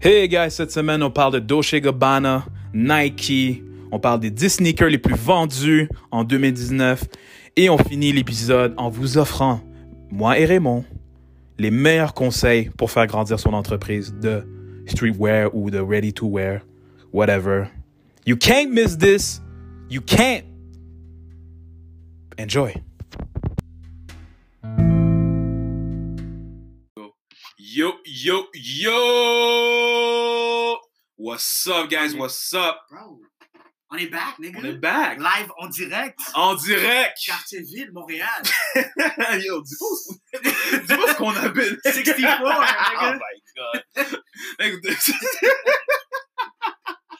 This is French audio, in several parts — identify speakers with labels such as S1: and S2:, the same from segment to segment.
S1: Hey guys, cette semaine, on parle de Dolce Gabbana, Nike, on parle des 10 sneakers les plus vendus en 2019 et on finit l'épisode en vous offrant, moi et Raymond, les meilleurs conseils pour faire grandir son entreprise de streetwear ou de ready to wear, whatever. You can't miss this. You can't. Enjoy. Yo, yo, yo! What's up, guys? What's up?
S2: Bro, on est back, nigga.
S1: On est back!
S2: Live en direct,
S1: En direct!
S2: quartier ville, Montréal.
S1: yo, dis pas, dis pas ce qu'on appelle.
S2: 64,
S1: Oh
S2: nigga.
S1: my god. Like,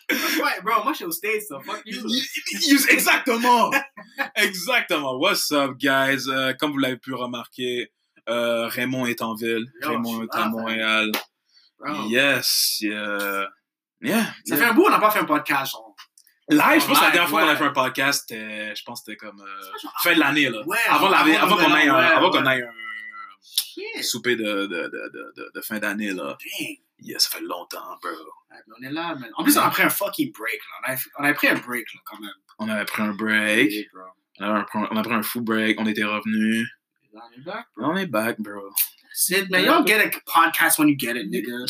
S2: Ouais, bro, moi je suis aux States, so fuck you.
S1: you- you- exactement! Exactement. What's up, guys? Euh, comme vous l'avez pu remarquer, euh, Raymond est en ville.
S2: Yo,
S1: Raymond
S2: je
S1: est
S2: suis
S1: à
S2: là,
S1: Montréal.
S2: Bro.
S1: Yes. Yeah. Yeah.
S2: Ça
S1: yeah.
S2: fait un bout, on n'a pas fait un podcast, genre.
S1: Live, je pense que la
S2: Live,
S1: dernière fois qu'on a
S2: ouais.
S1: fait un podcast, c'était- je pense que c'était comme euh,
S2: pas genre-
S1: fin de l'année, là.
S2: Ouais,
S1: avant la-
S2: avant
S1: avant qu'on
S2: Noël,
S1: aille un-
S2: ouais,
S1: avant qu'on
S2: ouais.
S1: aille un
S2: Shit.
S1: souper de, de, de, de, de- de fin d'année, là.
S2: Dang.
S1: Yeah, ça fait longtemps, bro.
S2: Ouais, mais On est là, man. En plus, on a pris un fucking break, là. On a, on a pris un break, là, quand même.
S1: On avait pris un break,
S2: Yeah, bro.
S1: on, avait un- on a pris un full break, on était revenus.
S2: On est back.
S1: On est back, bro.
S2: Sid, man, you don't get a podcast when you get it, nigga.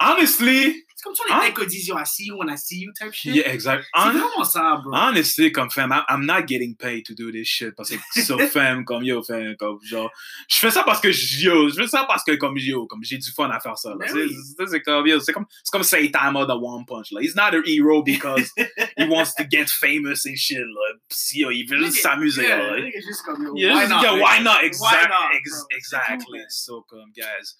S1: Honestly,
S2: C'est comme si on
S1: Hein?
S2: était avec Odizio, I see you when I see you type shit.
S1: yeah, exact.
S2: C'est
S1: Hon-
S2: vraiment ça, bro.
S1: Honestly, comme fam, I- I'm not getting paid to do this shit parce que so fam, comme yo, fam, comme genre, je fais ça parce que j- yo, je fais ça parce que comme yo, comme j'ai du fun à faire ça. là.
S2: Ben
S1: C'est-
S2: oui.
S1: c'est- C'est comme yo, c'est comme c'est comme Saitama de One Punch. Là, he's not a hero because he wants to get famous and shit. Là, Pis, yo, il veut juste
S2: Nigga,
S1: s'amuser.
S2: yeah,
S1: là.
S2: nigga, juste comme, yo,
S1: Yeah,
S2: why
S1: just-
S2: not,
S1: yeah,
S2: nigga?
S1: why not? Exact-
S2: not,
S1: ex-
S2: bro?
S1: exactly.
S2: C'est tout,
S1: So, comme, guys,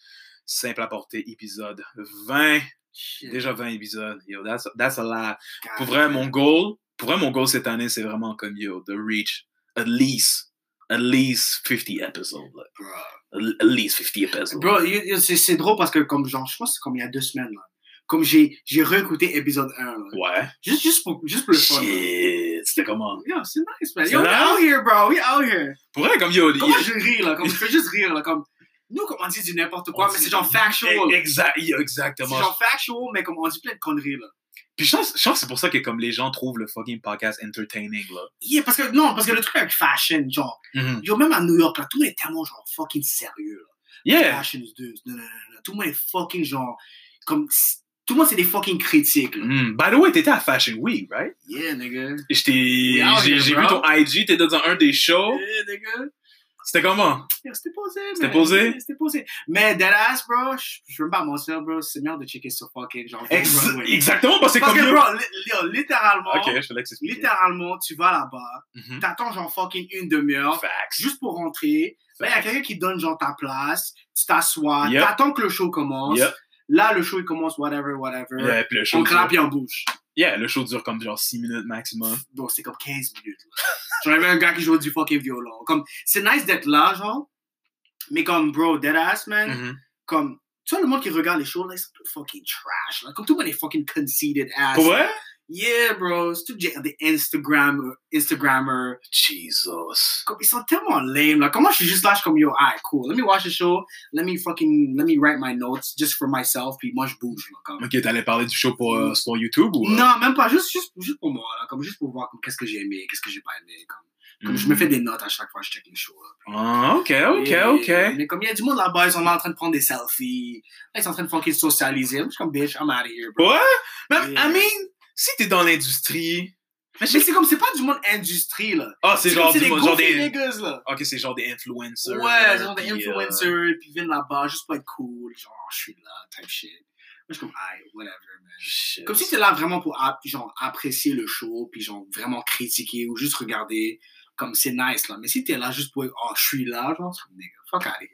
S1: simple à porter, épisode 20.
S2: Shit.
S1: Déjà 20 épisodes. Yo, that's, that's a lot.
S2: God.
S1: Pour vrai, mon goal, pour vrai, mon goal cette année, c'est vraiment comme, yo, de reach at least, at least 50 episodes. like,
S2: Bro.
S1: at- at least 50 episodes.
S2: Bro, you- you- c'est c'est drôle parce que, comme genre, je pense que c'est comme il y a deux semaines, là. Comme j'ai j'ai réécouté épisode 1, là.
S1: Ouais.
S2: Juste, juste, pour, juste pour le fun. là.
S1: Shit. C'était comment?
S2: Yo, c'est nice, man.
S1: C'est
S2: Yo, we
S1: nice?
S2: out here, bro. We out here.
S1: Pour vrai, comme, yo, les-
S2: Comment je ris, là? Comme je fais juste rire, là. Comme, nous, comme on dit du n'importe quoi,
S1: On
S2: mais
S1: dit-
S2: c'est genre factual.
S1: Eh, Exact, yo,
S2: C'est
S1: exactement.
S2: genre factual, mais comme on dit plein de conneries, là.
S1: Puis je pense, je pense que c'est pour ça que comme les gens trouvent le fucking podcast entertaining là.
S2: Yeah, parce que, non, parce que le truc avec fashion, genre, yo, même à New York, là, tout le monde est tellement, genre, fucking sérieux, là.
S1: Yeah.
S2: Fashion is this. Non, non, non, non. Tout le monde est fucking, genre, comme, tout le monde, c'est des fucking critiques, là.
S1: Mm. By the way, t'étais à Fashion Week, right?
S2: Yeah, nigga.
S1: Je t'ai-
S2: Yeah,
S1: J'ai
S2: yeah,
S1: j'ai
S2: bro.
S1: vu ton IG, t'étais dans un des shows.
S2: Yeah, nigga.
S1: C'était comment?
S2: Yeah, C'était posé, man.
S1: C'était posé?
S2: C'était posé. Mais deadass, bro, je je veux pas mentir, bro, c'est merde de checker sur fucking genre.
S1: Ex-
S2: Broadway.
S1: Exactement, parce que
S2: Parce
S1: comme.
S2: que,
S1: yo-
S2: bro, li- yo, littéralement,
S1: Ok, je te laisse expliquer.
S2: littéralement, tu vas là-bas,
S1: Mhm.
S2: t'attends genre fucking une demi-heure,
S1: Facts.
S2: juste pour rentrer. Là, il y a quelqu'un qui te donne genre ta place, tu t'assois,
S1: Yep.
S2: t'attends que le show commence.
S1: Yep.
S2: Là, le show, il commence, whatever, whatever.
S1: Yeah, puis le show
S2: On
S1: dure.
S2: clappe et on bouge.
S1: Yeah, le show dure comme genre 6 minutes maximum.
S2: Bon, c'est comme 15 minutes. là. J'en avais un gars qui jouait du fucking violon. Comme, c'est nice d'être là, genre. Mais comme, bro, deadass, man.
S1: Mhm.
S2: comme tu vois le monde qui regarde les shows là ils sont tout fucking trash là comme tout le monde est fucking conceited ass
S1: Pour vrai?
S2: yeah bro c'est tout des des Instagram Instagrammers
S1: Jesus.
S2: comme ils sont tellement lame là comment je suis juste là je suis comme yo alright cool let me watch the show let me fucking let me write my notes just for myself puis moi je bouge là comme
S1: Ok, t'allais parler du show pour, euh, sur YouTube ou. euh?
S2: Mm. non même pas juste juste juste pour moi là comme juste pour voir comme qu'est-ce que j'ai aimé qu'est-ce que j'ai pas aimé comme comme je me fais des notes à chaque fois que je check les shows là.
S1: Mm. Ah, ok, ok,
S2: Et- euh,
S1: ok.
S2: Mais comme il y a du monde là-bas, ils sont là en train de prendre des selfies. Là, ils sont en train de fucking socialiser. Moi, Je suis comme, bitch, I'm out of here, bro.
S1: Ouais? Mais,
S2: Yeah.
S1: I mean, si t'es dans l'industrie.
S2: Mais c'est comme, c'est pas du monde industrie, là.
S1: Ah, c'est genre du
S2: comme, des
S1: monde. Genre
S2: goofy
S1: des.
S2: niggas, là.
S1: Ok, c'est genre des influencers.
S2: ouais, genre des
S1: puis, euh,
S2: influencers, puis ils viennent là-bas juste pour être cool. Genre, je suis là, type shit. Moi, je suis comme, aïe, whatever, man.
S1: shit.
S2: Comme si t'es là vraiment pour, app- genre, apprécier le show, puis genre, vraiment critiquer ou juste regarder. Comme, c'est nice, là. Mais si t'es là juste pour, oh, je suis là, genre, c'est comme, nigga, fuck out of here.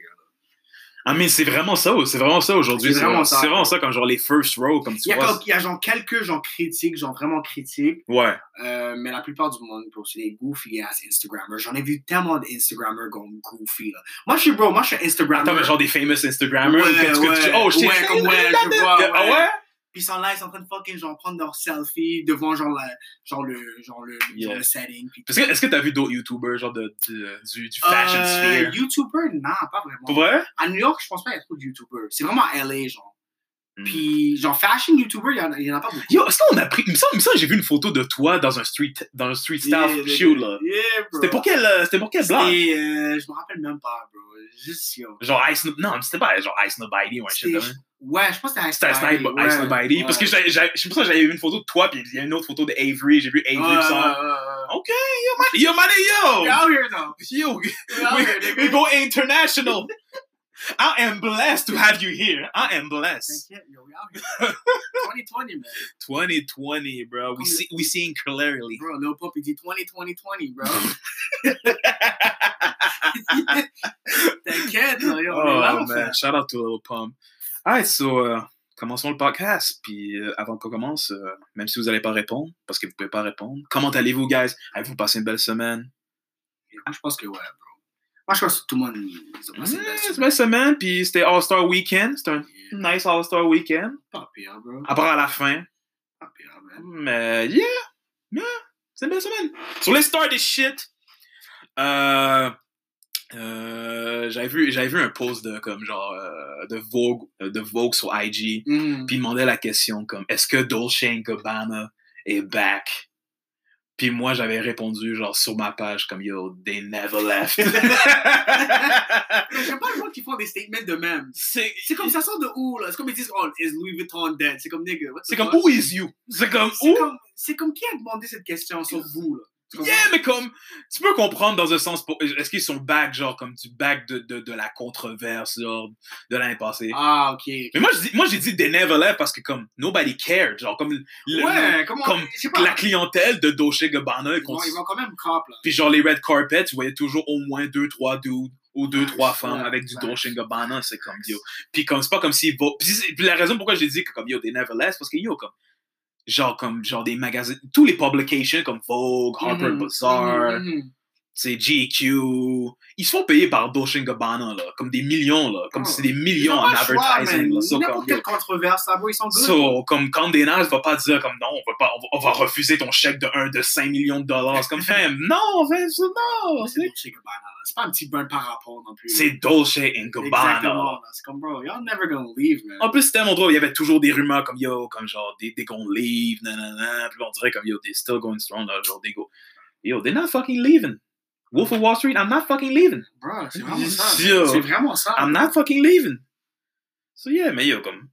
S1: Ah, mais c'est vraiment ça, c'est vraiment ça aujourd'hui.
S2: C'est
S1: C'est
S2: vraiment
S1: vraiment,
S2: ça.
S1: c'est vraiment ça, comme genre les first row, comme tu
S2: Il y, a
S1: vois.
S2: comme- il y a genre quelques gens critiques, genre vraiment critiques,
S1: Ouais.
S2: euh, mais la plupart du monde, bro, c'est des goofy ass Instagrammers. J'en ai vu tellement d'Instagrammers comme goofy, là. Moi, je suis, bro, moi, je suis Instagrammer.
S1: Attends, mais genre des famous Instagrammers.
S2: Ouais,
S1: ou que tu- que tu-
S2: ouais.
S1: oh, je t'ai-
S2: Ouais, comme ouais, je vois,
S1: Ah
S2: ouais.
S1: ouais?
S2: Puis ils sont là, ils sont en train de fucking, genre, prendre leur selfie devant, genre, la, genre le, genre le, genre
S1: Yeah.
S2: le setting. Puis,
S1: Parce que, est-ce que t'as vu d'autres YouTubers, genre de, de- du, du fashion
S2: euh,
S1: sphere?
S2: YouTuber, non, pas vraiment.
S1: Pour vrai?
S2: À New York, je pense pas qu'il y a trop de YouTubers. C'est vraiment à LA, genre.
S1: Hmm.
S2: Puis, genre, fashion YouTuber, il y en, a- il y en a pas beaucoup.
S1: Yo, ça, on a pris. Il me semble, il me semble que j'ai vu une photo de toi dans un street, dans un street staff
S2: Yeah,
S1: shoot, là.
S2: Yeah, bro.
S1: C'était pour quel, euh, c'était pour quel
S2: C'était,
S1: blague?
S2: euh, je me rappelle même pas, bro. Juste, yo.
S1: Genre Ice Snob- Non, mais c'était pas genre Ice Nobody ou un shit de
S2: C'était-
S1: même.
S2: Ouais, je pense que
S1: C'était
S2: c'était
S1: un
S2: Ice
S1: Snipe,
S2: Nobody,
S1: Ice
S2: ouais,
S1: Nobody. Parce que
S2: ouais.
S1: j'avais- j'avais- c'est pour ça que j'avais vu une photo de toi, puis il y a une autre photo de Avery. J'ai vu Avery.
S2: Ouais,
S1: pis
S2: ouais,
S1: ça.
S2: ouais, ouais.
S1: Ok, yo, man, yo,
S2: We
S1: man,
S2: out here, though.
S1: yo. Yo,
S2: We out
S1: We-
S2: here,
S1: we
S2: nigga.
S1: go international. I am blessed to have you here. I am blessed.
S2: Thank you, yo, we out here. 2020, man.
S1: 2020, bro. We see, we seeing clearly.
S2: Bro, Lil Puppy did 20, 20, 20, bro. T'inquiète, là, yo, on est là,
S1: Oh,
S2: en
S1: man.
S2: fait.
S1: Shout out to Little Pump. All right, so, euh, commençons le podcast. Puis, euh, avant qu'on commence, euh, même si vous n'allez pas répondre, parce que vous ne pouvez pas répondre, comment allez-vous, guys? Avez-vous passé une belle semaine?
S2: Moi, je pense que ouais, bro. Moi, je pense que tout le monde. ils ont
S1: Ouais,
S2: passé une belle
S1: C'est une
S2: semaine.
S1: belle semaine, puis c'était All-Star Weekend. C'était un
S2: Yeah,
S1: nice All-Star Weekend.
S2: Pas pire, bro.
S1: À part à la fin.
S2: Pas pire, man.
S1: Mais, yeah! Yeah! C'est une belle semaine. So, let's start this shit. Euh, euh, j'avais vu, j'avais vu un post de, comme, genre, euh, de Vogue, de Vogue sur IG.
S2: Mm.
S1: Puis il demandait la question comme est-ce que Dolce Gabbana est back? Puis moi j'avais répondu genre sur ma page comme yo they never left.
S2: Mais J'aime pas le monde qui font des statements de même.
S1: c'est
S2: C'est comme ça sort de où, là? C'est comme ils disent, oh, is Louis Vuitton dead? C'est comme, nigga, what the
S1: c'est comme
S2: fuck?
S1: who is you? C'est comme
S2: C'est
S1: who?
S2: comme, c'est comme qui a demandé cette question sur vous, là? Tu comprends?
S1: Yeah mais comme tu peux comprendre dans un sens pour- est-ce qu'ils sont back genre comme du back de, de, de la controverse genre de l'année passée.
S2: Ah, ok. ok.
S1: Mais moi je dis moi j'ai dit they never left parce que comme nobody cared genre comme le-
S2: ouais, comment.
S1: comme
S2: je sais pas.
S1: la clientèle de Dolce Gabbana est
S2: ils, vont, ils vont quand même cop, là.
S1: Puis genre les red carpets, tu voyais toujours au moins deux, trois dudes ou deux,
S2: Ah,
S1: trois femmes
S2: ouais,
S1: avec du
S2: ouais.
S1: Dolce Gabbana, c'est comme yo. Puis comme c'est pas comme si puis, c'est- puis la raison pourquoi j'ai dit que comme yo des Neverless parce que yo comme genre comme genre des magazines, tous les publications comme Vogue, Harper
S2: Mhm,
S1: Bazaar,
S2: mhm, mhm.
S1: c'est GQ, ils se font payer par Dolce Gabbana là, comme des millions là, comme
S2: Oh.
S1: c'est des
S2: Ils ont
S1: millions en
S2: pas le choix,
S1: advertising là,
S2: man.
S1: so, comme,
S2: N'importe
S1: yo.
S2: quelle controverse, là, bro, ils sont good.
S1: So, comme Condé Nast va pas dire comme non, on va pas, on va, on va refuser ton chèque de 1 de 5 millions de dollars. C'est comme fam, non, fam, c'est- non,
S2: C'est
S1: c'est-
S2: Dolce Gabbana, là. C'est pas un petit burn par rapport non plus.
S1: C'est Dolce and
S2: Exactement.
S1: Gabbana.
S2: là. C'est comme, bro, y'all never gonna leave, man.
S1: En plus, c'était mon endroit où il y avait toujours des rumeurs comme yo, comme genre, they, they gonna leave, nanana. Puis on dirait comme yo, they still going strong, là, genre, they go. Yo, they're not fucking leaving. Wolf of Wall Street, I'm not fucking leaving.
S2: Bro, c'est vraiment ça.
S1: Yo.
S2: C'est vraiment ça.
S1: I'm not fucking leaving. So yeah, mais yo, comme.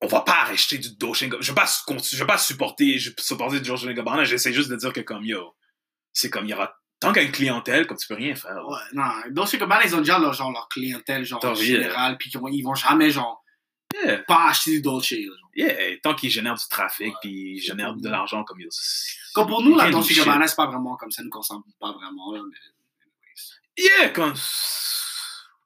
S1: On va pas acheter du Dolce Gabbana. Je vais pas, su- contu- je vais pas supporter, je vais supporter du Dolce Gabbana. J'essaie juste de dire que comme yo, c'est comme il y aura tant qu'une clientèle, comme tu peux rien faire.
S2: Ouais, non, Dolce Gabbana, ils ont déjà leur, genre, leur clientèle, genre,
S1: Tant mieux.
S2: générale, puis qu'ils vont- ils vont jamais, genre,
S1: Yeah.
S2: pas acheter du Dolce. là, genre.
S1: Yeah, tant qu'ils génèrent du trafic, puis ils génèrent de l'argent comme ils...
S2: Comme pour nous, la
S1: Quel
S2: Dolce
S1: shit.
S2: Gabbana, c'est pas vraiment comme ça, nous consomme pas vraiment, là, mais-
S1: Yeah, comme...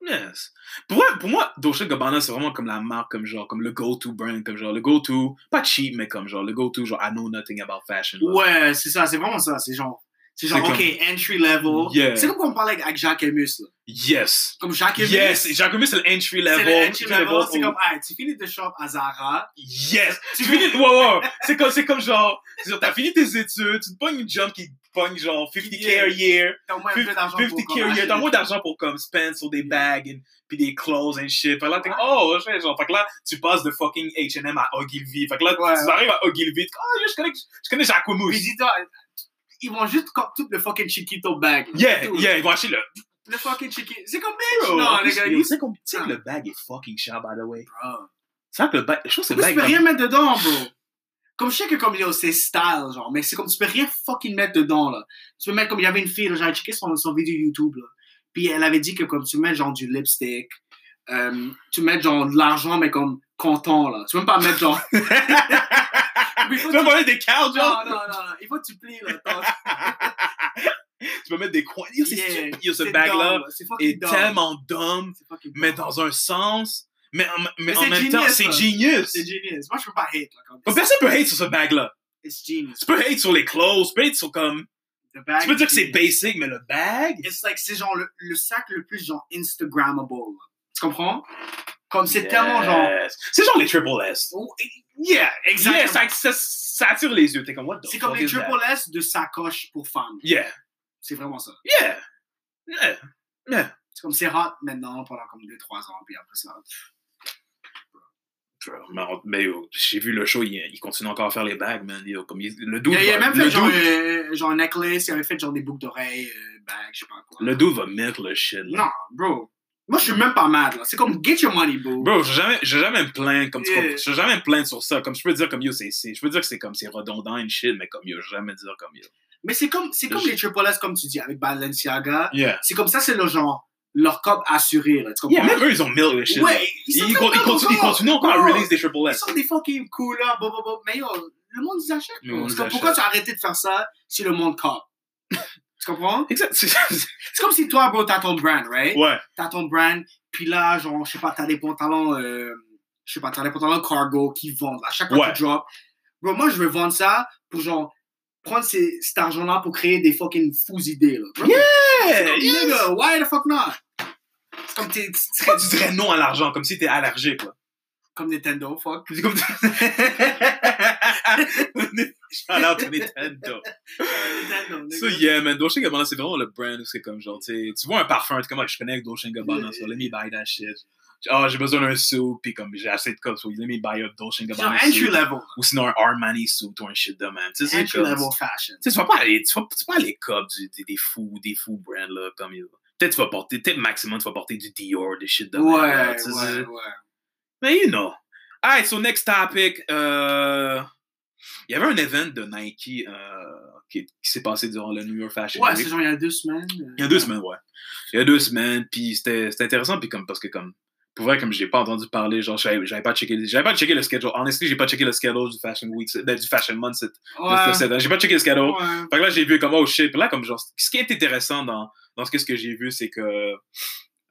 S1: Yes. Pour moi, pour moi Dolce Gabbana, c'est vraiment comme la marque, comme genre, comme le go-to brand, comme genre, le go-to, pas cheap, mais comme genre, le go-to, genre, I know nothing about fashion. là.
S2: Ouais, c'est ça, c'est vraiment ça, c'est genre, c'est genre,
S1: C'est
S2: ok, entry level.
S1: Yeah.
S2: C'est comme quand on parlait avec Jacques Emus, là.
S1: Yes.
S2: Comme Jacques Emus.
S1: Yes, Jacobus, c'est l'entry
S2: C'est
S1: level. oh.
S2: le entry level, c'est
S1: on-
S2: comme, hey, tu finis de shop à Zara.
S1: Yes! Tu finis... Ouais, ouais, ouais. C'est comme, c'est comme genre, c'est genre, t'as fini tes études, tu te pognes une job qui te pogne genre 50k a year,
S2: T'as au moins un peu d'argent pour
S1: 50 k
S2: comme
S1: a year.
S2: acheter
S1: T'as moins
S2: des trucs.
S1: d'argent pour comme spend sur des bags and, pis des clothes and shit. Fait que là, t'es comme, oh, je fais genre. Fait que là, tu passes de fucking H&M à Ogilvy. Fait que là, tu-
S2: Ouais.
S1: tu arrives à Ogilvy. t'es comme, Ah, yo, je connais, je connais
S2: Puis
S1: Jacquemus.
S2: dis-toi, ah, ils vont juste cop tout le fucking Chiquito bag. là.
S1: Yeah,
S2: Tout.
S1: yeah, ils vont acheter le. Oh.
S2: Le fucking Chiquito. C'est comme
S1: Bro,
S2: bitch.
S1: en
S2: Non,
S1: plus,
S2: les gars,
S1: yo,
S2: ils
S1: c'est comme- Tu sais que le bag est fucking cher, by the way.
S2: Bro.
S1: C'est vrai que le bag, je trouve que
S2: Mais
S1: le
S2: tu peux
S1: bag.
S2: rien mettre dedans, bro. Comme je sais que comme yo, c'est style, genre, mais c'est comme tu peux rien fucking mettre dedans, là. Tu peux mettre comme il y avait une fille, là, j'avais checké son, son vidéo YouTube, là. Puis elle avait dit que comme tu mets genre du lipstick, euh, tu mets genre de l'argent, mais comme content, là. Tu peux même pas mettre genre. Mais il
S1: Tu
S2: faut que
S1: peux
S2: tu-
S1: mettre des cows,
S2: Non,
S1: genre.
S2: non, non, non. Il faut que tu plies, là. ton-
S1: Tu peux mettre des coins. Yo, c'est
S2: Yeah,
S1: stupide. Yo, ce
S2: c'est
S1: bag-là
S2: dumb, là. C'est fucking
S1: est
S2: dumb.
S1: tellement dumb,
S2: C'est fucking
S1: mais
S2: dumb.
S1: dans un sens. Mais en, mais
S2: Mais
S1: en
S2: c'est
S1: même temps,
S2: genius,
S1: c'est
S2: ça.
S1: genius.
S2: C'est genius. Moi, je peux pas hate, là. Comme...
S1: Comme Personne peut hate sur ce bag-là.
S2: It's genius.
S1: Tu peux hate sur les clothes, tu peux hate sur comme.
S2: The bag
S1: Tu peux
S2: is
S1: dire que c'est
S2: genius.
S1: basic, mais le bag.
S2: It's like, c'est genre le, le sac le plus genre Instagrammable. là. Tu comprends? Comme c'est
S1: Yes.
S2: tellement genre.
S1: C'est genre les triple S.
S2: Oh, yeah, exactement.
S1: Yeah, ça, ça, ça attire les yeux. T'es comme, what the
S2: c'est comme
S1: fuck
S2: les
S1: is that?
S2: triple S de sacoche pour femmes.
S1: Yeah,
S2: C'est vraiment ça.
S1: yeah. Yeah.
S2: C'est comme c'est hot maintenant pendant comme 2-3 ans, puis après ça. pff,
S1: Mais on- mais yo, j'ai vu le show, il, il continue encore à faire les bagues, man. Yo, comme il- le dude,
S2: Il, a- il a
S1: va-
S2: même
S1: le
S2: fait genre,
S1: dude-
S2: euh, genre un necklace, il avait fait genre des boucles d'oreilles, euh, bagues, je sais pas quoi.
S1: le dude va mettre le shit. là.
S2: Non, bro. Moi, je suis même pas mad, là. C'est comme, get your money, bro.
S1: Bro, j'ai jamais, j'ai jamais me plaindre comme tu
S2: Yeah.
S1: comprends- j'ai jamais me plaindre sur ça. Comme je peux dire comme yo, c'est, c'est- je peux dire que c'est comme c'est redondant et shit, mais comme yo, jamais dire comme yo.
S2: Mais c'est comme, c'est comme
S1: Je-
S2: les Triple S, comme tu dis, avec Balenciaga.
S1: Yeah.
S2: C'est comme ça, c'est le genre, leur cop assuré, là. Tu
S1: Yeah,
S2: comprends?
S1: même eux ils ont mille le shit. là.
S2: ouais, ils
S1: ils,
S2: sont
S1: ils
S2: comme
S1: con- ils
S2: ça,
S1: continuent, ils
S2: encore.
S1: continuent encore à
S2: Encore.
S1: release des triple
S2: Ils
S1: S.
S2: Bah, sont des fucking coolers, bo, bo, bo. Mais yo, le monde les achète.
S1: Le monde
S2: Parce
S1: les
S2: que
S1: achète.
S2: pourquoi tu as arrêté de faire ça si le monde cop? tu comprends?
S1: Exact. c'est-
S2: C'est comme si toi, bro, t'as ton brand, right?
S1: ouais.
S2: t'as ton brand, puis là, genre, je sais pas, t'as des pantalons, euh, je sais pas, t'as des pantalons cargo qui vendent. À chaque fois
S1: Ouais.
S2: que tu drop, bro, moi, je veux vendre ça pour genre prendre ces- cet argent-là pour créer des fucking fous idées, là. Bro, c'est comme, Nigga, why the fuck not? C'est comme, t'es- c'est
S1: Pourquoi tu dirais non à l'argent comme si t'es allergique là?
S2: comme Nintendo, fuck.
S1: C'est comme Shout out to Nintendo.
S2: Nintendo, nigga.
S1: So yeah, man, Dolce Gabbana, c'est vraiment le brand où c'est comme genre, tu sais, tu vois un parfum, t'es comme, Ah, je connais Dolce Gabbana, so let me buy that shit. Ah, j'ai besoin d'un suit, puis comme j'ai assez de copes, so let me buy a Dolce
S2: C'est genre
S1: Gabbana
S2: entry
S1: suit.
S2: level.
S1: Ou sinon un Armani suit ou un shit de même. Tu sais, c'est
S2: Entry
S1: comme,
S2: level fashion.
S1: tu sais, tu vas pas aller, tu vas, tu vas pas aller cop du- des, des fous, des fous brands, là, comme, euh, peut-être tu vas porter, peut-être maximum tu vas porter du Dior, des shit de
S2: Ouais,
S1: même. là,
S2: ouais,
S1: tu sais,
S2: ouais.
S1: mais you know. Alright, so next topic. euh, Il y avait un event de Nike euh, qui, qui s'est passé durant le New York Fashion
S2: Ouais,
S1: Week.
S2: c'est genre il y a deux semaines. euh,
S1: Il y a deux semaines, ouais. Il y a deux semaines, puis c'était c'était intéressant, puis comme, parce que comme, pour vrai, comme j'ai pas entendu parler, genre, j'avais j'avais pas checké, j'avais pas checké le schedule. Honestly, j'ai pas checké le schedule du Fashion Week, euh, du Fashion Month cette, de cette année. J'ai pas checké le schedule.
S2: ouais.
S1: Fait que là, j'ai vu comme, oh shit. Puis là, comme genre, ce qui est intéressant dans, dans ce que, ce que j'ai vu, c'est que,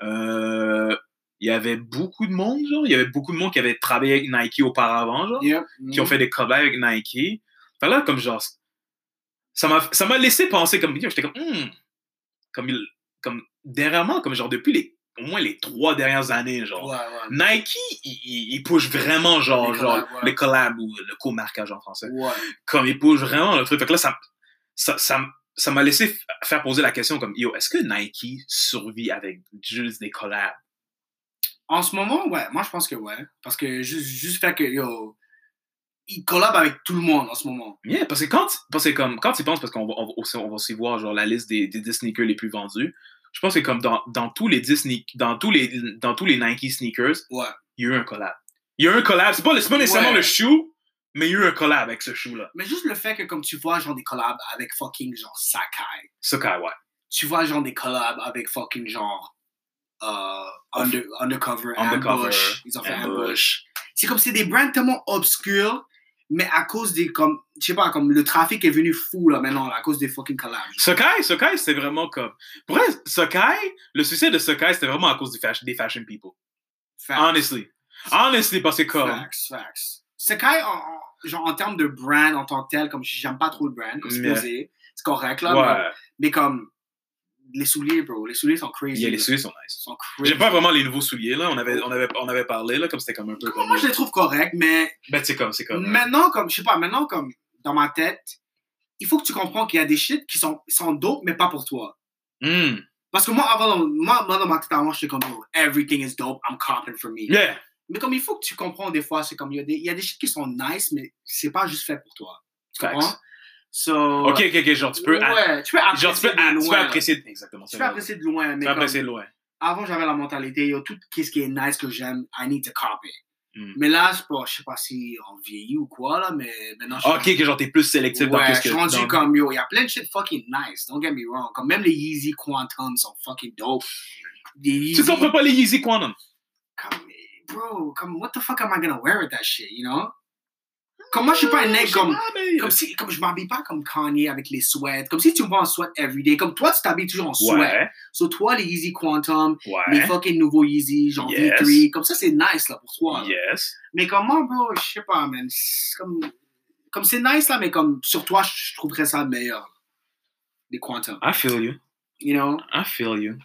S1: euh, il y avait beaucoup de monde, genre. Il y avait beaucoup de monde qui avait travaillé avec Nike auparavant, genre.
S2: Yep.
S1: Qui ont fait des collabs avec Nike. Fait que là, comme genre, ça m'a, ça m'a laissé penser comme, yo, j'étais comme, hmm. Comme, il- comme, derrière moi, comme genre, depuis les, au moins les trois dernières années, genre.
S2: Ouais, ouais.
S1: Nike, il, il- il push vraiment genre,
S2: Les
S1: genre
S2: collabs, ouais.
S1: les collabs ou le co-marquage en français
S2: Ouais.
S1: comme il pousse vraiment le truc. Fait que là, ça, ça, ça, ça m'a laissé f- faire poser la question comme, yo, est-ce que Nike survit avec juste des collabs?
S2: En ce moment, ouais, moi je pense que ouais. Parce que juste, juste fait que, yo, il collab avec tout le monde en ce moment.
S1: Yeah, parce que quand, parce que comme, quand tu penses, parce qu'on va, on va aussi, on va aussi voir genre la liste des, des, des sneakers les plus vendus, je pense que comme dans, dans tous les 10 sneak- dans tous les, dans tous les Nike sneakers,
S2: Ouais.
S1: il y a eu un collab. Il y a eu un collab, c'est pas, c'est pas nécessairement
S2: Ouais.
S1: le shoe, mais il y a eu un collab avec ce shoe-là.
S2: Mais juste le fait que, comme tu vois, genre des collabs avec fucking, genre, Sakai.
S1: Ce cas, ouais.
S2: Tu vois, genre des collabs avec fucking, genre, euh, under, undercover,
S1: Undercover,
S2: ambush. Ils ont fait ambush.
S1: Ambush.
S2: C'est comme, c'est des brands tellement obscurs, mais à cause des, comme, je sais pas, comme le trafic est venu fou, là, maintenant, à cause des fucking collabs.
S1: Sokai, Sokai, c'était vraiment comme. Pour vrai, Sokai, le succès de Sokai, c'était vraiment à cause du fashion, des fashion people.
S2: Facts.
S1: Honestly. Honestly, parce que comme.
S2: Facts, facts. Sakai, en, en- genre en termes de brand en tant que tel, comme j'aime pas trop le brand, comme c'est
S1: Mais-
S2: posé, c'est correct là, mais,
S1: Ouais.
S2: mais comme les souliers, bro, les souliers sont crazy.
S1: Yeah, les
S2: là.
S1: souliers sont nice.
S2: Ils sont crazy.
S1: J'aime pas vraiment les nouveaux souliers, là. On avait, on avait, on avait parlé, là, comme c'était comme un peu comme.
S2: Moi, je les trouve corrects, mais
S1: Ben, c'est comme, c'est comme.
S2: maintenant, comme, je sais pas, maintenant, comme dans ma tête, il faut que tu comprends qu'il y a des shit qui sont, sont dope, mais pas pour toi.
S1: Hmm.
S2: Parce que moi, avant, dans- moi, moi, dans ma tête, avant, j'étais comme, yo, everything is dope, I'm copping for me.
S1: Yeah.
S2: Mais comme il faut que tu comprends des fois, c'est comme, il y, a des- il y a des shit qui sont nice, mais c'est pas juste fait pour toi. Tu
S1: Facts.
S2: comprends? So,
S1: Ok, ok, ok. Genre, tu peux. a-
S2: ouais, tu peux apprécier
S1: Genre, tu peux,
S2: de
S1: a-
S2: loin.
S1: tu peux apprécier. Exactement.
S2: Tu
S1: c'est
S2: peux
S1: vrai.
S2: apprécier de loin,
S1: Tu
S2: mais
S1: peux
S2: comme-
S1: apprécier de loin.
S2: avant j'avais la mentalité, yo, tout ce qui est nice que j'aime, I need to copy.
S1: Mm.
S2: Mais là, je sais pas, je sais pas si on vieillit ou quoi, là, mais maintenant je
S1: Ah, Ok, ok, genre, t'es plus sélectif dans
S2: Ouais,
S1: qu'est-ce
S2: je
S1: que.
S2: suis rendu
S1: dans-
S2: comme yo, il y a plein de shit fucking nice, don't get me wrong. Comme même les Yeezy Quantum sont fucking dope. Les Yeezy,
S1: Tu comprends pas les Yeezy Quantum?
S2: comme, bro, comme what the fuck am I gonna wear with that shit, you know? Comme moi, je suis pas un nec comme
S1: Ah, mais-
S2: Comme si, comme je m'habille pas comme Kanye avec les sweats. Comme si tu me vois en sweat everyday. Comme toi, tu t'habilles toujours en sweat.
S1: Ouais.
S2: So toi, les Yeezy Quantum, les
S1: Ouais.
S2: fucking nouveaux Yeezy, genre
S1: Yes.
S2: V3. Comme ça, c'est nice, là, pour toi. là.
S1: Yes.
S2: Mais comme moi, bro, je sais pas, man. c'est Comme, comme c'est nice, là, mais comme sur toi, je trouverais ça meilleur. Les Quantum.
S1: I feel you.
S2: You know?
S1: I feel you.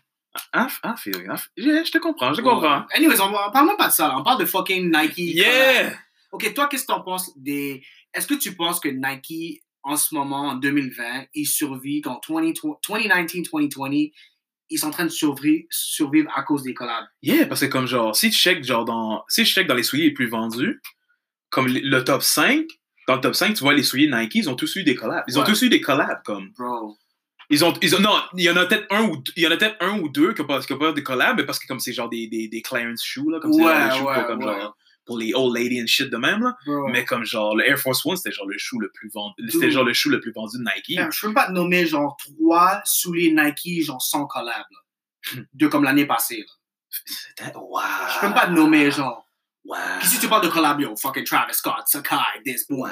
S1: I, I feel you. I f- Yeah, je te comprends, je te comprends.
S2: Ouais. Anyways, on, va- on parle même pas de ça, là. On parle de fucking Nike.
S1: Yeah!
S2: Ok, toi, qu'est-ce que t'en penses des. Est-ce que tu penses que Nike, en ce moment, en 2020, il survit qu'en 2020 2019-2020, ils sont en train de survivre, survivre à cause des collabs.
S1: Yeah, parce que comme genre, si tu check genre dans, si je check dans les souliers les plus vendus, comme le- le top 5, dans le top 5, tu vois les souliers Nike, ils ont tous eu des collabs. Ils ont
S2: Ouais.
S1: tous eu des collabs, comme.
S2: Bro.
S1: Ils ont, ils ont- non, il y en a peut-être un ou, deux- il y en a peut-être un ou deux qui ont pas, qui ont pas des collabs, mais parce que comme c'est genre des, des, des clearance shoes, là, comme c'est genre
S2: Ouais,
S1: des shoes
S2: ouais,
S1: pour, comme
S2: ouais.
S1: genre, pour les old lady and shit de même, là.
S2: bro.
S1: Mais comme genre, le Air Force One, c'était genre le shoe le plus vendu, c'était
S2: Dude.
S1: genre le shoe le plus vendu de Nike.
S2: Fam, je peux même pas te nommer genre trois souliers Nike, genre sans collab, là. de comme l'année passée. là.
S1: C'était- Wow.
S2: Je peux même pas te nommer genre.
S1: Wow.
S2: Puis si tu parles de collab, yo, fucking Travis Scott, Sakai, this,
S1: Wow.
S2: boy.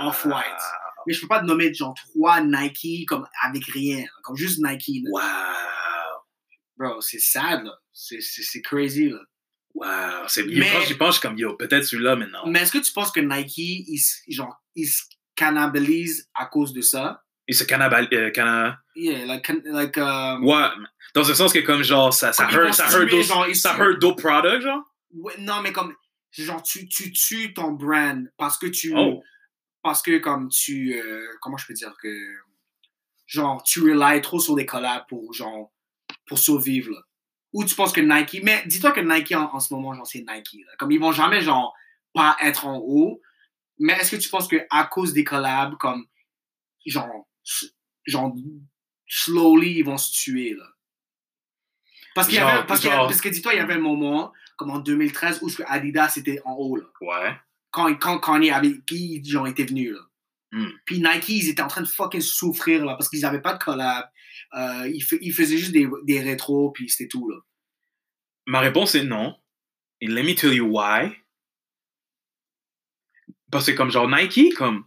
S2: Off-White.
S1: Ah.
S2: Mais je peux pas te nommer genre trois Nike comme avec rien, là, comme juste Nike. là.
S1: Wow.
S2: Bro, c'est sad là. C'est- C'est c'est crazy là.
S1: Wow. C'est
S2: Mais-
S1: Quand j'y pense, je suis comme, yo, peut-être celui-là, mais non.
S2: Mais est-ce que tu penses que Nike, ils, s- genre, ils se cannibalisent à cause de ça?
S1: Il se cannibal... euh, canna-
S2: Yeah, like, can- like, um,
S1: Ouais. Dans le sens que, comme, genre, ça, ça
S2: Ils
S1: hurt,
S2: vont
S1: ça
S2: se
S1: hurt
S2: tuer,
S1: d'autres-
S2: genre, ils
S1: ça
S2: se-
S1: hurt d'autres products, genre.
S2: ouais, non, mais comme, genre, tu, tu tues ton brand parce que tu,
S1: Oh.
S2: parce que comme tu, euh, comment je peux dire que, genre, tu relies trop sur des collabs pour, genre, pour survivre, là. Ou tu penses que Nike, mais dis-toi que Nike en, en ce moment, genre, c'est Nike, là. Comme, ils vont jamais, genre, pas être en haut. Mais est-ce que tu penses que à cause des collabs, comme, genre, s- genre, slowly, ils vont se tuer, là? Parce, qu'il y
S1: Genre-
S2: avait, parce, qu'il y avait-
S1: genre-
S2: parce que dis-toi, il y avait un moment, comme en 2013, où ce que Adidas était en haut, là
S1: Ouais.
S2: quand, quand Kanye avec qui ils ont été venus. Là.
S1: Mm.
S2: Puis Nike, ils étaient en train de fucking souffrir là, parce qu'ils n'avaient pas de collab. Euh, ils, fa- ils faisaient juste des, des rétros, puis c'était tout. Là.
S1: Ma réponse est non. And let me tell you why. Parce que comme genre Nike, comme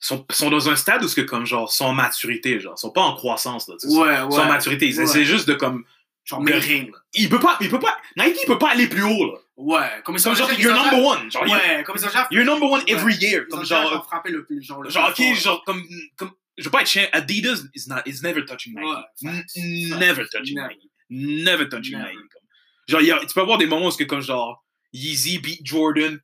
S1: sont, sont dans un stade où ce que comme genre sont en maturité, genre sont pas en croissance là. tu sais, sont-
S2: Ouais,
S1: Sont en
S2: ouais.
S1: maturité. C'est
S2: Ouais.
S1: c'est juste de comme
S2: Genre,
S1: Mais-
S2: mais ring. Là.
S1: il peut pas, il peut pas. Nike il peut pas aller plus haut là.
S2: Ouais, comme ils sont
S1: Comme genre
S2: déjà- ils
S1: you're
S2: sont déjà-
S1: number one. Genre you're-
S2: Ouais, comme ils ont déjà
S1: you're number one every year.
S2: ils ont
S1: Comme
S2: déjà,
S1: genre
S2: frappé le plus. Genre, le
S1: genre
S2: plus
S1: ok
S2: fort.
S1: genre comme comme je veux pas être chien. Adidas is not is never touching Nike.
S2: Ouais,
S1: N-
S2: facts,
S1: Never touching
S2: Never.
S1: Nike. Never touching
S2: Never.
S1: Nike. Comme. Genre, il y a- tu peux avoir des moments où, ce que, comme genre, Yeezy beat Jordan,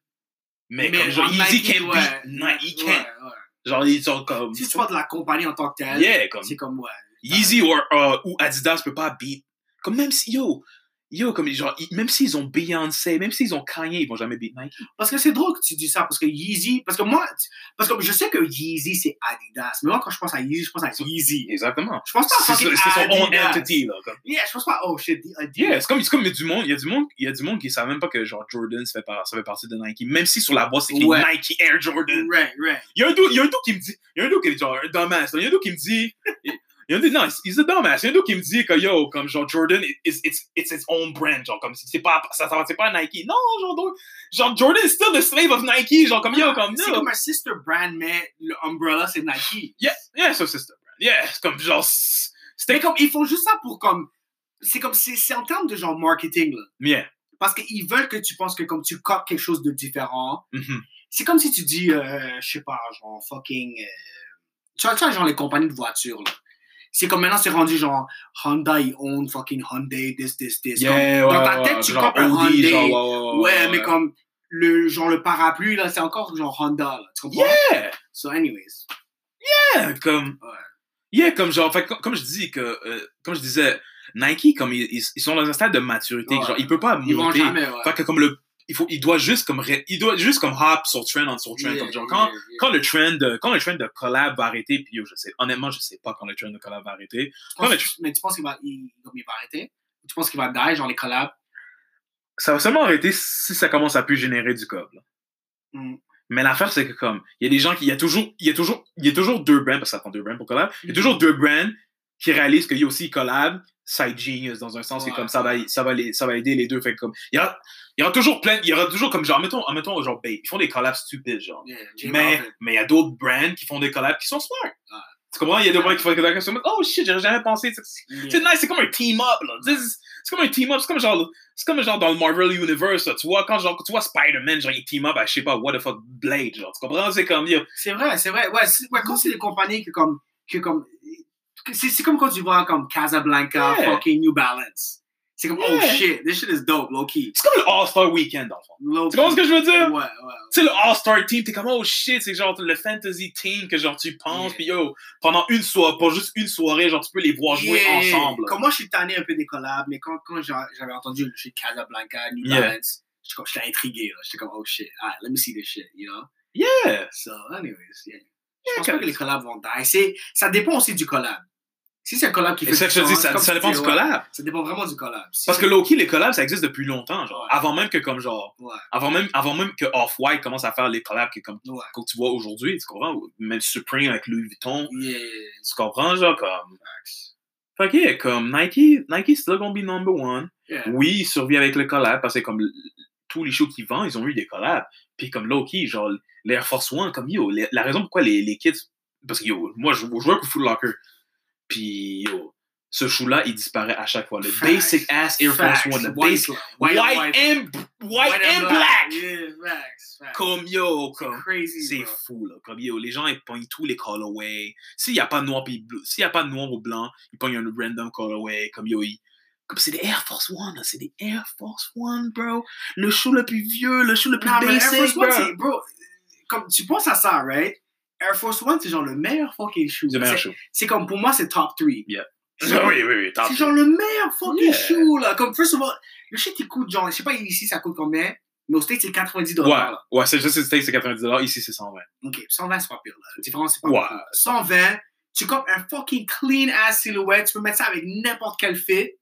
S1: mais, comme genre,
S2: en
S1: Yeezy
S2: Nike,
S1: can't
S2: ouais.
S1: beat Nike,
S2: Ouais,
S1: can't.
S2: ouais.
S1: Genre, ils sont comme.
S2: Si tu parles de la compagnie en tant que telle,
S1: Yeah, comme.
S2: c'est comme, ouais.
S1: Yeezy or, euh, ou Adidas peut pas beat. Comme même si, yo, yo, comme genre, ils- même s'ils ont Beyoncé, même s'ils ont Kanye, ils vont jamais beat Nike.
S2: Parce que c'est drôle que tu dis ça, parce que Yeezy, parce que moi, parce que je sais que Yeezy, c'est Adidas, mais moi, quand je pense à Yeezy, je pense à Yeezy.
S1: Exactement.
S2: Je pense pas à
S1: C'est
S2: fucking
S1: c'est son own
S2: Adidas.
S1: entity, là. Comme.
S2: Yeah, je pense pas, oh shit, the Adidas.
S1: Yeah, c'est comme, c'est comme il y a du monde, il y a du monde, il y a du monde qui savent même pas que genre Jordan, ça fait, par- ça fait partie de Nike. Même si sur la boîte, c'est écrit
S2: Ouais.
S1: Nike Air Jordan.
S2: Right, right.
S1: Il y a un dude, il y a un dude qui me dit, il y a un dude qui est genre un dumbass, là. il y a un dude qui me dit, il y a un dude, non, he's a dumbass, il y a un dude qui me dit que yo, comme genre Jordan, it's, it's, it's its own brand, genre comme si c'est pas, ça s'appartient pas à Nike. Non, genre, donc, genre Jordan is still the slave of Nike, genre comme yo, comme
S2: C'est
S1: Oh, no.
S2: comme un sister brand, mais le umbrella, c'est Nike.
S1: Yeah, yeah, so sister brand. Yeah, c'est comme genre, c'est-
S2: Mais
S1: c'était
S2: comme, ils font juste ça pour comme. C'est comme, c'est c'est en termes de genre marketing, là.
S1: Yeah.
S2: Parce qu'ils veulent que tu penses que comme tu copies quelque chose de différent,
S1: Mhm.
S2: c'est comme si tu dis, euh, je sais pas, genre fucking. euh, tu, vois, tu vois, genre les compagnies de voitures, là. C'est comme maintenant, c'est rendu genre Honda, ils own fucking Hyundai, this, this, this. Comme-
S1: Yeah,
S2: dans ta tête, tu
S1: genre
S2: comprends
S1: Audi,
S2: Hyundai.
S1: genre,
S2: ouais, mais comme. Le, genre le parapluie, là, c'est encore genre Honda, là. Tu comprends?
S1: Yeah!
S2: So, anyways.
S1: Yeah, comme.
S2: Ouais.
S1: Yeah, comme genre, fait, que comme, comme je dis que, euh, comme je disais, Nike, comme ils, ils- ils sont dans un stade de maturité, que
S2: Ouais.
S1: genre, ils peuvent pas monter.
S2: Ils vont jamais, ouais.
S1: Fait que comme le, il faut, il doit juste comme, ré- il doit juste comme hop sur trend en sur trend.
S2: Yeah,
S1: comme genre,
S2: yeah,
S1: quand,
S2: yeah.
S1: quand le trend, de- quand le trend de collab va arrêter, puis yo, je sais, honnêtement, je sais pas quand le trend de collab va arrêter.
S2: Tu penses-
S1: mais tu-
S2: mais tu penses qu'il va, il, comme il va arrêter? Tu penses qu'il va die, genre les collabs?
S1: Ça va seulement arrêter si ça commence à plus générer du cob. là.
S2: Mm.
S1: Mais l'affaire, c'est que comme, il y a des gens qui, il y a toujours, il y a toujours, il y a toujours deux brands, parce que ça prend deux brands pour collab, il y a
S2: Mhm.
S1: toujours deux brands qui réalisent qu'il y a aussi collab, side genius, dans un sens, que
S2: Ouais.
S1: comme ça va, ça va les, ça va aider les deux. Fait que comme, il y aura, il y aura toujours plein, il y aura toujours comme genre, mettons, mettons, genre, babe, ils font des collabs stupides, genre.
S2: Yeah, J
S1: Mais
S2: Balvin.
S1: mais il y a d'autres brands qui font des collabs qui sont smart.
S2: Ouais.
S1: Tu comprends? Il y a des brands qui font des collabs qui sont smart. Oh shit, j'aurais jamais pensé. C'est c'est
S2: Yeah.
S1: nice, c'est comme un team-up. là. This is- C'est comme un team-up. C'est comme, genre- c'est comme genre dans le Marvel Universe. là. Tu vois, quand genre, tu vois Spider-Man, genre, il team-up à je sais pas, what the fuck, Blade. Genre, tu comprends? C'est comme, yo,
S2: C'est vrai, c'est vrai. Ouais, c'est- ouais, quand c'est des compagnies que comme, que comme, que c'est, c'est comme quand tu vois comme Casablanca,
S1: Yeah.
S2: fucking New Balance. C'est comme, oh
S1: Yeah.
S2: shit, this shit is dope, low key.
S1: C'est comme le All-Star Weekend, dans le fond.
S2: Low
S1: Tu comprends ce que je veux
S2: Ouais,
S1: dire?
S2: ouais.
S1: Tu sais, le All-Star Team, t'es comme, oh shit, c'est genre le fantasy team que genre tu penses,
S2: Yeah.
S1: puis yo, pendant une soirée, pas juste une soirée, genre tu peux les voir jouer
S2: Yeah.
S1: ensemble.
S2: Comme moi, je suis tanné un peu des collabs, mais quand, quand j'a- j'avais entendu le shit Casablanca, New
S1: Yeah.
S2: Balance, j'étais comme, j'étais intrigué, là. J'étais comme, oh shit, alright, let me see this shit, you know?
S1: Yeah!
S2: So, anyways, yeah. Je pense pas que les collabs vont die. C'est- Ça dépend aussi du collab. Si c'est un collab qui fait
S1: Et ça,
S2: du
S1: je te dis,
S2: sens,
S1: ça,
S2: comme
S1: ça
S2: tu
S1: dépend
S2: dis,
S1: du
S2: ouais,
S1: collab.
S2: Ça dépend vraiment du collab. Si
S1: Parce
S2: c'est-
S1: que Loki, les collabs, ça existe depuis longtemps, genre.
S2: Ouais.
S1: Avant même que, comme genre,
S2: Ouais.
S1: avant même, avant même que Off-White commence à faire les collabs que, comme,
S2: Ouais.
S1: que tu vois aujourd'hui, tu comprends? Ou Même Supreme avec Louis Vuitton,
S2: Yeah.
S1: tu comprends, genre, comme. Fait que, yeah, comme Nike, Nike, still gonna be number one.
S2: Yeah.
S1: Oui, il survit avec le collab parce que comme l- tous les shows qu'ils vendent, ils ont eu des collabs. Puis comme Loki, genre l'Air Force One, comme yo, la la raison pourquoi les, les kids. Parce que yo, moi je, je joue avec Foot Locker. Puis yo, ce shoe-là, il disparaît à chaque fois. Le
S2: Facts.
S1: basic ass Air Force
S2: Facts.
S1: One, le
S2: White,
S1: basic. White,
S2: white,
S1: and, b- white, and black.
S2: Yeah, facts, facts.
S1: Comme yo, comme.
S2: Crazy.
S1: C'est
S2: bro.
S1: fou, là. Comme yo, les gens, ils pognent tous les colorways. S'il n'y a pas de noir, puis bleu- s'il y a pas de noir ou blanc, ils pognent un random colorway. Comme yo, ils- Comme c'est des Air Force One, là. C'est des Air Force One, bro. Le shoe le plus vieux, le shoe le plus
S2: Non, mais Air Force
S1: basic,
S2: One,
S1: bro.
S2: c'est- bro, comme tu penses à ça, right? Air Force One, c'est genre le meilleur fucking shoe.
S1: C'est le meilleur
S2: C'est-
S1: shoe.
S2: C'est comme pour moi, c'est top 3.
S1: Ah oui, oui, oui. t'as-
S2: C'est genre le meilleur fucking
S1: Yeah.
S2: shoe, là. Comme, first of all, le shit, il coûte genre, je sais pas ici, ça coûte combien, mais au States, c'est 90
S1: Ouais,
S2: dollars.
S1: ouais c'est juste que c'est 90$, ici c'est 120$.
S2: Ok, 120, c'est pas pire, là. La différence, c'est pas
S1: Ouais.
S2: beaucoup. 120, tu copes un fucking clean ass silhouette, tu peux mettre ça avec n'importe quel fit.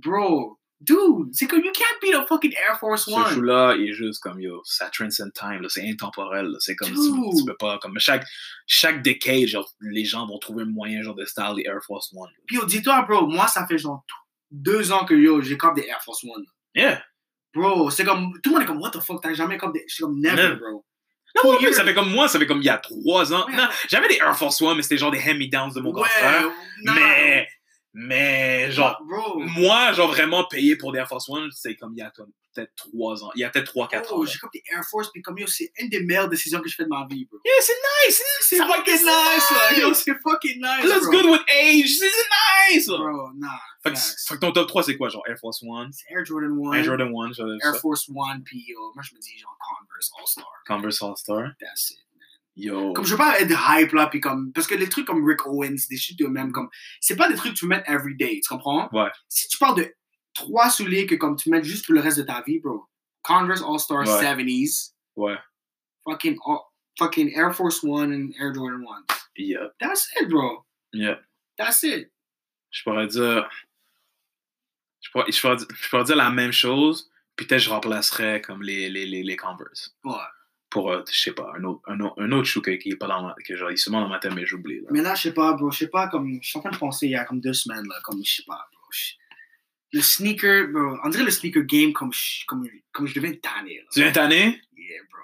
S2: Bro, dude, c'est comme, you can't beat a fucking Air Force
S1: Ce
S2: One.
S1: shoe-là est juste comme yo, ça transcend time, là, c'est intemporel, là, c'est comme
S2: Dude.
S1: tu, tu peux pas, comme chaque, chaque décade, genre, les gens vont trouver un moyen genre de style les Air Force One.
S2: Puis, yo, dis-toi, bro, moi, ça fait genre deux ans que, yo, j'ai copé des Air Force One.
S1: Yeah.
S2: Bro, c'est comme, tout le monde est comme, what the fuck, t'as jamais comme des. Je suis comme, never,
S1: Never.
S2: bro.
S1: Non,
S2: Pour
S1: moi, en plus,
S2: eux.
S1: ça fait comme moi, ça fait comme il y a trois ans.
S2: Ouais.
S1: Non, j'avais des Air Force One, mais c'était genre des hand-me-downs de mon grand frère.
S2: non.
S1: Mais, mais, genre,
S2: Bro,
S1: moi, genre vraiment payé pour des Air Force One, c'est comme il y a comme peut-être trois ans. Il y a peut-être trois, quatre
S2: bro,
S1: ans. là.
S2: j'ai comme des Air Force, puis comme, yo, c'est une des meilleures décisions que je fais de ma vie, bro.
S1: Yeah, c'est nice, c'est
S2: C'est
S1: c'est
S2: fucking nice, là. Yo, c'est fucking nice.
S1: That's
S2: bro.
S1: good with age, c'est c'est nice, là.
S2: Bro, nah.
S1: Fait que,
S2: facts.
S1: fait que ton top 3, c'est quoi, genre Air Force One,
S2: C'est Air Jordan 1,
S1: Air Jordan One, genre,
S2: Air
S1: ça,
S2: Force 1, puis yo, moi, je me dis, genre, Converse All-Star.
S1: Converse All-Star.
S2: That's it.
S1: Yo.
S2: Comme je veux pas être hype là, puis comme. Parce que les trucs comme Rick Owens, des shit de même, comme. C'est pas des trucs que tu mets everyday, tu comprends?
S1: Ouais.
S2: Si tu parles de trois souliers que comme tu mets juste pour le reste de ta vie, bro. Converse All-Star
S1: Ouais.
S2: 70s,
S1: Ouais.
S2: fucking, All- fucking Air Force One and Air Jordan 1.
S1: Yeah.
S2: That's it, bro.
S1: Yeah.
S2: That's it.
S1: Je pourrais dire. Je pourrais, je pourrais, je pourrais dire la même chose, puis peut-être je remplacerais comme les, les, les, les Converse.
S2: Ouais.
S1: Pour, euh, je sais pas, un autre, un autre, un autre shoe que- qui est pas dans ma. que genre, il est sûrement dans ma tête, mais j'oublie. là.
S2: Mais là, je sais pas, bro. Je sais pas, comme. Je suis en train de penser il y a comme deux semaines, là. Comme, je sais pas, bro. je- Le sneaker, bro. On dirait le sneaker game, comme je, comme, comme je deviens tanné,
S1: Tu
S2: là.
S1: viens tanner?
S2: Yeah, bro.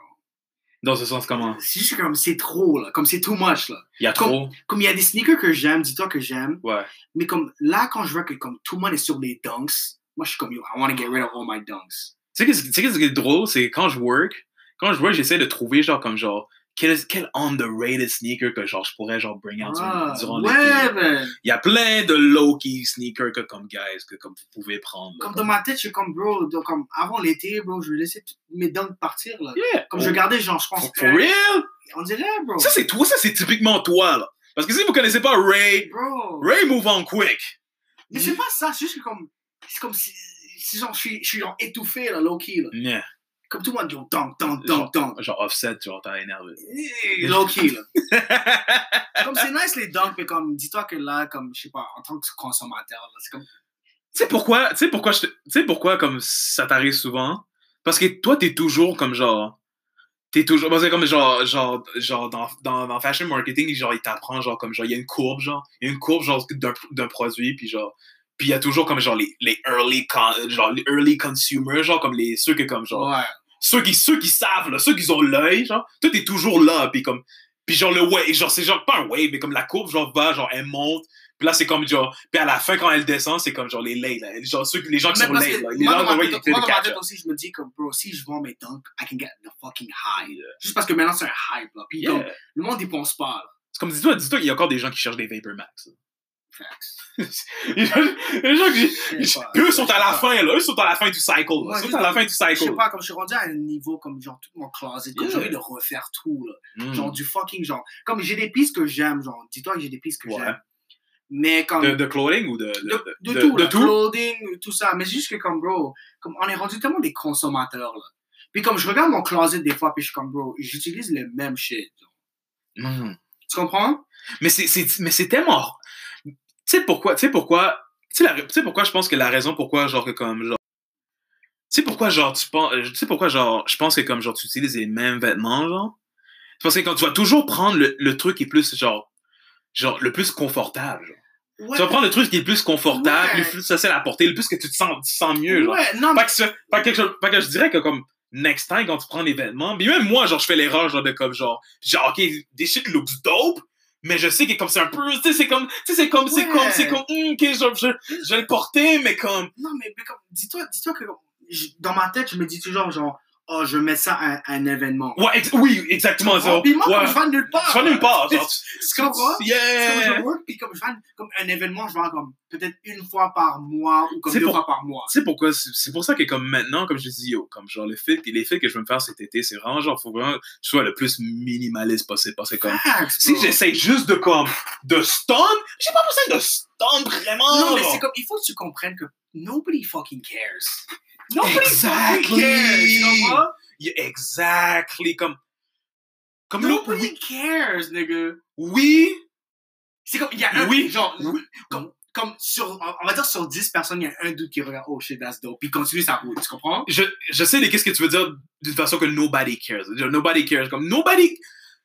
S1: Dans ce sens, comment?
S2: C'est juste comme c'est trop, là. Comme c'est too much, là.
S1: Il y a trop?
S2: Comme il y a des sneakers que j'aime, dis-toi que j'aime.
S1: Ouais.
S2: Mais comme là, quand je vois que comme tout le monde est sur les dunks, moi, je suis comme, yo, I wanna get rid of all my dunks.
S1: Tu sais, qu'est-ce- tu sais qu'est-ce qui est drôle? C'est quand je work, quand je work, j'essaie de trouver, genre, comme genre. Quel, quel underrated sneaker que genre je pourrais genre bring out durant,
S2: Ah,
S1: durant
S2: ouais,
S1: l'été.
S2: man.
S1: Il y a plein de low-key sneakers que comme guys que comme vous pouvez prendre. là,
S2: Comme dans ma tête, je suis comme, bro, donc, comme avant l'été, bro, je vais laisser toutes mes dunks partir, là.
S1: Yeah.
S2: Comme je regardais, genre, je pense.
S1: For, for real?
S2: On dirait, bro.
S1: Ça, c'est toi, ça, c'est typiquement toi, là. Parce que si vous connaissez pas Ray,
S2: Bro.
S1: Ray move on quick.
S2: Mais c'est pas ça, c'est juste que comme. C'est comme si. si genre, je suis, je suis genre étouffé, là, low-key, là.
S1: Yeah.
S2: Comme tout le monde, yo, dunk, dunk, dunk, dunk.
S1: Genre offset, genre t'as énervé.
S2: Eh, Low-key, là. comme c'est nice les dunks, mais comme, dis-toi que là, comme, je sais pas, en tant que consommateur, là, c'est comme.
S1: tu sais pourquoi, tu sais pourquoi, je te- tu sais pourquoi comme ça t'arrive souvent? Parce que toi, t'es toujours comme genre, t'es toujours, parce que comme genre, genre, genre dans, dans, dans fashion marketing, genre il t'apprend genre comme genre il y a une courbe genre, il y a une courbe genre d'un d'un produit puis genre, puis il y a toujours comme genre les, les early con- genre les early consumers genre comme les ceux que comme genre
S2: Ouais.
S1: ceux qui ceux qui savent là, ceux qui ont l'œil genre toi t'es toujours là puis comme puis genre le wave genre c'est genre pas un wave mais comme la courbe genre va genre elle monte puis là c'est comme genre puis à la fin quand elle descend c'est comme genre les late là, genre ceux les gens qui
S2: Mais
S1: sont
S2: parce
S1: late
S2: que
S1: là, les
S2: moi,
S1: gens
S2: dans ma
S1: qui
S2: tête-
S1: sont
S2: moi,
S1: late
S2: dans
S1: ils
S2: ma
S1: catch
S2: tête
S1: up.
S2: aussi, je me dis, comme, bro, si je vends mes dunks, I can get the fucking high, là. Juste parce que maintenant, c'est un hype, là. Puis,
S1: Yeah.
S2: comme, le monde, y pense pas, là.
S1: c'est comme dis-toi dis-toi qu'il y a encore des gens qui cherchent des Vapor Max là.
S2: Facts.
S1: Les gens, les gens qui-
S2: Je sais pas.
S1: puis eux sont à la
S2: Ouais.
S1: fin, là. Eux sont à la fin du cycle. là.
S2: Ouais,
S1: Ils sont
S2: c'est
S1: à la fin du
S2: Je sais
S1: cycle.
S2: pas, comme je suis rendu à un niveau comme genre tout mon closet, comme j'ai
S1: Yeah.
S2: envie de refaire tout, là.
S1: Mm.
S2: Genre du fucking genre. Comme j'ai des pistes que j'aime, genre, dis-toi que j'ai des pistes que
S1: Ouais.
S2: j'aime. Mais comme.
S1: De, de clothing ou de.
S2: de, de
S1: de-
S2: tout, là,
S1: de tout?
S2: clothing, tout ça. Mais c'est juste que comme, bro, comme on est rendu tellement des consommateurs, là. Puis comme je regarde mon closet des fois, puis je suis comme, bro, j'utilise le même shit.
S1: Mm.
S2: Tu comprends?
S1: Mais c'est, c'est- mais c'est tellement. Tu sais pourquoi, tu sais pourquoi, tu sais la- tu sais pourquoi je pense que la raison pourquoi, genre, que comme, genre. Tu sais pourquoi, genre, tu penses, euh, tu sais pourquoi, genre, je pense que comme, genre, tu utilises les mêmes vêtements, genre. C'est parce que quand tu vas toujours prendre le, le truc qui est plus, genre, genre, le plus confortable, genre.
S2: Ouais,
S1: Tu vas prendre le truc qui est le plus confortable,
S2: Ouais.
S1: le plus facile à porter, le plus que tu te sens, tu te sens mieux, genre.
S2: ouais, non,
S1: Pas que, ça- pas quelque chose, pas que je dirais que comme next time quand tu prends des vêtements, puis même moi genre je fais l'erreur genre de comme genre genre ok des shit looks dope, mais je sais que comme c'est un peu tu sais c'est comme tu sais c'est comme c'est
S2: Ouais.
S1: comme c'est comme hmm, ok genre, je, je vais le porter mais comme
S2: Non, mais, mais comme, dis-toi, dis-toi que comme, je- dans ma tête, je me dis toujours, genre, oh, je mets ça à, à un événement.
S1: ouais ex- oui exactement ça
S2: Oh, puis moi, comme
S1: ouais
S2: je vais nulle part.
S1: je vais nulle part genre
S2: Tu comprends?
S1: tu-
S2: C'est Comme
S1: yeah
S2: je work, puis comme je vais, comme un événement, je vais comme peut-être une fois par mois ou comme
S1: C'est
S2: deux
S1: pour-
S2: fois par mois.
S1: Tu sais pourquoi? C'est c'est pour ça que comme maintenant, comme je dis, yo, comme genre les filles, les filles que je veux me faire cet été, c'est vraiment genre, faut vraiment que je sois le plus minimaliste possible. Parce que comme,
S2: Facts,
S1: Ah, si
S2: bro.
S1: j'essaie juste de comme de stun, j'ai pas besoin de stun vraiment.
S2: Non, mais
S1: genre.
S2: c'est comme, il faut que tu comprennes que nobody fucking cares. Nobody fucking
S1: Exactly.
S2: cares, tu comprends?
S1: Yeah, exactly comme comme l'eau.
S2: Nobody cares, nigga.
S1: Oui,
S2: C'est comme, il y a un,
S1: Oui.
S2: genre, comme, comme sur, on va dire sur 10 personnes, il y a un doute qui regarde, oh shit, that's dope, puis il continue sa route, tu comprends?
S1: je je sais de qu'est-ce que tu veux dire d'une façon que nobody cares. Genre, nobody cares comme nobody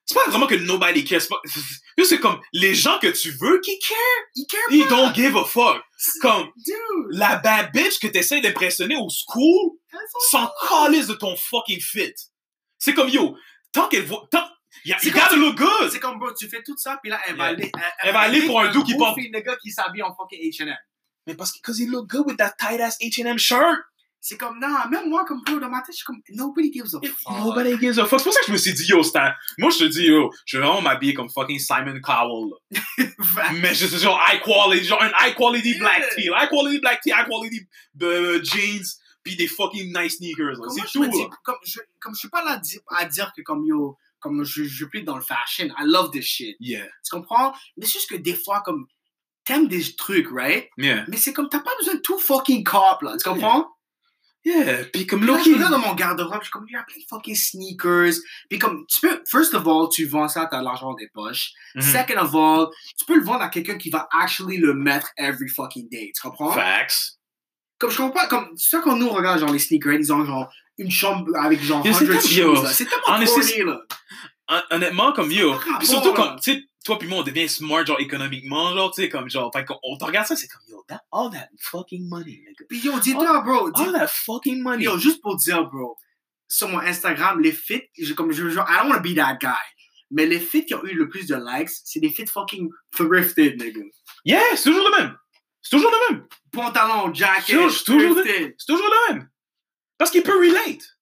S1: c'est pas vraiment que nobody cares, c'est pas- juste c'est comme les gens que tu veux qui care,
S2: Il care
S1: ils don't give a fuck. Comme
S2: Dude,
S1: la bad bitch que t'essayes d'impressionner au school,
S2: that's
S1: s'en calisse de ton fucking fit. C'est comme yo, tant qu'elle voit. Tant, y a,
S2: C'est
S1: you
S2: comme
S1: gotta look
S2: all.
S1: good!
S2: C'est comme, bro, tu fais tout ça, puis là, elle va
S1: Yeah.
S2: aller, elle,
S1: Elle va aller pour un dude qui porte-
S2: fille, nigga, qui s'habille en fucking H&M.
S1: Mais parce que, cause he look good with that tight ass HM shirt!
S2: C'est comme, non, même moi, comme, bro, dans ma tête, je suis comme, nobody gives a fuck.
S1: Nobody gives a fuck. C'est pour ça que je me suis dit, yo, Stan, moi je te dis, yo, je vais vraiment m'habiller comme fucking Simon Cowell. là. Mais je suis genre high quality, genre un high quality
S2: Ah. Yeah.
S1: black tee, high quality black tee, high quality euh, jeans, pis des fucking nice sneakers. là.
S2: Comme
S1: C'est
S2: moi, je
S1: tout, hein.
S2: me dis-
S1: là.
S2: comme, je, comme je suis pas là di- à dire que comme yo, comme je, je suis plus dans le fashion, I love this shit.
S1: Yeah.
S2: Tu comprends? Mais c'est juste que des fois, comme, t'aimes des trucs, right?
S1: Yeah.
S2: Mais c'est comme, t'as pas besoin de tout fucking cop, là. Tu comprends?
S1: Yeah. Pis comme
S2: Là, je
S1: Loki.
S2: regarde dans mon garde-robe, je suis comme, il y a plein de fucking sneakers. Puis comme, tu peux, first of all, tu vends ça, t'as de l'argent dans tes poches.
S1: Mhm.
S2: Second of all, tu peux le vendre à quelqu'un qui va actually le mettre every fucking day. Tu comprends?
S1: Facts.
S2: Comme je comprends pas, comme, tu sais, quand nous on regarde, genre, les sneakers, ils ont, genre, une chambre avec, genre,
S1: Yo, c'est
S2: 100
S1: tellement-
S2: shoes,
S1: yo,
S2: là. C'est tellement
S1: honestly,
S2: corny, là.
S1: Hon- honnêtement, comme yo.
S2: Ah,
S1: Puis
S2: bon,
S1: surtout,
S2: là.
S1: comme, tu sais, toi puis moi, on devient smart, genre, économiquement, genre, tu sais, comme, genre, fait qu'on on te regarde ça, c'est comme, yo, that, all that fucking money, nigga.
S2: Puis yo,
S1: Ah,
S2: dis-toi, bro. dis-
S1: All that fucking money.
S2: yo, juste pour dire, bro, sur mon Instagram, les fits, je, comme je, genre, I don't wanna be that guy. Mais les fits qui ont eu le plus de likes, c'est des fits fucking thrifted, nigga.
S1: Yeah, c'est toujours le même. C'est toujours le même.
S2: Pantalon, jacket,
S1: Yo, je suis toujours
S2: thrifted.
S1: C'est toujours le même. Parce qu'il peut relate.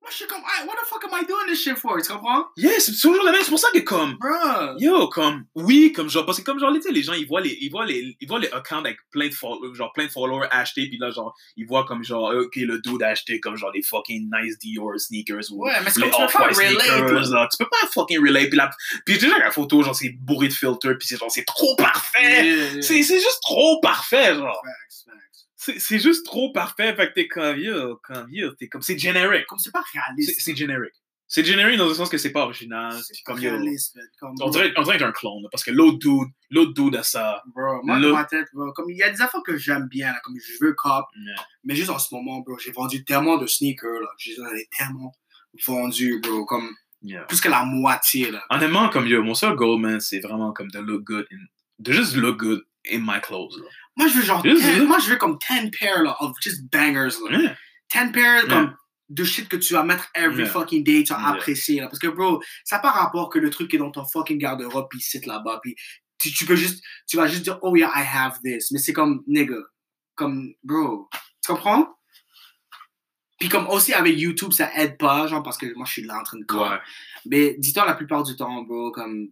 S2: Moi, je suis comme, hey, what the fuck am I doing this shit for? Tu comprends?
S1: Yeah, c'est toujours le même. C'est pour ça que comme,
S2: Bro.
S1: yo, comme, oui, comme genre, parce que comme genre, tu sais, les gens, ils voient les, ils voient les, ils voient les accounts avec plein de followers, genre plein de followers achetés, puis là, genre, ils voient comme genre, euh, ok, le dude a acheté comme genre des fucking nice Dior sneakers ou
S2: Ouais, mais c'est
S1: les
S2: comme tu peux pas
S1: Off-White
S2: relate. là.
S1: sneakers, là. Tu peux pas fucking relate, puis là, puis déjà la photo, genre, c'est bourré de filtres, puis c'est genre, c'est trop parfait.
S2: Yeah, yeah.
S1: Eh, C'est, c'est juste trop parfait, genre.
S2: Facts, facts.
S1: C'est, c'est juste trop parfait, fait que t'es comme, yo, comme, yo, t'es comme, c'est generic.
S2: Comme c'est pas
S1: C'est
S2: réaliste.
S1: c'est générique. C'est générique dans le sens que c'est pas original.
S2: C'est
S1: C'est
S2: pas
S1: comme yo.
S2: réaliste, man. Comme,
S1: On dirait, on dirait qu'il y a un clone, là, parce que l'autre dude, l'autre dude a ça.
S2: Bro, moi,
S1: Le-
S2: dans ma tête, bro, comme il y a des affaires que j'aime bien, là, comme je veux cop,
S1: Yeah.
S2: mais juste en ce moment, bro, j'ai vendu tellement de sneakers, là, j'en ai tellement vendu, bro, comme
S1: Yeah.
S2: plus que la moitié, là.
S1: Honnêtement, comme yo, mon seul goal, man, c'est vraiment comme de look good, in, de juste look good in my clothes. là.
S2: Moi, je veux genre,
S1: Juste
S2: 10
S1: ça.
S2: moi, je veux comme 10 pairs, là, of just bangers, là.
S1: Yeah.
S2: 10 pairs,
S1: Yeah.
S2: comme, de shit que tu vas mettre every
S1: Yeah.
S2: fucking day, tu vas
S1: Yeah.
S2: apprécier, là. Parce que, bro, ça n'a pas rapport que le truc est dans ton fucking garde-robe, pis c'est là-bas, pis tu, tu peux juste, tu vas juste dire, oh yeah, I have this. Mais c'est comme, nigga, comme, bro, tu comprends? Puis comme aussi avec YouTube, ça aide pas, genre, parce que moi, je suis là en train de cop.
S1: Ouais.
S2: Mais dis-toi, la plupart du temps, bro, comme,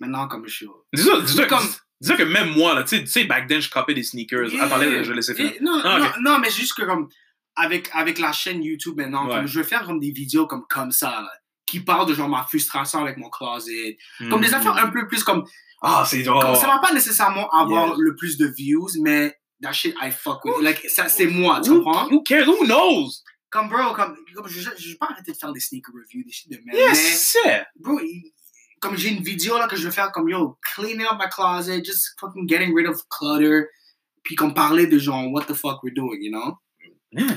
S2: maintenant, comme je suis...
S1: Dis-toi, dis-toi,
S2: Comme-
S1: dis- Disons que même moi, là, tu sais- tu sais, back then, je copiais des sneakers.
S2: Yeah.
S1: Attendez, je vais laisser finir.
S2: Et- non,
S1: Ah,
S2: non,
S1: ok.
S2: non, mais c'est juste que comme avec, avec la chaîne YouTube maintenant, comme
S1: Ouais.
S2: je vais faire comme des vidéos comme, comme ça, là, qui parlent de genre ma frustration avec mon closet. Comme des
S1: Hmm.
S2: affaires un peu plus comme.
S1: Ah, c'est drôle.
S2: comme ça va pas nécessairement avoir
S1: Yeah.
S2: le plus de views, mais that shit I fuck with. Like, ça, c'est moi, tu
S1: Who-
S2: comprends?
S1: Who cares? Who knows?
S2: Comme bro, comme, comme je, je vais pas arrêter de faire des sneaker reviews, des shit de merde.
S1: Yes, c'est.
S2: Mais, bro, il- comme j'ai une vidéo là que je vais faire comme yo, cleaning up my closet, just fucking getting rid of clutter. Puis comme parler de genre, what the fuck we're doing, you know?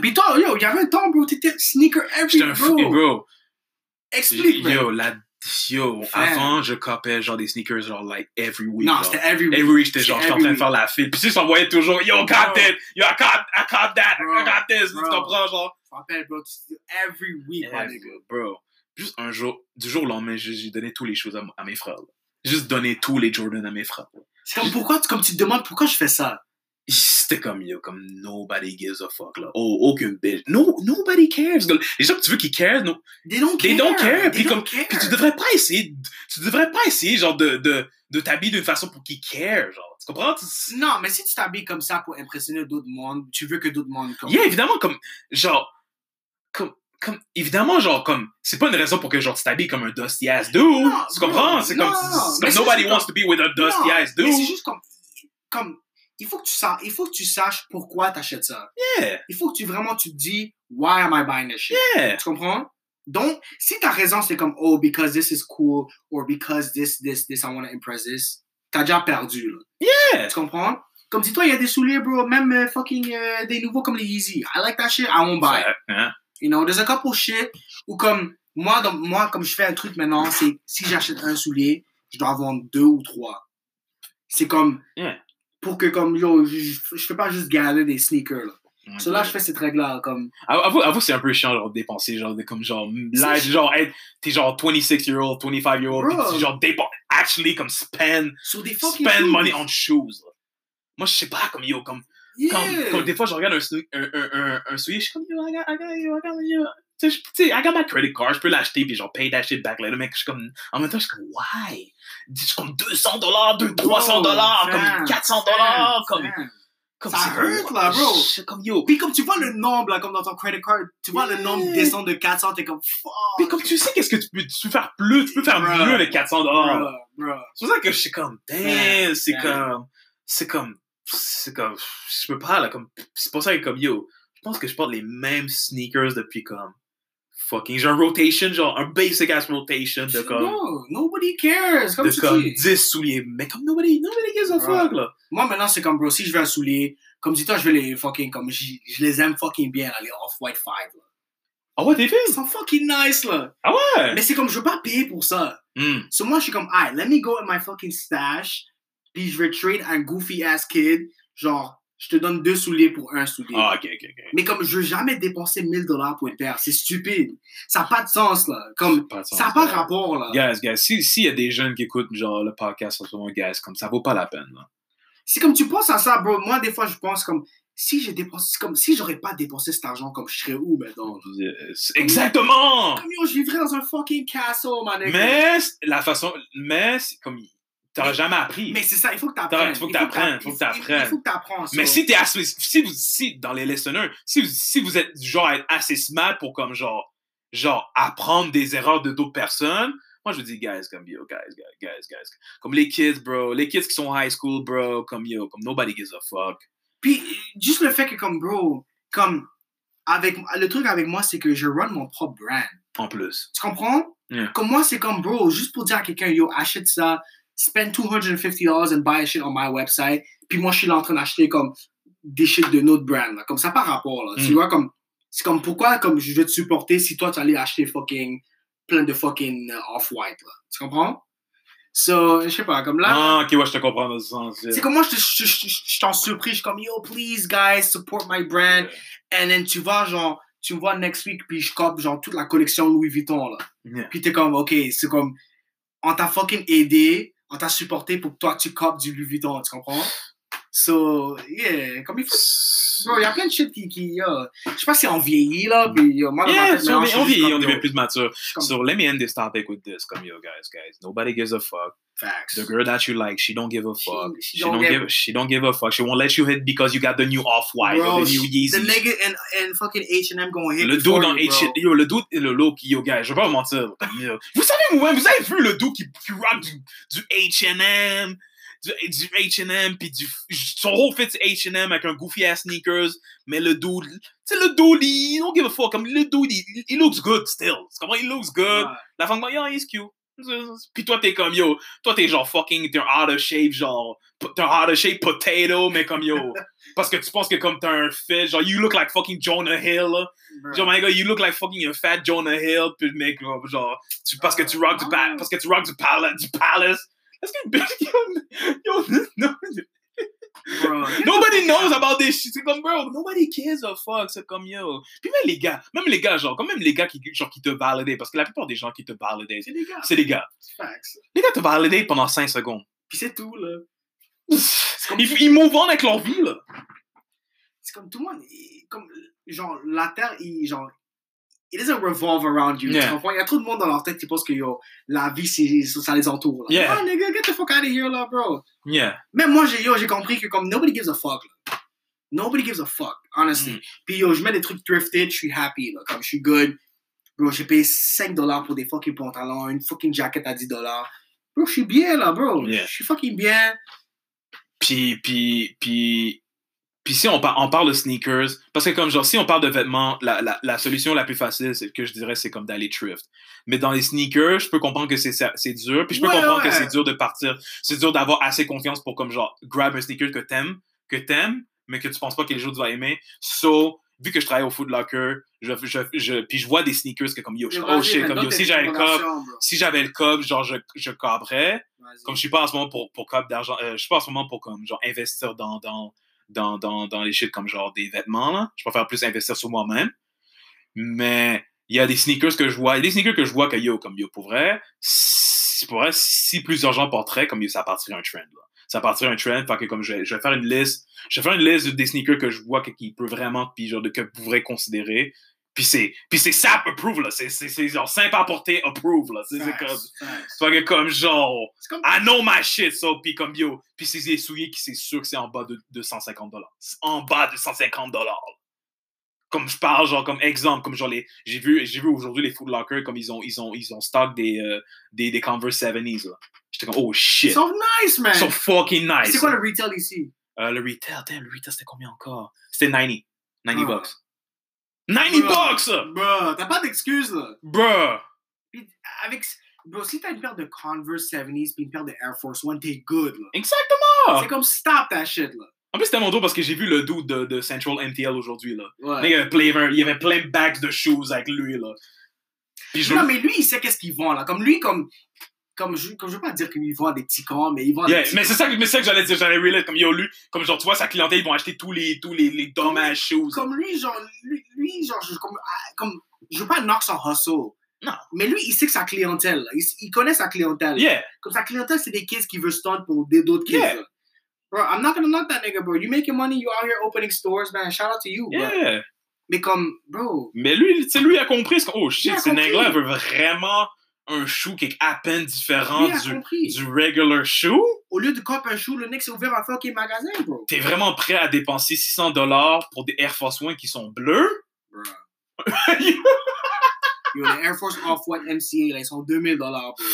S2: Pis toi, yo, il y avait un temps, bro, t'étais sneaker every,
S1: J'étais un fou.
S2: bro.
S1: Et bro,
S2: Explique, man.
S1: yo, la, yo,
S2: Fam.
S1: avant, je copiais genre des sneakers, genre, like, every week.
S2: non,
S1: genre.
S2: c'était every week.
S1: Every week, j'étais genre,
S2: C'était
S1: j'étais en train de
S2: every
S1: faire la file. Puis tu sais, j'envoyais toujours, yo,
S2: Bro.
S1: cop that, yo, I cop, I cop that,
S2: Bro.
S1: I cop this, tu
S2: Bro.
S1: comprends, genre.
S2: Je me rappelle, bro, tu dis every week, my
S1: Every-
S2: nigga.
S1: Bro, juste un jour, du jour au lendemain, j'ai j'ai donné tous les choses à, m- à mes frères. là. J'ai Juste donné tous les Jordan à mes frères.
S2: C'est comme, pourquoi, tu- comme tu te demandes pourquoi je fais ça?
S1: C'était comme, yo, comme nobody gives a fuck, là. Oh, aucune bitch. No, nobody cares. gars. Les gens que tu veux qu'ils care, non.
S2: They don't care.
S1: They don't care.
S2: They
S1: Puis
S2: don't
S1: comme-
S2: care.
S1: Puis tu devrais pas essayer, d- tu devrais pas essayer, genre, de, de, de t'habiller d'une façon pour qu'ils care, genre. Tu comprends? Tu-
S2: Non, mais si tu t'habilles comme ça pour impressionner d'autres mondes, tu veux que d'autres mondes comme...
S1: Yeah, évidemment, comme, genre, comme, comme, évidemment, genre, comme, c'est pas une raison pour que, genre, tu t'habilles comme un dusty ass dude.
S2: Non,
S1: tu comprends?
S2: non,
S1: C'est comme,
S2: non,
S1: c'est
S2: non.
S1: comme
S2: Mais ça,
S1: nobody
S2: c'est
S1: wants to be with a dusty
S2: Non,
S1: ass dude.
S2: Mais c'est juste comme... Comme, il faut que tu saches, il faut que tu saches pourquoi t'achètes ça.
S1: Yeah,
S2: Il faut que tu vraiment, tu te dis, why am I buying this shit?
S1: yeah.
S2: Tu comprends? Donc, si ta raison, c'est comme, oh, because this is cool, or because this, this, this, I want to impress this, t'as déjà perdu, là.
S1: Yeah.
S2: Tu comprends? Comme si toi, il y a des souliers, bro, même euh, fucking euh, des nouveaux comme les Yeezy. I like that shit, I won't buy. it.
S1: Hein?
S2: You know, there's a couple shit où comme, moi, dans- moi comme je fais un truc maintenant, c'est si j'achète un soulier, je dois en vendre deux ou trois. C'est comme,
S1: Yeah.
S2: pour que comme, yo, je, je, je peux pas juste galer des sneakers, là. So là, je fais cette règle-là, comme,
S1: Avoue, avoue- avoue, c'est un peu chiant, genre, de dépenser, genre, de, comme, genre, là,
S2: C'est-
S1: genre, hey, t'es genre 26-year-old, 25-year-old,
S2: Bro.
S1: pis tu, genre, dépenses, actually, comme, spend,
S2: sur des fucking
S1: spend
S2: shoes.
S1: money on shoes. là. Moi, je sais pas, comme, yo, comme, Quand,
S2: Yeah.
S1: quand des fois, je regarde un, snou- un, un, un, un soulier, je suis comme, yo, I got, I got, yo, I got, yo. Tu sais, je- tu sais, I got my credit card, je peux l'acheter, puis genre, pay that shit back later, mec. Je suis comme, en même temps, je suis comme, why? C'est comme 200 dollars, 200, 300 dollars,
S2: fam,
S1: comme 400 dollars,
S2: Fam,
S1: comme,
S2: fam.
S1: comme
S2: Ça
S1: c'est-
S2: hurt, là, bro.
S1: Je suis comme, yo.
S2: Puis comme tu vois le nombre, là, comme dans ton credit card, tu vois le
S1: Yeah.
S2: nombre descendre de 400, t'es comme fuck.
S1: Puis comme tu sais, qu'est-ce que tu peux, tu peux faire plus, tu peux faire
S2: Bruh.
S1: mieux avec 400 dollars.
S2: Bruh, bruh.
S1: C'est pour ça que je suis comme, damn, c'est
S2: damn.
S1: comme, c'est comme, c'est comme, je peux pas, là, comme, c'est pour ça que, comme, yo, je pense que je porte les mêmes sneakers depuis, comme, fucking, j'ai un rotation, genre, un basic ass rotation de, comme,
S2: No, nobody cares. Comme
S1: de,
S2: tu
S1: comme,
S2: dis.
S1: 10 souliers, mais comme, nobody, nobody gives a
S2: Bruh.
S1: fuck, là.
S2: Moi maintenant c'est comme bro, si je veux un soulier, comme dis-toi, je veux les fucking, comme j'y- je les aime fucking bien là, les off-white 5. là.
S1: Ah ouais, t'es
S2: Ils
S1: fait?
S2: sont fucking nice là.
S1: Ah ouais?
S2: Mais c'est comme je veux pas payer pour ça.
S1: Hmm.
S2: So moi je suis comme, alright, let me go in my fucking stash, puis je vais trade un goofy ass kid, genre je te donne deux souliers pour un soulier.
S1: Ah, ok, ok, ok.
S2: Mais comme je veux jamais dépenser 1000 dollars pour une paire, c'est stupide. Ça n'a pas de sens, là. Comme,
S1: Pas de sens,
S2: ça n'a pas de
S1: ouais.
S2: rapport, là.
S1: Guys, guys, si- s'il y a des jeunes qui écoutent, genre, le podcast en ce moment, guys, comme, ça vaut pas la peine, là.
S2: C'est comme tu penses à ça, bro. Moi, des fois, je pense comme, si j'ai dépensé, c'est comme si j'aurais pas dépensé cet argent, comme je serais où ben, maintenant?
S1: Yes. Exactement!
S2: Comme yo, je vivrais dans un fucking castle, man.
S1: Mais c'est- la façon. Mais c'est comme. T'auras jamais appris.
S2: Mais c'est ça, il faut que
S1: Attends,
S2: t'apprennes.
S1: il faut que t'apprennes, il faut que t'apprennes.
S2: Il faut que t'apprennes. ça.
S1: Mais si t'es assez. Si vous. Si, dans les listeners, si vous, si vous êtes du genre à être assez smart pour comme genre. Genre apprendre des erreurs de d'autres personnes. Moi, je dis, guys, comme yo, guys, guys, guys, guys. Comme les kids, bro. Les kids qui sont high school, bro. Comme yo, comme nobody gives a fuck.
S2: Puis, juste le fait que, comme, bro, comme, avec, le truc avec moi, c'est que je run mon propre brand.
S1: En plus.
S2: Tu comprends?
S1: Yeah.
S2: Comme moi, c'est comme, bro, juste pour dire à quelqu'un, yo, achète ça, spend $250 and buy a shit on my website. Puis moi, je suis là en train d'acheter comme des shit de notre brand, là. Comme ça, par rapport, là. Tu
S1: Mm.
S2: vois, comme, c'est comme, pourquoi, comme, je vais te supporter si toi, tu allais acheter fucking, plein de fucking euh, off-white, là. Tu comprends? So, je sais pas, comme là.
S1: Ah, ok, ouais, je te comprends dans ce sens. yeah.
S2: C'est comme moi, je, je, je, je- je t'en surpris, je suis comme, yo, please, guys, support my brand. And then tu vois, genre, tu me vois next week, puis je copie, genre, toute la collection Louis Vuitton, là.
S1: Yeah.
S2: Puis t'es comme, OK, c'est comme, on t'a fucking aidé, on t'a supporté pour que toi, tu copes du Louis Vuitton, tu comprends? So, yeah, comme il faut. Bro, il y a plein de shit qui. qui euh, je sais pas si on vieillit, là. Puis, euh, moi, dans ma
S1: Yeah,
S2: tête,
S1: sur-
S2: maintenant, je
S1: mais
S2: suis
S1: on
S2: juste
S1: vieillit,
S2: comme,
S1: on
S2: yo,
S1: devient plus mature.
S2: comme-
S1: So let me end this topic with this, comme yo guys, guys, nobody gives a fuck.
S2: Facts.
S1: The girl that you like, she don't give a
S2: She-
S1: fuck.
S2: she
S1: She,
S2: don't
S1: don't,
S2: give-
S1: give, she don't give a fuck. She won't let you hit because you got the new off white
S2: Bro,
S1: or the new
S2: she- the
S1: Yeezy.
S2: nigga and, and fucking H&M going hit
S1: Le
S2: before
S1: dude dans
S2: you, bro.
S1: H- yo, le dude et le look, yo guys, je vais pas vous mentir. comme, yo. Vous savez moi, vous avez vu le dude qui, qui rappe du, du H&M, du, du H&M puis du son whole fit c'est H&M avec un goofy ass sneakers, mais le dude, tu sais le dude, il don't give a fuck. Comme le dude, il, il looks good still. Tu comprends? Il looks good.
S2: Ouais.
S1: La femme, comme, yo, he's cute. Puis toi, t'es comme, yo, toi, t'es genre fucking, t'es un out of shape, genre, po- t'es un out of shape potato, mais comme, yo, parce que tu penses que comme t'as un fit, genre, you look like fucking Jonah Hill, là.
S2: Bro.
S1: Genre, my God, you look like fucking a fat Jonah Hill, puis le mec, genre, genre, tu, parce que tu rock du, pa- parce que tu rock du palace, du palace. Est-ce que, bitch, yo, yo, no,
S2: Bro.
S1: Nobody knows about this shit. C'est comme, bro, nobody cares a fuck. C'est comme, yo. Puis même les gars, même les gars, genre, quand même les gars qui, genre, qui te valident, parce que la plupart des gens qui te valident,
S2: C'est des gars.
S1: c'est les gars.
S2: Facts.
S1: Les gars te valident pendant 5 secondes.
S2: Puis c'est tout, là.
S1: Ils, ils move on avec leur vie, là.
S2: C'est comme tout le monde. il- Comme, genre, la Terre, il, genre, it doesn't revolve around you. Tu
S1: Yeah.
S2: comprends? Il y a trop de monde dans leur tête qui pense que, yo, la vie, c'est- ça, ça les entoure, là.
S1: Yeah.
S2: Ah, nigga, get the fuck out of here, là, bro.
S1: Yeah.
S2: Même moi, j'ai, yo, j'ai compris que, comme, nobody gives a fuck, là. Nobody gives a fuck, honestly.
S1: Mm.
S2: Puis, yo, je mets des trucs thrifted, je suis happy, là. Comme, je suis good. Bro, j'ai payé 5 dollars pour des fucking pantalons, une fucking jacket à 10 dollars. Bro, je suis bien, là, bro.
S1: Yeah.
S2: Je suis fucking bien.
S1: Puis, puis, puis, puis si on, par- on parle de sneakers, parce que comme genre, si on parle de vêtements, la, la, la solution la plus facile, c'est que je dirais, c'est comme d'aller thrift. Mais dans les sneakers, je peux comprendre que c'est ça- c'est dur, puis je peux
S2: Ouais,
S1: comprendre
S2: ouais.
S1: que c'est dur de partir, c'est dur d'avoir assez confiance pour comme genre, grab un sneaker que t'aimes, que t'aimes, mais que tu penses pas que les autres vont aimer. So, vu que je travaille au Foot Locker, je, je, je, puis je vois des sneakers que comme yo, je- oh shit, comme yo, si j'avais le cop, si j'avais le cop, genre je, je cobrais. Comme je suis pas en ce moment pour, pour cop d'argent, euh, je suis pas en ce moment pour comme genre investir dans, dans, dans, dans, dans les shit comme genre des vêtements là. Je préfère plus investir sur moi-même. Mais il y a des sneakers que je vois, il y a des sneakers que je vois que yo, comme yo, pour vrai, si, pour vrai, si plusieurs gens porteraient, comme yo, ça partirait un trend là. Ça partirait un trend, fait que comme je vais, je vais faire une liste, je vais faire une liste des sneakers que je vois que, qui peut vraiment, puis genre de que vous pourrez considérer. Puis c'est, puis c'est sap approve là, c'est, c'est, c'est genre simple à porter approve là. C'est, c'est comme, fait que comme genre,
S2: C'est comme.
S1: I know my shit, so, puis comme yo, puis c'est des souliers qui c'est sûr que c'est en bas de, de 150 dollars. En bas de 150 dollars. Comme je parle, genre, comme exemple, comme genre les, j'ai vu, j'ai vu aujourd'hui les Food Locker, comme ils ont, ils ont, ils ont stock des, euh, des, des Converse 70s, là. J'étais comme, oh
S2: Ils
S1: shit.
S2: sont nice, man.
S1: Ils sont fucking nice. hein.
S2: C'est quoi le retail ici?
S1: Euh, le retail, damn, le retail, c'était combien encore? C'était 90. 90
S2: Ah.
S1: bucks. 90
S2: Ah.
S1: bucks!
S2: Bro, t'as pas d'excuses, là.
S1: Bruh!
S2: Puis, avec. Bro, si t'as une paire de Converse 70s puis une paire de Air Force One, t'es good, là.
S1: Exactement!
S2: C'est comme stop that shit, là.
S1: En plus, c'était mon dos parce que j'ai vu le dude de, de Central MTL aujourd'hui, là. Il
S2: Ouais.
S1: y avait plein, il y avait plein de bags de shoes avec lui, là. Puis je...
S2: Non, mais lui, il sait qu'est-ce qu'il vend, là. Comme lui, comme. Comme je, comme je veux pas dire qu'il vend des petits cons, mais il vend
S1: Yeah,
S2: des petits
S1: mais c'est ça, que- mais c'est ça que j'allais dire, j'allais relate, comme yo, lui, comme genre, tu vois, sa clientèle, ils vont acheter tous les, tous les, les dumb ass shoes.
S2: Comme lui, genre. Lui, lui, genre. je- Comme, ah, comme, je veux pas knock son hustle.
S1: Non.
S2: Mais lui, il sait que sa clientèle, là. Il, il connaît sa clientèle.
S1: Yeah,
S2: Comme sa clientèle, c'est des kids qui veulent stunt pour des- d'autres kids.
S1: Yeah.
S2: là. Bro, I'm not gonna knock that nigga, bro. You making money, you out here opening stores, man. Shout out to you, bro.
S1: yeah.
S2: Mais comme, bro,
S1: Mais lui, tu sais, lui a compris ce que, oh
S2: Il
S1: shit,
S2: a
S1: ce
S2: compris.
S1: nègre-là veut vraiment un shoe qui est à peine différent
S2: lui a
S1: du,
S2: compris.
S1: du regular shoe.
S2: Au lieu de cop un shoe, le nigga s'est ouvert un fucking magasin, bro.
S1: T'es vraiment prêt à dépenser 600 dollars pour des Air Force One qui sont bleus?
S2: Bro.
S1: Yo.
S2: Yo, les Air Force Off-White MCA, là, ils sont 2000 dollars, bro.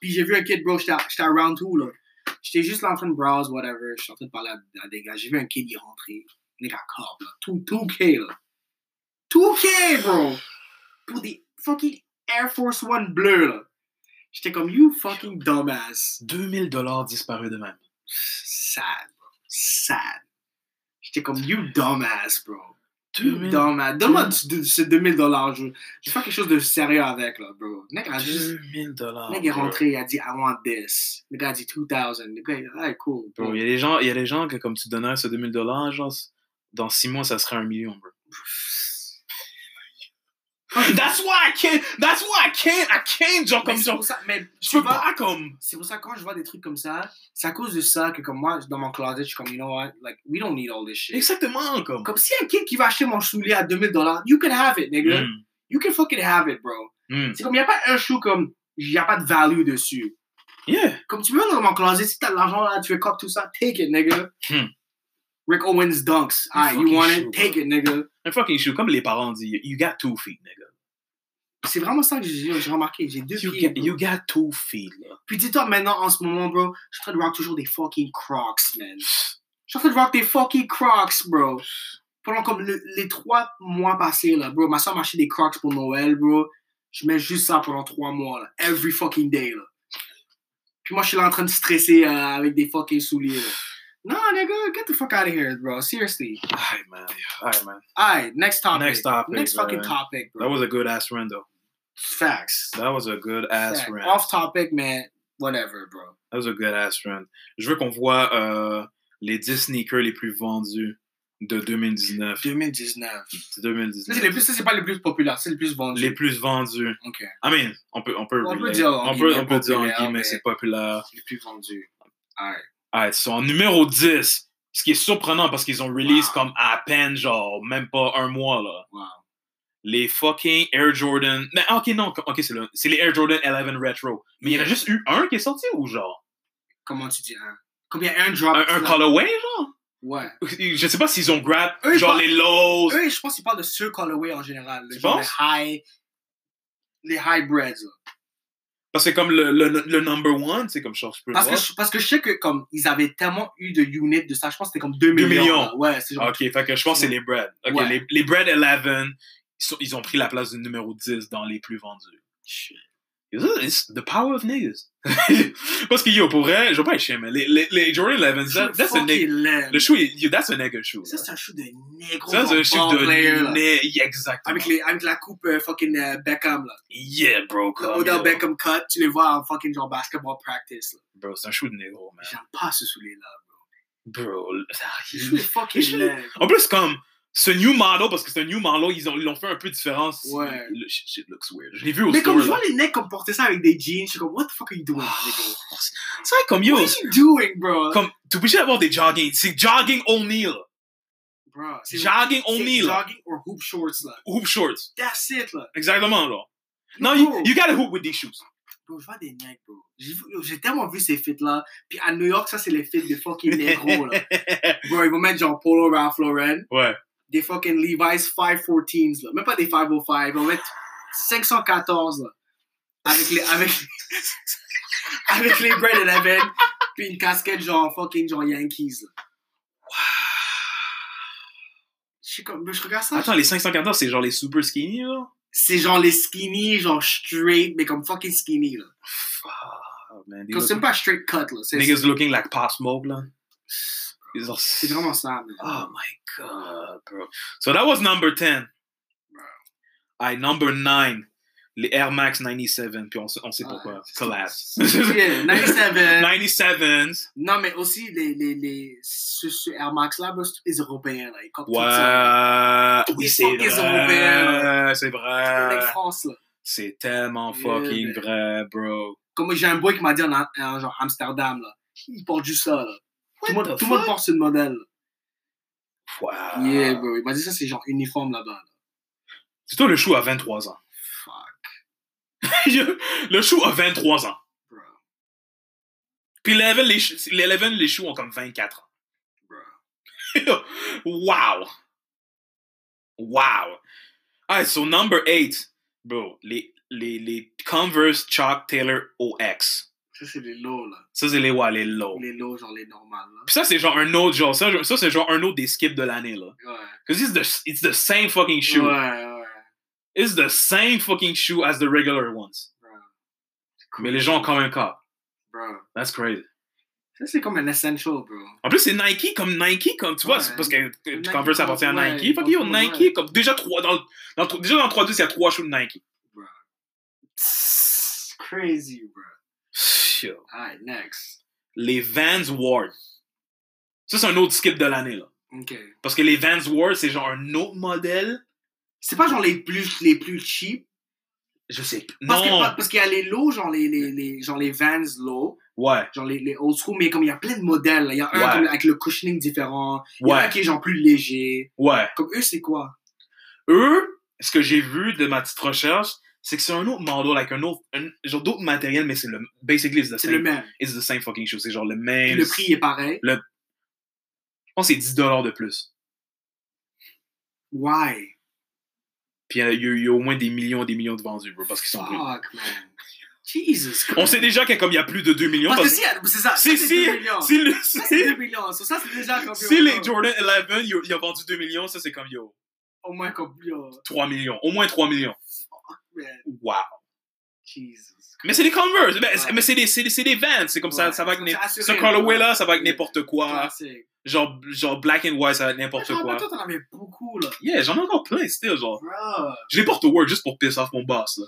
S2: Puis j'ai vu un kid, bro, j'étais à j'étais à Round 2, là. J'étais juste là en train de browse, whatever. J'étais en train de parler à, à des gars. J'ai vu un kid y rentrer. Nigga, cop, là. 2- 2K, là. 2K, bro! Pour des fucking Air Force One bleu, là. J'étais comme, you fucking dumbass.
S1: 2000 dollars disparus de même.
S2: Sad, bro. Sad. J'étais comme, you dumbass, bro.
S1: 2000
S2: Dumbass. Donne-moi du- du- ces 2000 dollars. Je, je vais faire quelque chose de sérieux avec, là, bro. Nigga, a juste-
S1: 2000 dollars.
S2: Le mec est rentré, il a dit I want this. Le gars a dit 2000. Le gars, il a dit, alright, cool.
S1: Bro, il y a des gens, il y a des gens que comme tu donnerais ce 2000 dollars, genre, dans six mois, ça serait un million, bro. That's why I can't. That's why I can't. I can't genre
S2: Mais
S1: comme
S2: c'est
S1: genre.
S2: pour ça, mais
S1: Je
S2: tu
S1: peux
S2: vois,
S1: pas comme.
S2: c'est pour ça quand je vois des trucs comme ça, c'est à cause de ça que comme moi, dans mon closet, je suis comme, you know what, like, we don't need all this shit.
S1: Exactement comme.
S2: Comme si un kid qui va acheter mon soulier à 2000 dollars, you can have it, nigga.
S1: Mm,
S2: You can fucking have it, bro.
S1: mm.
S2: C'est comme, il n'y a pas un chou comme, il n'y a pas de value dessus.
S1: Yeah.
S2: Comme tu peux dans mon closet, si t'as de l'argent là, tu veux cop tout ça, take it, nigga.
S1: Hmm.
S2: Rick Owens dunks.
S1: Un
S2: Alright, you
S1: fucking
S2: want
S1: shoe,
S2: it? Take
S1: bro.
S2: it, nigga.
S1: Un fucking shoe comme les parents disent. You got two feet, nigga.
S2: C'est vraiment ça que j'ai j'ai remarqué. J'ai deux
S1: You
S2: pieds.
S1: got,
S2: bro.
S1: you got two feet. Là.
S2: Puis dis-toi maintenant, en ce moment, bro, je suis en train de rock toujours des fucking Crocs, man. Je suis en train de rock des fucking Crocs, bro. Pendant comme le- les trois mois passés, là, bro, ma soeur m'a acheté des Crocs pour Noël, bro. Je mets juste ça pendant trois mois, là. Every fucking day, là. Puis moi, je suis là en train de stresser euh, avec des fucking souliers, là. Non, nigga, get the fuck out of here, bro. Seriously.
S1: Alright man. Alright man.
S2: Alright, next topic.
S1: Next topic.
S2: Next fucking
S1: man.
S2: topic,
S1: That
S2: bro.
S1: was a good ass rant though.
S2: Facts.
S1: That was a good ass
S2: Facts.
S1: rant.
S2: Off topic, man. Whatever, bro.
S1: That was a good ass run. Je veux qu'on voit euh, les 10 sneakers les plus vendus de 2019.
S2: 2019.
S1: De
S2: Ça, c'est le
S1: 2019.
S2: plus, ça, c'est pas le plus populaire, c'est le plus vendu.
S1: Les plus vendus.
S2: Ok.
S1: I mean, on peut, on peut,
S2: On peut
S1: relate.
S2: dire en
S1: on peut,
S2: guillemets
S1: on peut dire en
S2: populaire,
S1: guillemets,
S2: mais-
S1: c'est populaire.
S2: Les plus vendus. Alright.
S1: Alright, so en numéro 10, ce qui est surprenant parce qu'ils ont release
S2: Wow.
S1: comme à peine, genre, même pas un mois, là.
S2: Wow.
S1: Les fucking Air Jordan. Mais ok, non, ok, c'est le- c'est les Air Jordan 11 Retro. Mais il y en a juste eu un qui est sorti ou genre
S2: Comment tu dis un Combien un drop
S1: Un, un
S2: là?
S1: colorway, genre
S2: Ouais.
S1: Je sais pas s'ils ont grab,
S2: Eux, ils
S1: genre
S2: parlent-
S1: les lows.
S2: Eux, je pense qu'ils parlent de ce colorway en général. Le
S1: Tu
S2: genre
S1: penses?
S2: les high. Les hybrids. là.
S1: Parce que comme le, le, le number one, c'est comme Charles Spurlock.
S2: Parce que, je, parce que je sais que comme ils avaient tellement eu de units de ça, je pense que c'était comme 2
S1: Deux
S2: millions.
S1: millions.
S2: là. Ouais, c'est genre.
S1: Ok, fait que je pense que c'est les Bread. Ok,
S2: Ouais.
S1: les, les Bread 11, ils, sont- ils ont pris la place du numéro 10 dans les plus vendus.
S2: Shit.
S1: It's, it's the power of niggas. Parce que yo, pour vrai, je vais pas être chien, mais les, les, les Jordan 11, that- that's a
S2: Fucking
S1: nigga.
S2: laid,
S1: Le
S2: man.
S1: shoe, est- yo, that's a nigga shoe.
S2: Ça,
S1: là.
S2: c'est un chou de négro.
S1: Ça, c'est un
S2: bon
S1: shoe de
S2: player, là.
S1: nigga. Exactement.
S2: Avec, les, avec la coupe euh, fucking euh, Beckham, là.
S1: Oh, Yeah, bro.
S2: Le
S1: Comme,
S2: Odell
S1: yo.
S2: Beckham cut, tu les vois en fucking genre basketball practice, là.
S1: Bro, c'est un shoe de négro, man.
S2: J'aime pas ce soulier-là.
S1: Bro. le- ah,
S2: Le
S1: il-
S2: chou est fucking
S1: chou-
S2: laid.
S1: En plus, comme ce new model, parce que c'est un new model, ils ont- ils l'ont fait un peu différent.
S2: Ouais.
S1: Le shit, shit looks weird. Je l'ai vu au
S2: Mais
S1: store,
S2: comme je
S1: là.
S2: vois les necks comme porter ça avec des jeans, je suis comme, what the fuck are you doing, nigga?
S1: C'est vrai, comme yo,
S2: What are you doing, bro?
S1: comme t'es obligé d'avoir des jogging. C'est jogging O'Neal.
S2: bro, c'est
S1: Jogging
S2: c'est
S1: O'Neal. là.
S2: jogging or hoop shorts, là.
S1: Hoop shorts.
S2: That's it, là.
S1: Exactement, là.
S2: Yo,
S1: Non, you,
S2: bro,
S1: you gotta hoop with these shoes.
S2: bro, je vois des necks, bro. J'ai vu- yo, J'ai tellement vu ces fits-là. Puis à New York, ça, c'est les fits de fucking négro, là. Bro, ils vont mettre genre Polo Ralph Lauren,
S1: ouais.
S2: des fucking Levi's 514s, là. Même pas des 505, ils vont mettre 514, là. Avec les, avec, avec les Bread Eleven, puis une casquette genre fucking genre Yankees, là. Je suis comme, je regarde ça.
S1: Attends, les 514, c'est genre les super skinny, là?
S2: C'est genre les skinny, genre straight, mais comme fucking skinny, là.
S1: Oh, man, they
S2: Comme
S1: look-
S2: c'est même pas straight cut, là. C'est
S1: niggas looking like Pop Smoke, là. Ils ont-
S2: c'est vraiment ça, man.
S1: Oh my god, bro. So that was number 10. I number 9. Les Air Max 97, puis on sait, on
S2: Ah,
S1: sait pourquoi. Collapse.
S2: Yeah, 97.
S1: 97s.
S2: Non, mais aussi, les, les, les, ce, ce Air Max là, bro, c'est tous les Européens, là. Ils copent tout ça.
S1: Ouais.
S2: Ils
S1: Oui,
S2: sont
S1: c'est
S2: qu'ils sont ouverts,
S1: vrai. C'est
S2: C'est
S1: vrai.
S2: les France, là.
S1: C'est tellement
S2: Yeah,
S1: fucking
S2: man.
S1: vrai, bro.
S2: Comme j'ai un boy qui m'a dit en, en genre Amsterdam, là. Il porte juste ça, là. Tout le monde- tout le monde porte ce modèle. là.
S1: Wow.
S2: Yeah, bro. Il m'a dit ça, c'est genre uniforme là-bas. là.
S1: C'est toi le chou à 23 ans.
S2: Fuck,
S1: le chou a 23 ans.
S2: bro.
S1: Puis les 11, les, chou- les 11, les choux ont comme 24 ans.
S2: Bro.
S1: wow. Wow. Alright, so number 8. Bro, les, les, les Converse Chalk Taylor OX.
S2: Ça, c'est les lots, là.
S1: Ça, c'est les, ouais, les low.
S2: Les lots, genre les normales,
S1: Puis ça, c'est genre un autre genre. Ça, ça c'est genre un autre des skips de l'année, là.
S2: là. Ouais.
S1: Because it's the, it's the same fucking shoe.
S2: Ouais, ouais.
S1: It's the same fucking shoe as the regular ones.
S2: Bro.
S1: Mais les gens ont quand même cap.
S2: Bro.
S1: That's crazy.
S2: Ça, c'est comme un essential, bro.
S1: En plus, c'est Nike comme Nike, comme tu vois,
S2: Ouais.
S1: c'est parce que que
S2: Nike,
S1: Converse appartient à
S2: ouais,
S1: Nike. Fait que yo,
S2: ouais.
S1: Nike, comme déjà trois dans, le- dans le- déjà dans 3 10 il y a trois shoes de Nike.
S2: Tss, Crazy, bro.
S1: Yo.
S2: Alright, next.
S1: Les Vans Ward. Ça, c'est un autre skip de l'année, là.
S2: Ok.
S1: Parce que les Vans Ward, c'est genre un autre modèle.
S2: C'est pas genre les plus, les plus cheap.
S1: Je sais.
S2: Parce que-
S1: non.
S2: parce qu'il y a les low, genre les, les, les, genre les Vans low,
S1: Ouais.
S2: genre les, les old school, mais comme il y a plein de modèles, là. il y a un
S1: Ouais.
S2: comme avec le cushioning différent, il y en a
S1: Ouais.
S2: qui est genre plus léger.
S1: Ouais.
S2: Comme eux, c'est quoi
S1: Eux, ce que j'ai vu de ma petite recherche, c'est que c'est un autre model, avec un autre, un- genre d'autres matériels, mais c'est le, basically, it's the
S2: C'est
S1: same,
S2: le même.
S1: it's the same fucking show. C'est genre le même.
S2: Le prix est pareil.
S1: Je pense que c'est 10 dollars de plus.
S2: Why
S1: Puis euh, il y a- il y, a- il y a au moins des millions et des millions de vendus, bro, parce qu'ils sont plus.
S2: Fuck, man. Jesus
S1: On sait déjà qu'il y a comme il y a plus de 2 millions.
S2: Parce que
S1: parce-
S2: si, c'est ça.
S1: Si,
S2: ça, c'est
S1: si,
S2: deux millions.
S1: si, le-
S2: Ça,
S1: si-
S2: c'est 2 millions. So, ça, c'est déjà comme.
S1: si les Jordan 11, il y a- il y a vendu 2 millions, ça c'est comme yo,
S2: Au moins comme. Oh Yo,
S1: 3 millions, au moins 3 millions.
S2: man.
S1: Wow.
S2: Jesus.
S1: Mais c'est des Converse, ben, c'est-
S2: Ouais.
S1: mais c'est des, c'est des, c'est des Vans, c'est comme ça,
S2: Ouais.
S1: ça va avec
S2: C'est
S1: n'im-
S2: assuré,
S1: ce colorway
S2: ouais.
S1: là, ça va avec
S2: Ouais.
S1: n'importe quoi,
S2: Classique.
S1: genre, genre black and white, ça va avec n'importe
S2: Attends,
S1: quoi.
S2: Toi, t'en avais beaucoup, là.
S1: Yeah, j'en ai encore plein, still, genre.
S2: Bro.
S1: Je les porte au work juste pour piss off mon boss, là.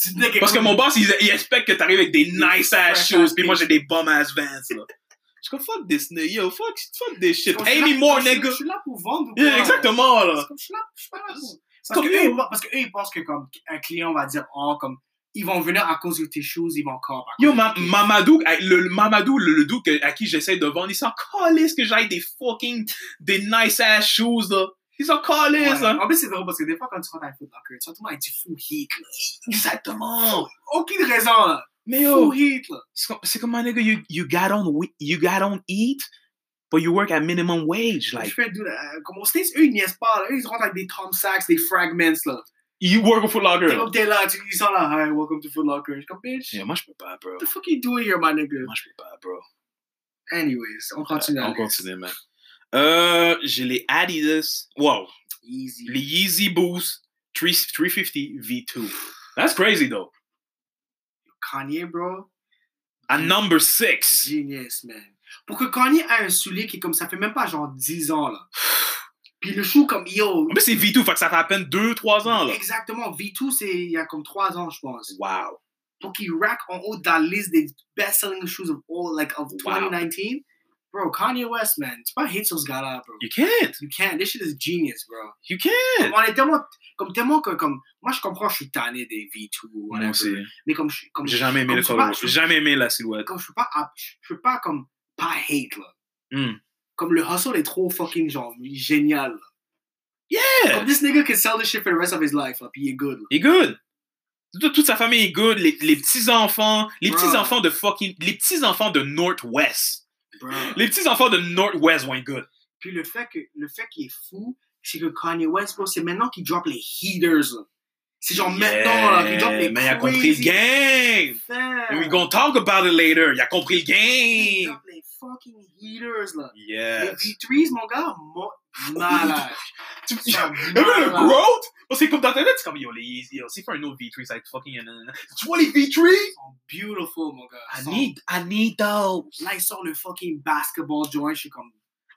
S2: Tu disais quelque
S1: Parce que
S2: chose.
S1: mon boss, il, il expecte que t'arrives avec des nice ass
S2: Ouais.
S1: shoes, pis moi j'ai des bum ass Vans, là. Je suis comme fuck this, nigga, yo, fuck, fuck this shit.
S2: Parce que
S1: Pay
S2: là,
S1: me more,
S2: je suis-
S1: nigga.
S2: Je suis là pour vendre ou
S1: Yeah,
S2: pas?
S1: exactement, là.
S2: Parce que je suis là, je suis pas là pour-
S1: C'est
S2: Parce
S1: comme
S2: que eux,
S1: yo.
S2: ils pensent- parce que eux, ils pensent que comme un client va dire, oh, comme, ils vont venir à cause de tes choses, ils vont encore.
S1: Yo, ma, Mamadou, euh, le, le Mamadou, le, le dude que- à qui j'essaie de vendre, il s'en calisse que j'aille des fucking, des nice ass shoes, là. Il s'en
S2: Ouais.
S1: calisse, hein.
S2: En plus, c'est drôle parce que des fois, quand tu rentres à Foot Locker, tu vas tout le monde avec du fou heat, là.
S1: Exactement.
S2: Aucune raison, là.
S1: Mais yo,
S2: Fou heat, là.
S1: c'est comme- c'est comme my nigga, you, you got on, we- you got on eat, but you work at minimum wage.
S2: Je
S1: Like,
S2: fais do that. Comme aux States, eux, ils niaisent pas, là. Eux, ils rentrent avec des Tom Sacks, des Fragments, là.
S1: you work a Foot
S2: T'es
S1: Locker.
S2: comme t'es là, tu, ils sont là, hi, welcome to Foot Locker. Je suis comme, bitch,
S1: Yeah, moi, je peux pas, bro.
S2: what the fuck you doing here, my nigga?
S1: Moi, je peux pas, bro.
S2: Anyways, on continue.
S1: On
S2: avec-
S1: continue, man. Euh, j'ai les Adidas. Wow.
S2: Easy.
S1: Les Yeezy Boost 3, 350 V2. That's crazy, though.
S2: Kanye, bro.
S1: At number 6.
S2: Genius, man. Pour que Kanye ait un soulier qui est comme ça fait même pas genre 10 ans, là. Puis le chou comme
S1: En
S2: yo.
S1: plus, c'est V2, fait que ça fait à peine 2-3 ans, là.
S2: Exactement. V2, c'est il y a comme 3 ans, je pense.
S1: Wow.
S2: Pour qu'il rack en haut de la liste des best-selling shoes of all, like, of
S1: Wow.
S2: 2019. Bro, Kanye West, man. Tu peux pas hate sur ce gars-là, bro.
S1: You can't.
S2: You can't. This shit is genius, bro.
S1: You can't.
S2: Comme, on est tellement, comme tellement que, comme, moi je comprends, je suis tanné des V2, whatever. mais comme, je, comme,
S1: J'ai jamais aimé
S2: comme
S1: le
S2: je peux
S1: color.
S2: pas- je-
S1: J'ai jamais aimé la silhouette.
S2: comme je peux pas, app- je peux pas, comme, pas hate, là.
S1: Mm.
S2: Comme le hustle est trop fucking, genre, génial. là.
S1: Yeah!
S2: Comme this nigga can sell this shit for the rest of his life, là, puis il est good, là.
S1: Il est good. Toute, toute sa famille est good. Les, les petits-enfants. Les
S2: Bro.
S1: petits-enfants de fucking. Les petits-enfants de Northwest.
S2: Bro.
S1: Les petits-enfants de Northwest vont être good.
S2: Puis le fait que, le fait qu'il est fou, c'est que Kanye West, bro, c'est maintenant qu'il drop les heaters, là. C'est genre maintenant, là, qu'il drop les
S1: Mais il a compris le
S2: crazy
S1: game.
S2: affaires.
S1: And we gonna talk about it later. Il a compris le
S2: Il
S1: game.
S2: drop les fucking heaters, là. Les
S1: Yes.
S2: V3s, mon gars, mo- malade.
S1: Tu-
S2: Ils sont
S1: Même le
S2: malades.
S1: growth, parce que comme dans ta tête, c'est comme yo, les easy, yo, c'est pas un autre V3, ça va être fucking. nanana. Tu vois les V3?
S2: Ils sont beautiful, mon gars.
S1: I
S2: Ils sont-
S1: need, I need those.
S2: Là, il sort le fucking basketball joint. Je suis comme,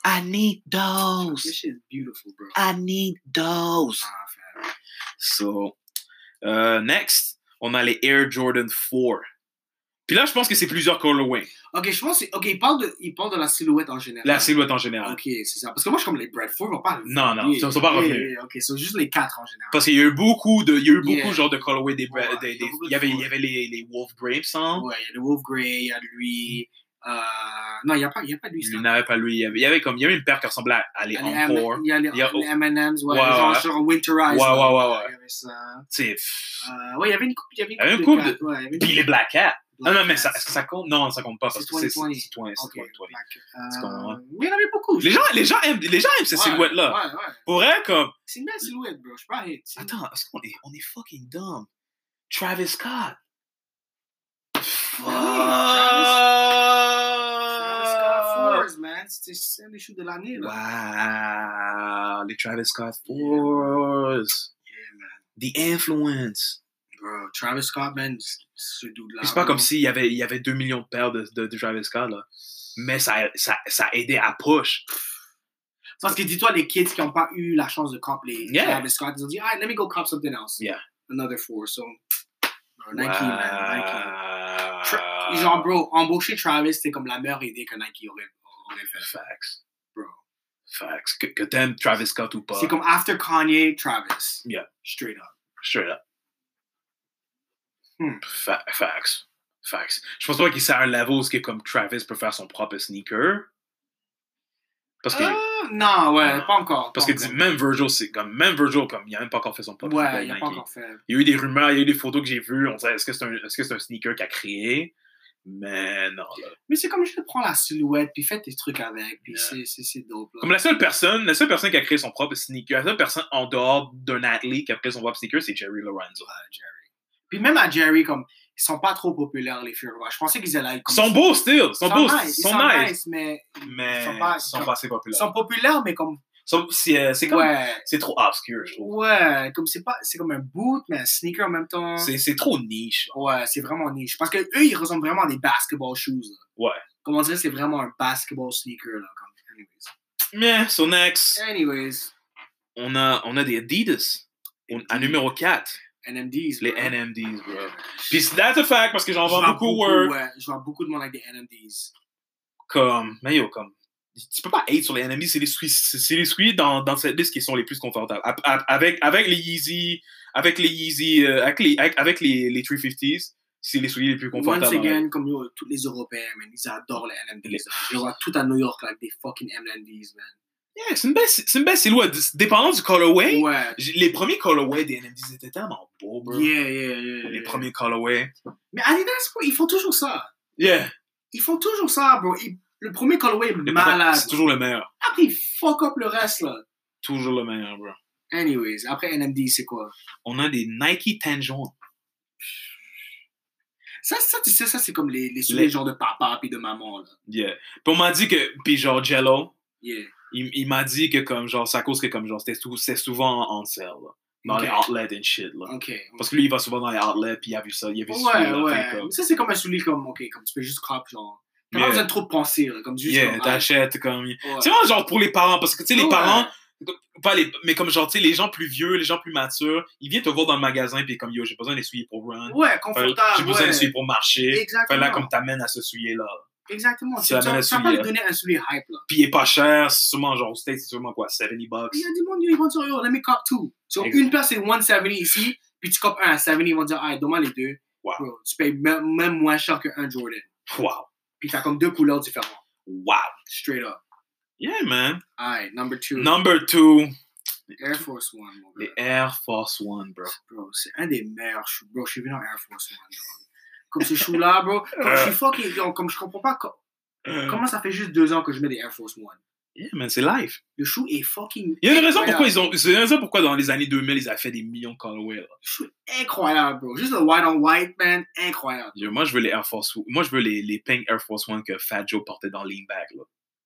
S1: I need
S2: this
S1: those.
S2: shit is beautiful, bro.
S1: I need those.
S2: Ah, frère.
S1: So, euh, next, on a les Air Jordan 4. Puis là, je pense que c'est plusieurs colorways.
S2: Ok, je pense. que c'est- Ok, il parle, de, il parle de la silhouette en général.
S1: La silhouette en général.
S2: Ok, c'est ça. Parce que moi, je suis comme les Bradford, ils vont pas.
S1: Non, non,
S2: Yeah,
S1: ils sont pas
S2: yeah,
S1: revenus.
S2: yeah, ok, c'est juste les quatre en général.
S1: Parce qu'il y a eu beaucoup de, il y a eu beaucoup
S2: Yeah.
S1: genre de colorways des, bra-
S2: Ouais,
S1: des-
S2: il y a
S1: des-
S2: beaucoup de
S1: il y avait, il y
S2: colorways.
S1: avait les, les Wolf Grapes, hein.
S2: Ouais, il y a le Wolf Grey, il y a lui. Euh... Non, il n'y a, pas- il y a pas lui.
S1: Il n'y en avait pas lui. Il y avait, il y avait comme, il y avait une paire qui ressemblait à, à les
S2: Il y a les
S1: Encore.
S2: M- il y a les
S1: Il y a-
S2: les M&M's, ouais,
S1: Ouais, ouais,
S2: genre,
S1: ouais.
S2: genre Winterize.
S1: Ouais,
S2: là.
S1: ouais, ouais, ouais.
S2: Il y avait ça.
S1: Tu sais, pff.
S2: Euh, ouais, il y avait une coupe. Il y avait une
S1: Il y avait
S2: coupe
S1: une
S2: de
S1: coupe
S2: quatre, ouais, il y avait une
S1: Puis les
S2: coupe
S1: Black Hat.
S2: de
S1: Non, non, mais
S2: quatre.
S1: ça, est-ce que ça compte? Non, ça compte pas parce
S2: C'est
S1: que c'est
S2: 2020.
S1: 2020, c'est
S2: Ok,
S1: 2020.
S2: Black.
S1: Tu comprends,
S2: Euh, Mais il y en avait beaucoup.
S1: Les gens, les gens aiment, les gens aiment ces
S2: Ouais,
S1: silhouettes-là.
S2: Ouais, ouais.
S1: Pour elle, comme,
S2: C'est une belle silhouette, bro. Je suis pas hate. C'est-
S1: attends, est-ce qu'on est, on est fucking dumb? Travis Scott. Fuck.
S2: Travis Scott
S1: Euh.
S2: Fours, man. C'était c'est un des shoes de l'année, là.
S1: Wow, les Travis Scott Fours. The influence.
S2: Bro, Travis Scott, man, c- ce dude-là.
S1: C'est pas
S2: bro.
S1: comme s'il y avait, il y avait 2 millions de paires de, de, de Travis Scott, là. Mais ça, ça, ça aidait à push.
S2: Parce que dis-toi, les kids qui n'ont pas eu la chance de cop les
S1: Yeah.
S2: Travis Scott, ils ont dit, alright, let me go cop something else.
S1: Yeah.
S2: Another four. So, bro, Nike, man. Nike.
S1: Wow.
S2: Tra- Genre, bro, embaucher Travis, c'était comme la meilleure idée que Nike aurait, aurait fait.
S1: Facts.
S2: Bro.
S1: Facts. Que, que t'aimes Travis Scott ou pas.
S2: C'est comme after Kanye, Travis.
S1: Yeah.
S2: Straight up.
S1: Straight up.
S2: Hmm.
S1: Fa- facts. Facts. Je pense pas qu'il sert à un level où ce qui est comme Travis peut faire son propre sneaker. Parce que,
S2: Euh, non, ouais,
S1: Non.
S2: pas encore.
S1: parce
S2: pas
S1: que dis-
S2: encore.
S1: même Virgil, c'est comme, même Virgil, comme, il a même pas encore fait son propre
S2: Ouais,
S1: label
S2: il a
S1: Nike.
S2: pas encore fait.
S1: Il y a eu des rumeurs, il y a eu des photos que j'ai vues. On sait, est-ce que c'est un, est-ce que c'est un sneaker qu'il a créé? Mais non. là.
S2: Mais c'est comme juste prendre la silhouette, puis fais tes trucs avec, puis
S1: Yeah.
S2: c'est- c'est c'est dope. Là.
S1: Comme la seule personne, la seule personne qui a créé son propre sneaker, la seule personne en dehors d'un athlète qui a créé son propre sneaker, c'est Jerry Lorenzo.
S2: Ah, Puis même à Jerry, comme, ils sont pas trop populaires, les Furies. Je pensais qu'ils allaient.
S1: Ils
S2: comme-
S1: sont beaux, still. Ils sont beaux.
S2: nice,
S1: Ils
S2: ils
S1: sont nice.
S2: mais
S1: Mais
S2: Ils sont pas-
S1: ils sont pas assez
S2: ils
S1: populaires.
S2: sont populaires, mais comme.
S1: Sont- C'est euh, c'est comme.
S2: Ouais.
S1: C'est trop obscur, je trouve.
S2: Ouais, comme c'est pas. C'est comme un boot, mais un sneaker en même temps.
S1: C'est c'est trop niche.
S2: Ouais, c'est vraiment niche. Parce que eux, ils ressemblent vraiment à des basketball shoes. là.
S1: Ouais.
S2: Comme on dirait, c'est vraiment un basketball sneaker, là. Comme... Anyways.
S1: Mais, so next,
S2: Anyways.
S1: on a, on a des Adidas. On-
S2: Mm.
S1: à numéro 4,
S2: NMDs.
S1: les
S2: bro.
S1: NMDs, bro. Puis that's a fact parce que j'en
S2: Je vends
S1: vends beaucoup, euh, work.
S2: ouais, je vends beaucoup de monde avec des NMDs.
S1: Comme, mais yo, comme. Tu peux pas hate sur les NMDs, c'est les squeeze- c'est c'est les squeeze dans, dans cette liste qui sont les plus confortables. Ap- ap- Avec, avec les Yeezy, avec les Yeezy, euh, avec les, avec, avec les, les 350s, c'est les souliers les plus confortables.
S2: Once
S1: dans la-
S2: again, comme yo, tous les Européens, man, ils adorent les NMDs.
S1: Les-
S2: man. Je vois tout à New York, like, des fucking NMDs, man.
S1: Yeah, c'est une belle, c'est une belle silhouette. Dépendant du colorway,
S2: Ouais.
S1: j- les premiers colorways des NMDs étaient tellement beaux, bro.
S2: Yeah, yeah, yeah.
S1: Les
S2: yeah.
S1: premiers colorways.
S2: Mais Adidas, bro, ils font toujours ça.
S1: Yeah.
S2: Ils font toujours ça, bro. Ils- Le premier colorway est
S1: Les
S2: malade.
S1: pro- C'est toujours le meilleur.
S2: Après, ils fuck up le reste, là.
S1: Toujours le meilleur, bro.
S2: Anyways, après NMD, c'est quoi?
S1: On a des Nike tan jaunes.
S2: Ça, ça, tu sais, ça, c'est comme les, les sous
S1: Les-
S2: genre de papa puis de maman, là.
S1: Yeah. Puis on m'a dit que, puis genre Jello,
S2: Yeah.
S1: il, il m'a dit que comme genre, c'est à cause que comme genre, c'était sou- c'était souvent en sale, là. Dans
S2: Ok.
S1: les outlets and shit, là.
S2: Ok.
S1: Parce que lui, il va souvent dans les outlets, puis il a vu ça, il a vu
S2: Ouais,
S1: ça. là, fait
S2: ouais.
S1: comme-
S2: Ça, c'est comme un soulier, comme, ok, comme tu peux juste crop, genre. T'as pas
S1: Yeah.
S2: besoin de trop de penser, là. Comme juste.
S1: Yeah,
S2: comme,
S1: t'achètes comme.
S2: ah, ouais.
S1: C'est vraiment genre pour les parents, parce que tu sais, les
S2: Ouais.
S1: parents, pas les, mais comme genre, tu sais, les gens plus vieux, les gens plus matures, ils viennent te voir dans le magasin, puis comme yo, j'ai besoin d'essuyer pour run.
S2: Ouais,
S1: Enfin,
S2: confortable.
S1: j'ai besoin
S2: ouais.
S1: d'essuyer pour marcher. Enfin,
S2: Exactement.
S1: là, comme t'amènes à ce soulier-là.
S2: Exactement.
S1: Ça
S2: Tu, tu,
S1: amène un
S2: tu vas
S1: soulier,
S2: pas
S1: là.
S2: lui donner un soulier hype, là.
S1: Puis il est pas cher, c'est sûrement genre au States, c'est sûrement quoi, 70 bucks.
S2: Il y a du monde, ils vont dire, yo, let me cop two. Tu vois,
S1: Exact.
S2: une place, c'est 170 ici, puis tu copes un à 70, ils vont dire, ah, donne-moi les deux.
S1: Wow.
S2: Bro, tu payes même, même moins cher qu'un Jordan.
S1: Wow.
S2: Puis t'as comme deux couleurs différentes.
S1: Wow.
S2: Straight up.
S1: Yeah, man.
S2: Alright, number two.
S1: Number two,
S2: Air Force One, mon gars.
S1: les Air Force One, bro.
S2: Bro, c'est un des meilleurs shoes. Bro, je suis venu en Air Force One, dog. Comme ce shoe-là, bro. Comme je
S1: Euh.
S2: suis fucking. yo, Comme je comprends pas co- comment ça fait juste deux ans que je mets des Air Force One.
S1: Yeah, man, c'est life.
S2: Le shoe est fucking.
S1: Il y a une raison pourquoi
S2: incroyable.
S1: ils ont, c'est une raison pourquoi dans les années 2000, ils ont fait des millions de colorways, là.
S2: Le shoe est incroyable, bro. Juste le white on white, man. Incroyable.
S1: Yo, Moi, je veux les Air Force, moi, je veux les, les pink Air Force One que Fat Joe portait dans Leanback, là.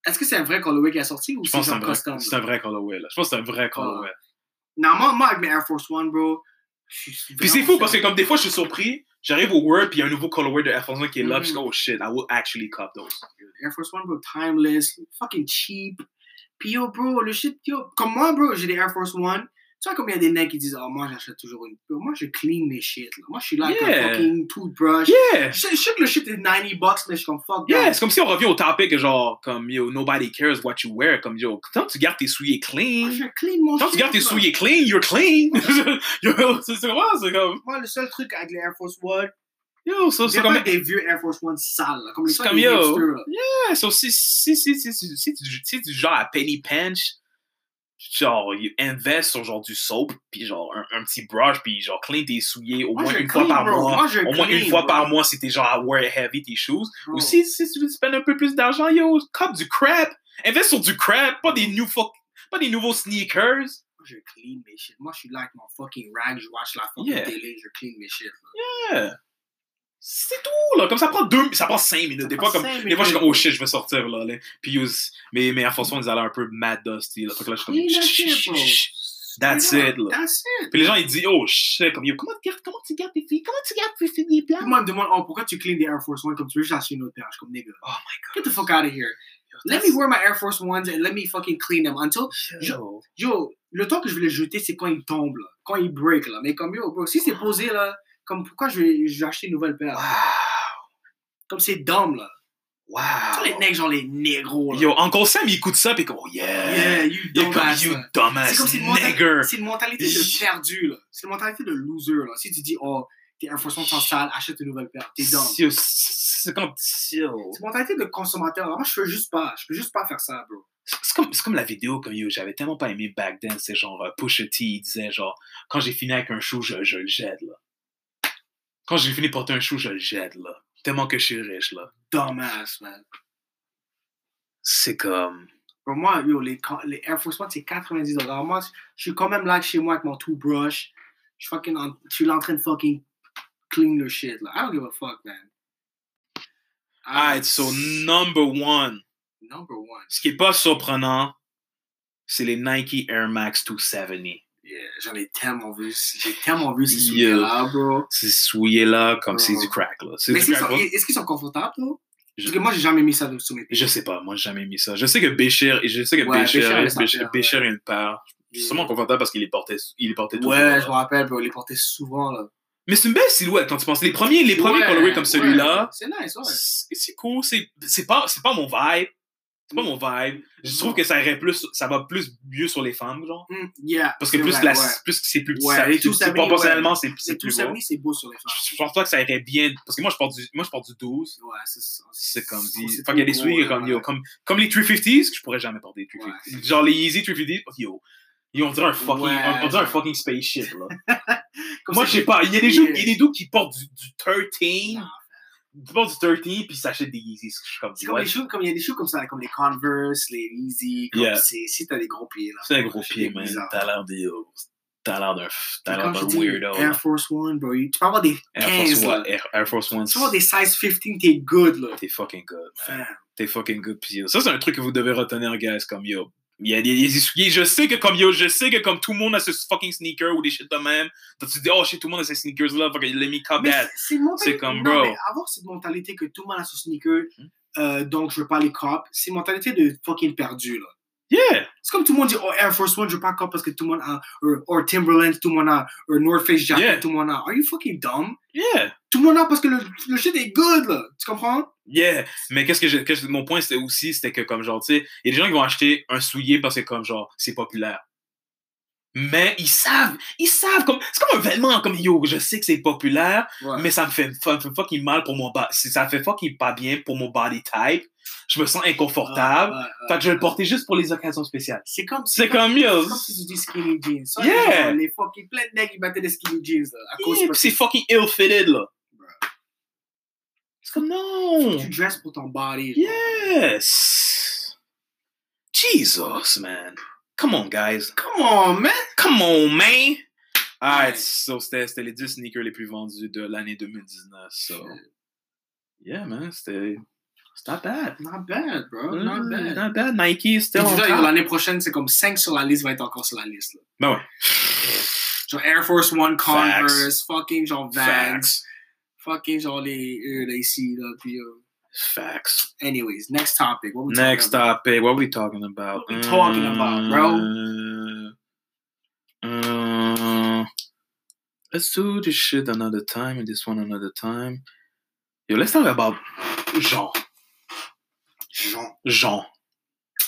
S2: Est-ce que c'est un vrai colorway qui a sorti ou
S1: Je
S2: c'est
S1: pense que c'est un
S2: genre
S1: vrai,
S2: custom?
S1: c'est un vrai colorway, là. Je pense que c'est un vrai colorway.
S2: Non, moi, moi, avec mes Air Force One, bro. je suis
S1: Puis c'est
S2: vraiment
S1: fou parce que
S2: fan.
S1: comme des fois, je suis surpris, j'arrive au Word, puis il y a un nouveau colorway de Air Force One qui est là,
S2: Mm.
S1: puis je suis comme, oh shit, I will actually cop those.
S2: Air Force One, bro, timeless, fucking cheap. Puis yo, bro, le shit, yo, comme moi, bro, j'ai des Air Force One. Tu vois comme il y a des mecs qui disent, oh, moi, j'achète toujours une. Bro, moi, je clean mes shit, là. Moi, je suis là avec un
S1: Yeah.
S2: fucking toothbrush.
S1: Yeah!
S2: Je sais je sais que le shit est 90 bucks, mais je suis comme fuck
S1: Yeah,
S2: that.
S1: c'est comme si on revient au topic, genre, comme, yo, nobody cares what you wear, comme, yo, tant que tu gardes tes souliers
S2: Moi,
S1: clean,
S2: je clean mon
S1: Quand
S2: shit.
S1: tu gardes tes
S2: là.
S1: souliers clean, you're clean. yo, c'est c'est vraiment, c'est comme.
S2: Moi, le seul truc avec les Air Force One,
S1: Yo, so,
S2: c'est
S1: c'est comme.
S2: des vieux Air Force One sales, là. Comme les
S1: C'est
S2: trucs
S1: comme,
S2: des
S1: yo.
S2: hipsters, là.
S1: Yeah, so, si, si, si, si, si, si, tu- si tu genre à penny pinch, genre, you invest sur genre du soap, puis genre un, un petit brush, puis genre clean tes souliers au
S2: Moi,
S1: moins
S2: je
S1: une
S2: clean,
S1: fois par
S2: bro.
S1: mois.
S2: Moi, je
S1: Au moins
S2: clean,
S1: une fois
S2: bro.
S1: par mois si t'es genre à wear heavy tes shoes.
S2: Bro.
S1: Ou si, si tu veux spend un peu plus d'argent, yo, cop du crap. Invest sur du crap, pas des, new fuck, pas des nouveaux sneakers.
S2: Moi, je clean mes shit. Moi, je suis là avec mon fucking rag, je watch la fucking
S1: Yeah.
S2: télé, je clean mes shit. là.
S1: C'est tout, là. Comme ça prend deux, ça prend cinq minutes. Des fois, comme,
S2: Cinq
S1: des fois, je suis
S2: minutes.
S1: comme, oh shit, je vais sortir, là. là. Puis, yo, c- mes, mes Air Force One, ils allaient un peu mad dusty, là. Fait que là, je suis comme,
S2: Clean that
S1: chut,
S2: shit,
S1: chut,
S2: bro.
S1: chut, chut. That's
S2: Yeah,
S1: it, là.
S2: That's it.
S1: Puis les gens, ils disent, oh shit, comme, yo, comment tu gardes, comment tu gardes tes filles, comment tu gardes tes filles des
S2: Tout
S1: blancs?
S2: le monde me demande, oh, pourquoi tu clean des Air Force One comme tu veux juste acheter une autre paire? Je suis comme, nigga,
S1: Oh my
S2: get
S1: god.
S2: the fuck out of here. Let me wear my Air Force Ones and let me fucking clean them until,
S1: Yo.
S2: yo, le temps que je vais les jeter, c'est quand ils tombent, là, quand ils break, là. Mais comme, yo, bro, si c'est posé, là, comme, pourquoi je vais, je vais acheter une nouvelle paire?
S1: Wow.
S2: Comme c'est dumb, là.
S1: Wow.
S2: Tous les nègres, genre les négros. là.
S1: Oh. Yo, Uncle Sam, il écoute ça, puis comme, oh, yeah.
S2: Yeah, you
S1: Il est comme,
S2: dumbass,
S1: you
S2: là.
S1: dumbass
S2: C'est comme si le monde-
S1: nigger.
S2: C'est une mentalité
S1: Yeah.
S2: de perdu, là. C'est une mentalité de loser, là. Si tu dis, oh, t'es un fauchon sans sale, achète une nouvelle paire, t'es dumb.
S1: Yo, C'est comme, yo.
S2: C'est une mentalité de consommateur. Moi, je peux juste pas. Je peux juste pas faire ça, bro.
S1: C'est comme, c'est comme la vidéo comme yo, j'avais tellement pas aimé back then, c'est genre euh, Pusha T, il disait genre quand j'ai fini avec un chou, je, je le jette là. Quand j'ai fini de porter un chou, je le jette là. Tellement que je suis riche là.
S2: Dumbass, man.
S1: C'est comme
S2: Pour moi, yo, les, ca- les Air Force One, c'est 90 dollars. Moi, je suis quand même là chez moi avec mon toothbrush. Je suis fucking en, je suis là en train de fucking clean le shit, là. I don't give a fuck, man.
S1: Alright, Ah, so number one.
S2: Number one.
S1: Ce qui est pas surprenant, c'est les Nike Air Max 270.
S2: Yeah, j'en ai tellement vu. J'ai tellement vu ces
S1: Yeah.
S2: là bro.
S1: C'est souillé là comme c'est
S2: Oh.
S1: du crack là. C'est
S2: Mais
S1: du
S2: est-ce qu'ils
S1: crack.
S2: sont,
S1: là.
S2: est-ce qu'ils sont confortables, bro?
S1: Je-
S2: Parce que moi, j'ai jamais mis ça sur mes pieds.
S1: Je sais pas, moi j'ai jamais mis ça. Je sais que Béchir, je sais que
S2: Ouais,
S1: Béchir,
S2: Béchir,
S1: Béchir,
S2: il est sans paire,
S1: Béchir a une paire. C'est sûrement confortable parce qu'il les portait, il les portait tout le temps,
S2: Ouais,
S1: là.
S2: je me rappelle, bro. Ils les portaient souvent, là.
S1: Mais c'est une belle silhouette quand tu penses. Les premiers, les premiers
S2: Ouais,
S1: colorways comme
S2: ouais,
S1: celui-là,
S2: C'est nice, ouais.
S1: c'est c'est cool. C'est c'est pas, c'est pas mon vibe. C'est pas mon vibe. Je trouve que ça irait plus, ça va plus mieux sur les femmes, genre.
S2: Mm, yeah.
S1: Parce que
S2: c'est
S1: plus
S2: vrai,
S1: la,
S2: ouais.
S1: plus que c'est plus petit,
S2: Ouais,
S1: ça-
S2: les
S1: c'est-
S2: tous
S1: c'est-
S2: habillés,
S1: proportionnellement,
S2: ouais.
S1: c'est
S2: C'est
S1: c'est
S2: tout
S1: plus
S2: ça,
S1: gros.
S2: mais c'est beau sur les femmes.
S1: Je je pense pas que ça irait bien. Parce que moi, je porte du, moi, je porte du 12.
S2: Ouais, c'est ça.
S1: C'est comme
S2: c'est-
S1: dit.
S2: c'est
S1: Fait qu'il y a
S2: trop
S1: des
S2: gros,
S1: souliers
S2: là,
S1: comme,
S2: ouais.
S1: yo, comme, comme les 350s, que je pourrais jamais porter des 350s. Genre les Yeezy 350s, parce que, yo, yo, on dirait un fucking,
S2: Ouais,
S1: on, on dirait un
S2: genre.
S1: fucking spaceship, là.
S2: Comme
S1: Moi,
S2: ça,
S1: je sais pas. Il y a des gens,
S2: Yeah.
S1: il y a des dudes qui portent du, du 13.
S2: Non.
S1: Ils portent du 13 puis ils s'achètent des Yeezys. Je suis comme,
S2: C'est comme
S1: ouais,
S2: les shoes, comme il y a des shoes comme ça, comme les Converse, les Yeezy, comme
S1: Yeah.
S2: c'est, si t'as des gros pieds là.
S1: c'est un gros
S2: c'est
S1: pied, man.
S2: bizarre.
S1: T'as l'air de, t'as l'air d'un, t'as l'air
S2: Comme je
S1: d'un
S2: dis,
S1: weirdo. là.
S2: Air Force One, bro. Tu peux avoir des
S1: Air Force
S2: 15 là.
S1: One, Air, Air Force One.
S2: Tu peux avoir des size 15, t'es good là.
S1: T'es fucking good, man.
S2: Fam.
S1: T'es fucking good. Puis yo, ça, c'est un truc que vous devez retenir, guys, comme yo. Il y a des, il y a des souliers, je sais que comme yo, je sais que comme tout le monde a ce fucking sneaker ou des shit de même, donc tu dis, oh shit, tout le monde a ces sneakers là, fucking let me cop
S2: Ah, Mais
S1: that.
S2: c'est- c'est une mentalité-
S1: C'est comme,
S2: non,
S1: bro. Hmm?
S2: mais avoir cette mentalité que tout le monde a son sneaker, euh, donc je veux pas les cop, c'est une mentalité de fucking perdu là.
S1: Yeah!
S2: C'est comme tout le monde dit, oh Air Force One, je veux pas cop parce que tout le monde a, or, or Timberland, tout le monde a, or North Face Jacket,
S1: Yeah.
S2: tout le monde a. Are you fucking dumb?
S1: Yeah!
S2: Tout le monde a parce que le, le shit est good là. Tu comprends?
S1: Yeah, mais qu'est-ce que je, qu'est-ce- mon point c'était aussi c'était que comme genre tu sais, il y a des gens qui vont acheter un soulier parce que comme genre c'est populaire. Mais ils savent, ils savent comme c'est comme un vêtement comme yo, je sais que c'est populaire,
S2: Ouais.
S1: mais ça me fait, ça me fait fucking mal pour mon body, ça me fait fucking pas bien pour mon body type. Je me sens inconfortable.
S2: Ah, Ouais, ouais, ouais.
S1: Fait que je vais le portais juste pour les occasions spéciales.
S2: C'est comme
S1: C'est comme yo.
S2: c'est comme si tu dis skinny jeans. Ça,
S1: Yeah.
S2: les, gens, les fucking plein de mecs qui battaient des skinny jeans là, à
S1: yeah,
S2: cause
S1: puis
S2: parce
S1: c'est fucking ill-fitted là. C'est comme non.
S2: que tu dresses pour ton body. genre.
S1: Yes. Jesus, man. Come on, guys.
S2: Come on, man!
S1: Come on, man. Alright,
S2: Ouais.
S1: so c'était c'était les 10 sneakers les plus vendus de l'année 2019. So, yeah, man, c'était. It's not bad.
S2: Not bad, bro. Not
S1: Mm,
S2: bad.
S1: Not bad. Nike is
S2: Puis
S1: still on
S2: dis-toi, yo,
S1: top.
S2: L'année prochaine, c'est comme 5 sur la liste va être encore sur la liste. Là.
S1: Ben ouais.
S2: Genre Air Force One, Converse, fucking genre Vans,
S1: Facts.
S2: fucking genre les euh, là, ici, là, puis euh,
S1: Facts.
S2: Anyways, next topic. What we talking
S1: Next
S2: about?
S1: topic. What we talking about?
S2: What we talking about, bro?
S1: Mm, let's do this shit another time and this one another time. Yo, let's talk about genre.
S2: Genre,
S1: Genre.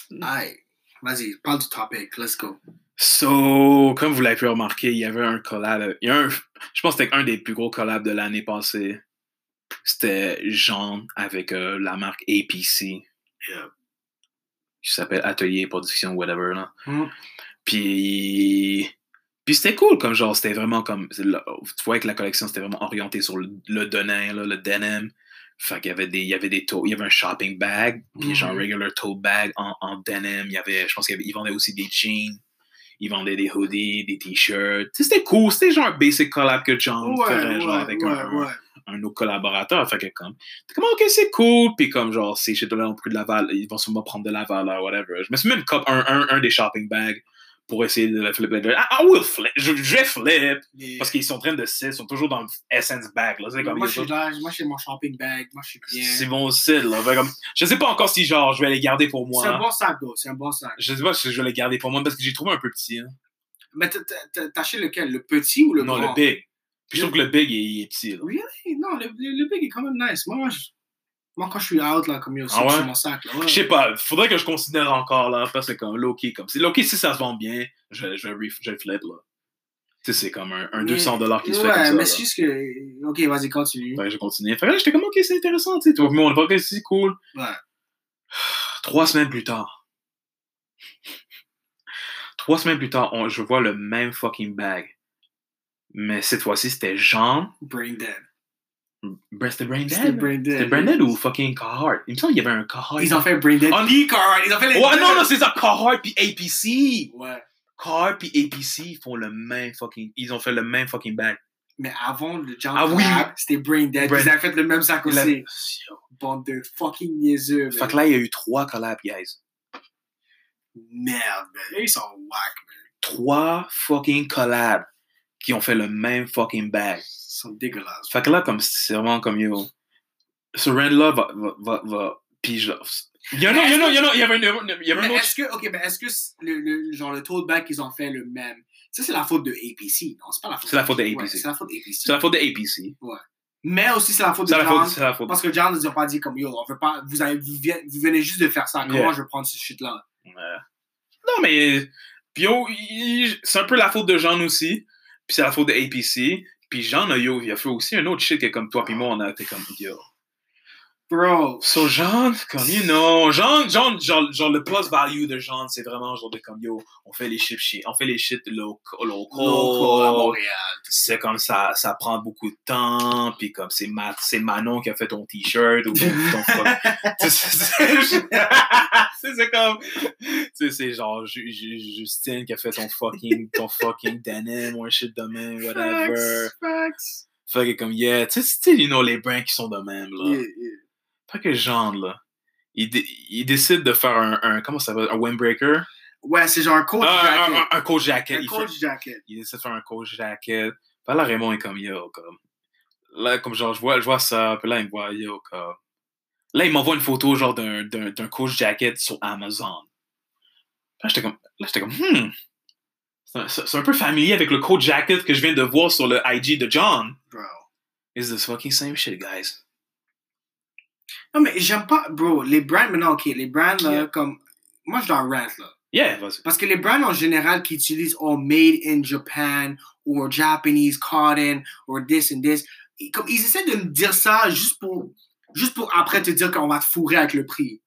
S2: nice. Vas-y, parle du topic. Let's go.
S1: So, comme vous l'avez pu remarquer, il y avait un collab. Il y a un, je pense que c'était un des plus gros collabs de l'année passée. C'était Jean avec euh, la marque APC.
S2: Yeah.
S1: Qui s'appelle Atelier Production, whatever. Là.
S2: Mm.
S1: Puis. Puis c'était cool, comme genre, c'était vraiment comme. c'est le- Tu vois que la collection, c'était vraiment orienté sur le, le denim, là, le denim. Fait qu'il y avait des. Il y avait des taux, il y avait un shopping bag, puis
S2: Mhm.
S1: genre regular tote bag en, en denim. Il y avait. Je pense qu'il y avait- ils vendaient aussi des jeans. Ils vendaient des hoodies, des t-shirts. Tu sais, C'était cool. C'était genre un basic collab que John ferait genre avec un, un- un de nos collaborateurs. Fait que comme, t'es comme, ok, c'est cool. Puis comme, genre, ces shit-là ont pris de la valeur, ils vont sûrement prendre de la valeur, whatever. Je me suis même cop un, un, un des shopping bags pour essayer de le flipper. I, I will flip. Je, je vais flip.
S2: Yeah.
S1: Parce qu'ils sont en train de six, ils sont toujours dans le essence bag, là. C'est comme,
S2: moi,
S1: ils
S2: je suis
S1: sont-
S2: là, moi, j'ai mon shopping bag, moi, je suis bien.
S1: c'est mon style, là. Fait comme, je sais pas encore si, genre, je vais les garder pour
S2: C'est un
S1: moi.
S2: bon sac, bro. C'est un bon sac.
S1: Je sais pas si je vais les garder pour moi parce que j'ai trouvé un peu petit, hein.
S2: Mais t'as- t'as t'as- t'as acheté lequel Le petit ou le
S1: non,
S2: grand
S1: le big. Puis je trouve que le big, il, il est petit, là.
S2: Really? Non, le, le, le big est quand même nice. Moi, moi, je- Moi, quand je suis out, là, comme yo, c'est
S1: Ah ouais?
S2: sur mon sac. Là, ouais.
S1: Je sais pas, faudrait que je considère encore, là, parce que comme Loki, comme si Loki, si ça se vend bien, je, je, ref- je flip, là. Tu sais, c'est comme un, un
S2: Mais-
S1: 200$ qui se fait comme
S2: Ouais,
S1: ça.
S2: mais
S1: là.
S2: c'est juste que. Ok, vas-y, continue.
S1: Fait que j'ai continué. Fait que là, j'étais comme, ok, c'est intéressant, tu sais. Toi, mais on va que c'est cool.
S2: Ouais.
S1: Trois semaines plus tard. Trois semaines plus tard, on- je vois le même fucking bag. Mais cette fois-ci, c'était Jean.
S2: Brain dead.
S1: Ben, C'était Brain
S2: C'était
S1: Dead.
S2: brain dead.
S1: C'était Brain Dead ou fucking Carhartt? Il me semble qu'il y avait un Carhartt.
S2: Ils ont fait brain dead.
S1: On-
S2: dit Carhartt. Ils ont fait les.
S1: Ouais, non, non, c'est ça. Carhartt puis APC.
S2: Ouais.
S1: Carhartt puis APC font le même fucking. Ils ont fait le même fucking bag.
S2: Mais avant le jump
S1: Ah oui.
S2: Crab, c'était brain dead.
S1: Brain-
S2: Ils avaient fait le même sac
S1: Il a-
S2: aussi. Bande de fucking niaiseux.
S1: Fait
S2: man.
S1: que là, il y a eu trois collabs, guys.
S2: Merde, man. Ils sont whack, man.
S1: Trois fucking collabs qui ont fait le même fucking bag.
S2: Ils sont dégueulasses.
S1: Fait que là, comme c'est vraiment comme yo. Ce Ren-là va. va, va, va puis je. Il y en a, il y en a, il y en a, il y avait un, il y avait un
S2: Mais
S1: autre.
S2: est-ce que, ok, mais est-ce que c'est le, le, genre le tote bag qu'ils ont fait le même, ça c'est la faute de APC, non, c'est pas la faute.
S1: C'est la faute de
S2: Ouais,
S1: APC.
S2: c'est la faute de APC.
S1: C'est la faute de APC.
S2: Mais aussi c'est la faute de
S1: C'est la faute,
S2: John,
S1: c'est la faute.
S2: parce que John nous a pas dit comme yo, on veut pas, vous avez, vous, venez, vous venez juste de faire ça, comment
S1: Yeah.
S2: je vais prendre ce shit là?
S1: Ouais. Euh, Non, mais. Puis yo, il- c'est un peu la faute de Jean aussi. Puis c'est la faute de APC. Puis Jean, là, yo, il a fait aussi un autre shit que comme toi, puis moi, on a été comme yo.
S2: Bro,
S1: So, Jean, comme, you know, Jean, Jean, genre, genre le plus value de Jean, c'est vraiment genre de comme, yo, on fait les shit, shit on fait les shit locaux, Oh,
S2: local à
S1: locaux,
S2: Montréal.
S1: c'est comme ça, ça prend beaucoup de temps, puis comme c'est Ma- c'est Manon qui a fait ton t-shirt, ou ton, ton- Tu sais, c'est c'est- c'est comme, tu sais, c'est genre Ju- Ju- Justine qui a fait ton fucking, ton fucking denim, ou un shit de même, whatever.
S2: Facts, facts.
S1: Fait que comme, yeah, tu sais, tu sais, you know, les brins qui sont de même, là.
S2: Yeah, yeah.
S1: Fait que Jean, là, il, dé- il décide de faire un, un- comment ça s'appelle, un windbreaker?
S2: Ouais, c'est genre un coach
S1: Ah, un,
S2: jacket.
S1: un- un coat jacket.
S2: Un
S1: il,
S2: coach
S1: fait-
S2: jacket.
S1: il décide de faire un coat jacket. Puis là, Raymond est comme, yo, comme, là, comme genre, je vois, je vois ça, puis là, il me voit, yo, comme, là, il m'envoie une photo, genre, d'un, d'un, d'un coat jacket sur Amazon. Là, j'étais comme, là, j'étais comme, hmm, c'est un, c'est un peu familier avec le coat jacket que je viens de voir sur le IG de John.
S2: Bro.
S1: It's the fucking same shit, guys.
S2: Non mais j'aime pas, bro, les brands maintenant, ok, les brands là,
S1: Yeah.
S2: comme, moi je dois rant là.
S1: Yeah, vas-y.
S2: Parce que les brands en général qui utilisent oh, made in Japan ou Japanese cotton ou this and this, ils- comme, ils essaient de me dire ça juste pour, juste pour après te dire qu'on va te fourrer avec le prix.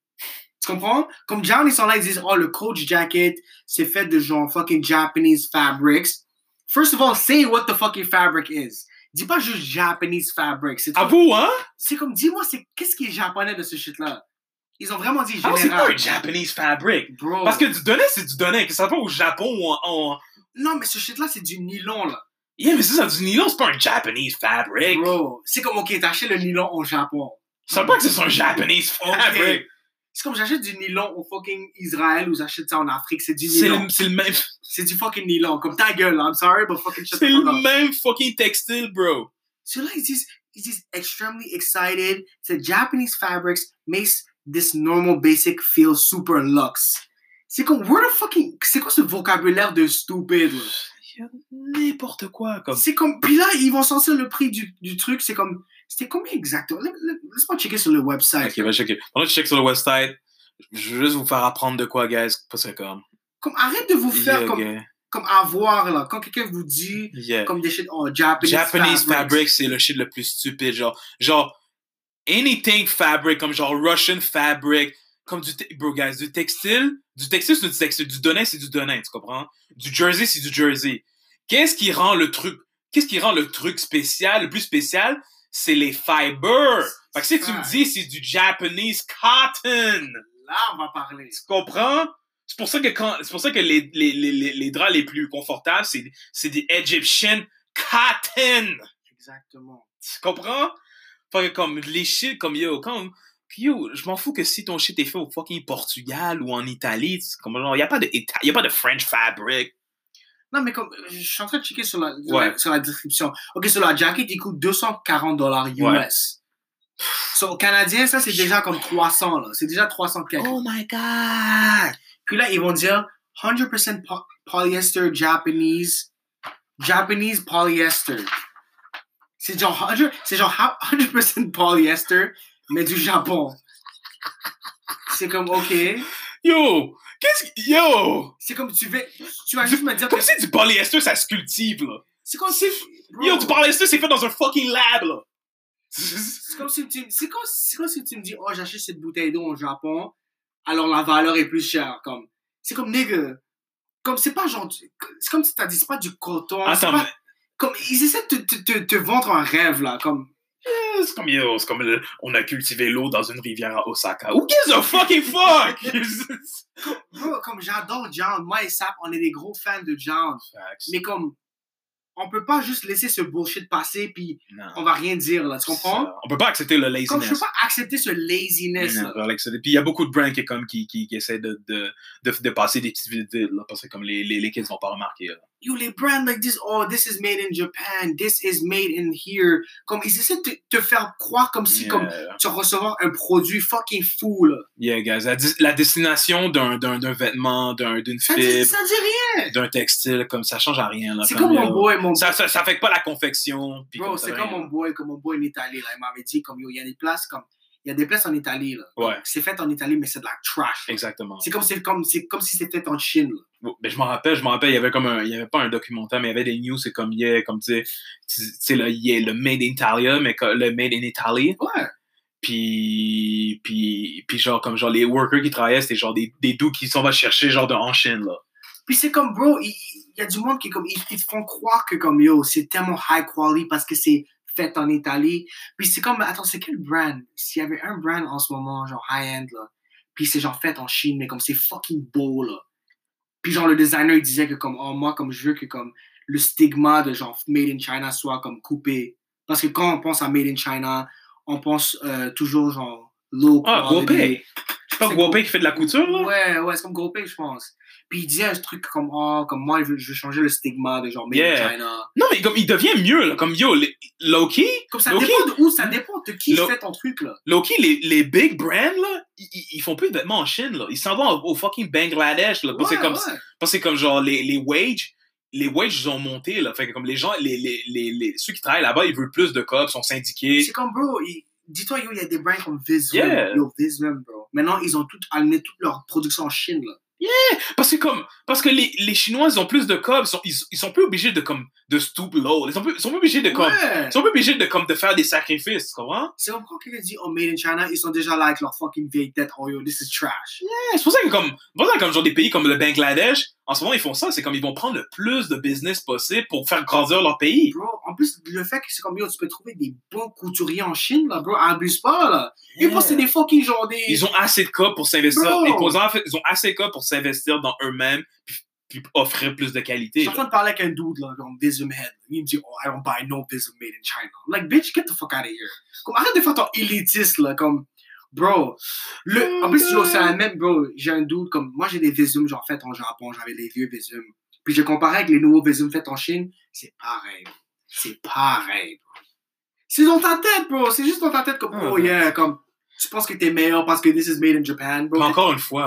S2: Tu comprends? Comme John, ils sont là, ils disent oh, le coach jacket, c'est fait de genre fucking Japanese fabrics. First of all, say what the fucking fabric is. Dis pas juste Japanese fabric. C'est
S1: À
S2: trop-
S1: vous, hein?
S2: c'est comme, dis-moi, c'est qu'est-ce qui est japonais de ce shit-là? Ils ont vraiment dit
S1: Ah, c'est pas un
S2: général.
S1: Japanese fabric.
S2: Bro.
S1: Parce que du donné, c'est du donné. Que ça va au Japon ou en. en-
S2: Non, mais ce shit-là, c'est du nylon, là.
S1: Yeah, mais c'est ça, du nylon, c'est pas un Japanese fabric.
S2: Bro, c'est comme, ok, t'achètes le nylon au Japon.
S1: C'est pas que c'est un Japanese fabric.
S2: C'est comme j'achète du nylon au fucking Israël ou j'achète ça en Afrique, c'est du
S1: C'est
S2: nylon.
S1: le, c'est le même,
S2: C'est du fucking nylon. Comme ta gueule, I'm sorry, but fucking shut the
S1: c'est le
S2: fuck up.
S1: même fucking textile, bro.
S2: So là, ils disent, ils disent extremely excited that Japanese fabrics makes this normal basic feel super luxe. C'est comme, where the fucking, c'est quoi ce vocabulaire de stupide, là?
S1: Il y a N'importe quoi, comme.
S2: C'est comme. Puis là, ils vont sortir le prix du, du truc. C'est comme. C'était combien exactement Laisse- laisse- Laisse-moi checker sur le website.
S1: Ok, va checker. Pendant que je check sur le website, je veux juste vous faire apprendre de quoi, guys. Parce que comme.
S2: Comme, arrête de vous faire
S1: Yeah,
S2: comme,
S1: yeah.
S2: comme avoir, là. Quand quelqu'un vous dit,
S1: Yeah.
S2: comme des shit, oh, Japanese,
S1: Japanese
S2: fabrics.
S1: fabric, c'est le shit le plus stupide. Genre, genre, anything fabric, comme genre Russian fabric, comme du, te- bro, guys, du textile, du textile, c'est du textile, du donin, c'est du donin, tu comprends? Du jersey, c'est du jersey. Qu'est-ce qui rend le truc, qu'est-ce qui rend le truc spécial, le plus spécial? C'est les fibers. Fait que si tu me dis, c'est du Japanese cotton.
S2: Là, on va parler.
S1: Tu comprends? C'est pour ça que quand, c'est pour ça que les, les, les, les, les draps les plus confortables, c'est, c'est des Egyptian cotton.
S2: Exactement.
S1: Tu comprends? Fait que comme les shit, comme yo, comme. Yo, je m'en fous que si ton shit est fait au fucking Portugal ou en Italie, c'est comme genre, y a pas de, Ita- y a pas de French fabric.
S2: Non, mais comme. Je suis en train de checker sur la, sur
S1: Ouais.
S2: la- sur la description. Ok, sur la jacket, il coûte 240 dollars US.
S1: Ouais.
S2: So, au Canadien, ça, c'est déjà comme 300, là. C'est déjà 300 quelques.
S1: Oh my god!
S2: Puis là, ils vont dire 100% po- polyester Japanese. Japanese polyester. C'est genre, 100 c'est genre how- 100% polyester mais du Japon. C'est comme, ok.
S1: Yo! Qu'est-ce que. Yo!
S2: C'est comme, tu veux. Tu vas juste me dire que.
S1: Comme si du polyester, ça se cultive, là.
S2: C'est comme si. bro,
S1: Yo, du polyester, c'est fait dans un fucking lab, là.
S2: C'est comme si tu, c'est comme, c'est comme si tu me dis, oh, j'achète cette bouteille d'eau au Japon, alors la valeur est plus chère. Comme, c'est comme nigga. Comme c'est pas genre, du- c'est comme si t'as dit, c'est pas du coton. c'est
S1: Attends,
S2: pas- comme ils essaient de te, te, te, te vendre un rêve là, comme.
S1: mais c'est comme, yo, c'est comme le- on a cultivé l'eau dans une rivière à Osaka. Who gives a fucking fuck?
S2: Bro, comme j'adore John, moi et Sap, on est des gros fans de John,
S1: Facts.
S2: mais comme on peut pas juste laisser ce bullshit passer puis
S1: Non.
S2: on va rien dire là, tu comprends?
S1: Ça, On peut pas accepter le
S2: Comme je peux
S1: laziness.
S2: pas accepter ce laziness.
S1: Non,
S2: là.
S1: on peut pas l'accepter. Puis il y a beaucoup de brands qui, est comme, qui, qui, qui essaient de, de, de, de passer des petites vides là, parce que comme les, les, les kids vont pas remarquer. là.
S2: yo, les brands like this, oh, this is made in Japan, this is made in here. Comme, ils essaient de te faire croire comme si, comme,
S1: Yeah.
S2: tu recevais un produit fucking fou, là.
S1: Yeah, guys. La, dis- la destination d'un, d'un, d'un vêtement, d'un, d'une
S2: Ça dit,
S1: fibre,
S2: Ah, ça dit rien.
S1: d'un textile, comme ça change à rien. Là,
S2: C'est comme mon
S1: yo,
S2: boy, mon
S1: Ça, ça, ça affecte pas la confection. puis
S2: bro,
S1: ça
S2: c'est
S1: fait
S2: comme
S1: rien.
S2: mon boy, comme mon boy en Italie, là. Il m'avait dit, comme, yo, il y a des places, comme, il y a des places en Italie, là.
S1: Ouais,
S2: C'est fait en Italie, mais c'est de la trash. là.
S1: exactement.
S2: C'est comme, c'est comme, c'est comme si c'était fait en Chine, là.
S1: Mais je m'en rappelle, je m'en rappelle, il y avait comme un, il y avait pas un documentaire, mais il y avait des news, c'est comme, yeah, comme tu sais, tu tu sais, là, yeah, le Made in Italia, mais co- le Made in Italy,
S2: Ouais.
S1: puis, puis, puis genre, comme genre, les workers qui travaillaient, c'était genre des, des doux qui s'en va chercher, genre, de, en Chine, là.
S2: Puis c'est comme, bro, il il y a du monde qui, comme, ils, ils te font croire que, comme, yo, c'est tellement high quality parce que c'est fait en Italie. Puis c'est comme, attends, c'est quel brand? S'il y avait un brand en ce moment, genre high-end, là, puis c'est genre fait en Chine, mais comme c'est fucking beau, là. Puis genre, le designer, il disait que, comme, oh, moi, comme, je veux que, comme, le stigma de, genre, made in China soit, comme, coupé. Parce que quand on pense à made in China, on pense euh, toujours, genre, low
S1: Ah,
S2: quality.
S1: Guopé! C'est pas
S2: C'est
S1: Guopé qui fait de la couture, là?
S2: Ouais, ouais, c'est comme Gopé, je pense. Puis il disait un truc comme, oh, comme moi, je veux, je veux changer le stigma de genre Made
S1: Yeah.
S2: in China.
S1: Non, mais comme, il devient mieux, là, comme, yo, les- Loki,
S2: Comme ça
S1: Ok.
S2: dépend de où, ça dépend de qui
S1: Le-
S2: fait ton truc, là.
S1: Loki, les, les big brands, là, ils- ils, ils font plus de vêtements en Chine, là. Ils s'en vont au, au fucking Bangladesh, là. Parce que
S2: Ouais,
S1: comme,
S2: ouais.
S1: Parce que c'est comme genre les, les wages, les wages ils ont monté là. Fait que comme les gens, les, les, les, les- ceux qui travaillent là-bas, ils veulent plus de cops, sont syndiqués.
S2: C'est comme, bro, il- dis-toi, yo, il y a des brands comme Vism.
S1: Yeah.
S2: Yo, Vism, bro. Maintenant, ils ont tout amené toute leur production en Chine, là.
S1: Parce que comme parce que les, les Chinois ils ont plus de cops, ils sont, ils, ils sont plus obligés de comme de stoop low. Ils sont plus, ils sont plus obligés de comme
S2: Ouais.
S1: ils sont plus obligés de comme de faire des sacrifices, tu comprends?
S2: C'est comme quand quelqu'un dit, oh, Made in China, ils sont déjà là avec leur fucking vieille tête. Oh, yo, this is trash.
S1: Ouais, c'est pour ça que comme c'est pour ça que comme genre des pays comme le Bangladesh, en ce moment ils font ça, c'est comme ils vont prendre le plus de business possible pour faire grandir leur pays.
S2: Bro, en plus, le fait que c'est comme, yo, tu peux trouver des bons couturiers en Chine, là, bro, abuse pas, là. Et pour c'est des fucking genre des.
S1: Ils ont assez de cas pour s'investir.
S2: Bro.
S1: Et pour- en fait, Ils ont assez de cas pour s'investir dans eux-mêmes puis, puis offrir plus de
S2: Je
S1: qualité.
S2: suis en
S1: là.
S2: train de parler avec un dude, là, comme Vism Head. Il me dit, oh, I don't buy no Vism made in China. I'm like, bitch, get the fuck out of here. Comme, arrête de faire ton élitiste, là, comme, bro. Le, en plus, yo, c'est la même, bro. J'ai un dude, comme, moi, j'ai des Vism, genre, faits en Japon, j'avais des vieux Vism. Puis j'ai comparé avec les nouveaux Vism faits en Chine, c'est pareil. C'est pareil, bro. C'est dans ta tête, bro. C'est juste dans ta tête, comme,
S1: Ah,
S2: oh
S1: ouais.
S2: yeah, comme, tu penses que t'es meilleur parce que this is made in Japan,
S1: Mais
S2: bro.
S1: encore une fois,